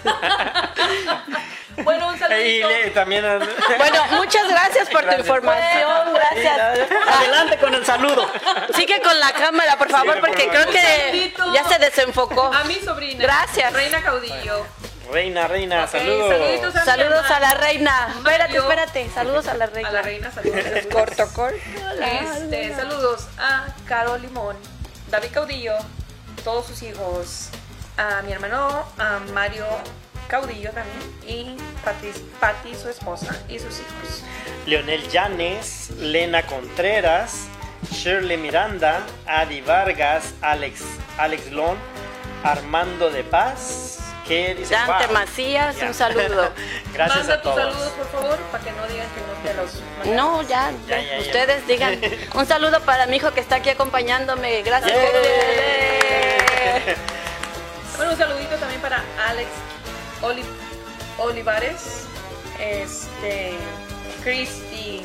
[SPEAKER 2] Bueno, un
[SPEAKER 1] Y
[SPEAKER 2] saludito.
[SPEAKER 1] le- también.
[SPEAKER 3] Bueno, muchas gracias por tu
[SPEAKER 1] Gracias.
[SPEAKER 3] información, gracias.
[SPEAKER 5] Adelante con el saludo.
[SPEAKER 3] Sigue con la cámara, por favor,
[SPEAKER 1] Sigue, por
[SPEAKER 3] porque creo
[SPEAKER 1] favor.
[SPEAKER 3] que
[SPEAKER 2] Saludito.
[SPEAKER 3] ya se desenfocó.
[SPEAKER 2] A mi sobrina.
[SPEAKER 3] Gracias.
[SPEAKER 2] Reina Caudillo.
[SPEAKER 1] Reina, reina,
[SPEAKER 2] Ok,
[SPEAKER 1] saludos.
[SPEAKER 2] saluditos a mi
[SPEAKER 3] Saludos
[SPEAKER 2] hermana.
[SPEAKER 3] a la reina. Espérate,
[SPEAKER 2] Yo-
[SPEAKER 3] espérate. Saludos a la reina.
[SPEAKER 2] A la reina, saludos.
[SPEAKER 3] Corto, corto.
[SPEAKER 2] Este, saludos a Carol Limón, David Caudillo, todos sus hijos, a mi hermano, a Mario Caudillo también, y Pati, Pati, su esposa, y sus hijos.
[SPEAKER 1] Leonel Llanes, Lena Contreras, Shirley Miranda, Adi Vargas, Alex, Alex Lon, Armando de Paz, que dice
[SPEAKER 3] Dante
[SPEAKER 1] "Wow".
[SPEAKER 3] Macías,
[SPEAKER 1] Ya.
[SPEAKER 3] un saludo.
[SPEAKER 1] Gracias
[SPEAKER 2] Manda
[SPEAKER 1] a
[SPEAKER 2] tus
[SPEAKER 1] todos.
[SPEAKER 2] saludos, por favor, para que no digan que no te los mandamos.
[SPEAKER 3] No, ya,
[SPEAKER 1] Ya,
[SPEAKER 3] ya,
[SPEAKER 1] ya, ya.
[SPEAKER 3] ustedes digan. Un saludo para mi hijo que está aquí acompañándome. Gracias.
[SPEAKER 1] Yay.
[SPEAKER 3] Pepe.
[SPEAKER 2] Bueno, un saludito también para Alex Oli- Olivares, este, Christy.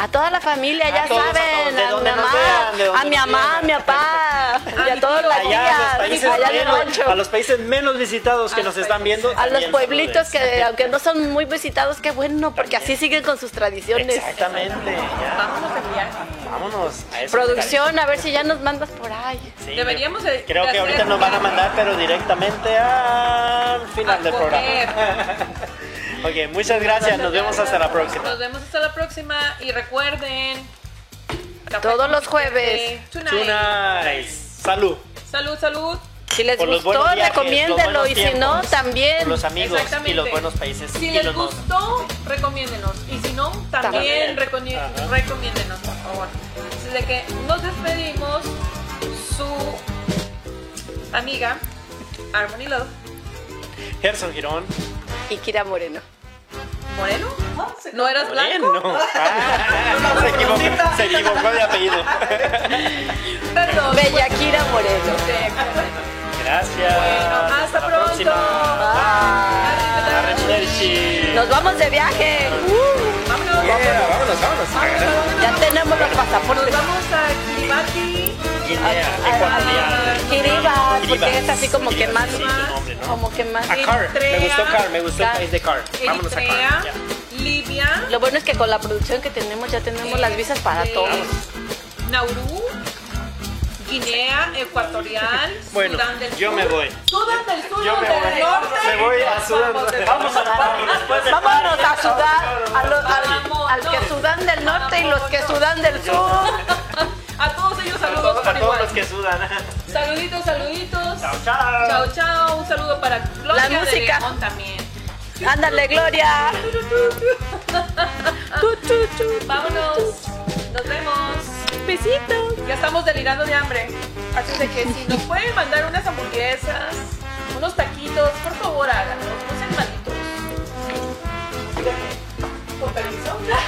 [SPEAKER 3] A toda la familia,
[SPEAKER 1] A
[SPEAKER 3] ya
[SPEAKER 1] todos, a todos,
[SPEAKER 3] saben,
[SPEAKER 1] de
[SPEAKER 3] a, mi
[SPEAKER 1] donde nos
[SPEAKER 3] mamá,
[SPEAKER 1] vean, de donde
[SPEAKER 3] a mi
[SPEAKER 1] nos
[SPEAKER 3] mamá, a
[SPEAKER 1] vean.
[SPEAKER 3] mi papá, y a
[SPEAKER 2] mi
[SPEAKER 3] todos
[SPEAKER 2] tío.
[SPEAKER 3] las
[SPEAKER 1] Allá a los
[SPEAKER 3] tías,
[SPEAKER 1] países
[SPEAKER 3] allá en
[SPEAKER 1] menos,
[SPEAKER 3] Ocho.
[SPEAKER 1] a los países menos visitados que
[SPEAKER 2] A
[SPEAKER 1] nos
[SPEAKER 2] los
[SPEAKER 1] están
[SPEAKER 2] países.
[SPEAKER 1] viendo.
[SPEAKER 3] a los
[SPEAKER 1] también
[SPEAKER 3] pueblitos
[SPEAKER 1] saludes.
[SPEAKER 3] que aunque no son muy visitados, qué bueno, porque así siguen con sus tradiciones.
[SPEAKER 1] Exactamente, ya.
[SPEAKER 2] Vámonos de viaje.
[SPEAKER 1] Vámonos a eso.
[SPEAKER 3] Producción, a ver si ya nos mandas por ahí.
[SPEAKER 1] Sí,
[SPEAKER 2] Deberíamos de-
[SPEAKER 1] Creo
[SPEAKER 2] de
[SPEAKER 1] que ahorita
[SPEAKER 2] hacer-
[SPEAKER 1] nos van a mandar, pero directamente al final
[SPEAKER 2] A
[SPEAKER 1] del programa. ok, muchas gracias. Nos vemos hasta la próxima.
[SPEAKER 2] Nos vemos hasta la próxima y recuerden café
[SPEAKER 3] Todos
[SPEAKER 2] con
[SPEAKER 3] los
[SPEAKER 2] piquete.
[SPEAKER 3] jueves.
[SPEAKER 2] Tonight.
[SPEAKER 1] Tonight. Salud.
[SPEAKER 2] Salud, salud.
[SPEAKER 3] Si les
[SPEAKER 1] Por los
[SPEAKER 3] gustó,
[SPEAKER 1] buenos viajes, los
[SPEAKER 3] recomiéndenlo
[SPEAKER 1] buenos
[SPEAKER 3] y si
[SPEAKER 1] tiempos,
[SPEAKER 3] no, también.
[SPEAKER 1] Por los amigos
[SPEAKER 2] Exactamente.
[SPEAKER 1] y los buenos países.
[SPEAKER 2] Si
[SPEAKER 1] y
[SPEAKER 2] les
[SPEAKER 1] los no-
[SPEAKER 2] gustó, recomiéndenos. Y si no,
[SPEAKER 1] También.
[SPEAKER 2] también, recomi-
[SPEAKER 1] Ajá.
[SPEAKER 2] recomiéndenos, por favor. Así de que nos despedimos. Su amiga, Harmony Love
[SPEAKER 1] Gerson Girón.
[SPEAKER 3] Y Kira Moreno.
[SPEAKER 2] Moreno. ¿No eras blanco?
[SPEAKER 1] Moreno. Ah, se, equivocó, se equivocó de apellido.
[SPEAKER 2] Perdón.
[SPEAKER 3] Bella Kira Moreno.
[SPEAKER 2] Este,
[SPEAKER 1] Gracias.
[SPEAKER 2] Bueno, hasta pronto.
[SPEAKER 1] la próxima.
[SPEAKER 2] Bye.
[SPEAKER 1] Arrivederci.
[SPEAKER 3] Nos vamos de viaje. Uh,
[SPEAKER 2] Vámonos.
[SPEAKER 1] Yeah, vámonos, vámonos.
[SPEAKER 2] Vámonos.
[SPEAKER 3] ya tenemos los
[SPEAKER 2] Nos
[SPEAKER 3] pasaportes.
[SPEAKER 2] vamos a Kiribati.
[SPEAKER 1] Guinea, Ecuatorial.
[SPEAKER 3] Kiribas, porque
[SPEAKER 1] Kiribati.
[SPEAKER 3] es así como que
[SPEAKER 1] Kiribati,
[SPEAKER 3] más,
[SPEAKER 1] sí, su nombre, ¿no?
[SPEAKER 3] como que más.
[SPEAKER 1] A Car. Me gustó Car, me gustó el
[SPEAKER 3] Car.
[SPEAKER 1] país de Car. Vámonos a
[SPEAKER 2] Eritrea,
[SPEAKER 1] Car. ya.
[SPEAKER 2] Libia.
[SPEAKER 3] Lo bueno es que con la producción que tenemos ya tenemos las visas para
[SPEAKER 2] este,
[SPEAKER 3] todos.
[SPEAKER 2] Nauru. Guinea Ecuatorial.
[SPEAKER 1] Bueno,
[SPEAKER 2] Sudán del
[SPEAKER 1] yo
[SPEAKER 2] Sur.
[SPEAKER 1] me voy.
[SPEAKER 2] Sudán del Sur,
[SPEAKER 1] Yo me
[SPEAKER 2] del
[SPEAKER 1] voy.
[SPEAKER 2] Norte.
[SPEAKER 1] Me voy a Sudán.
[SPEAKER 2] Vamos de-
[SPEAKER 1] Vamos a después de
[SPEAKER 3] Vámonos a sudar a los, al, al que
[SPEAKER 2] Vámonos.
[SPEAKER 3] sudan del norte y los que sudan del sur.
[SPEAKER 2] A todos ellos
[SPEAKER 1] A
[SPEAKER 2] saludos
[SPEAKER 1] todos,
[SPEAKER 2] por
[SPEAKER 1] a todos
[SPEAKER 2] igual.
[SPEAKER 1] los que sudan.
[SPEAKER 2] Saluditos, saluditos.
[SPEAKER 1] Chao, chao.
[SPEAKER 2] Chao, chao. Un saludo para Gloria de
[SPEAKER 3] música.
[SPEAKER 2] León también.
[SPEAKER 3] Ándale, Gloria. Tu, tu, tu.
[SPEAKER 2] Vámonos. Nos vemos.
[SPEAKER 3] Besitos.
[SPEAKER 2] Ya estamos delirando de hambre. Así de que si nos pueden mandar unas hamburguesas, unos taquitos, por favor háganlo. No sean malitos. ¿Con permiso?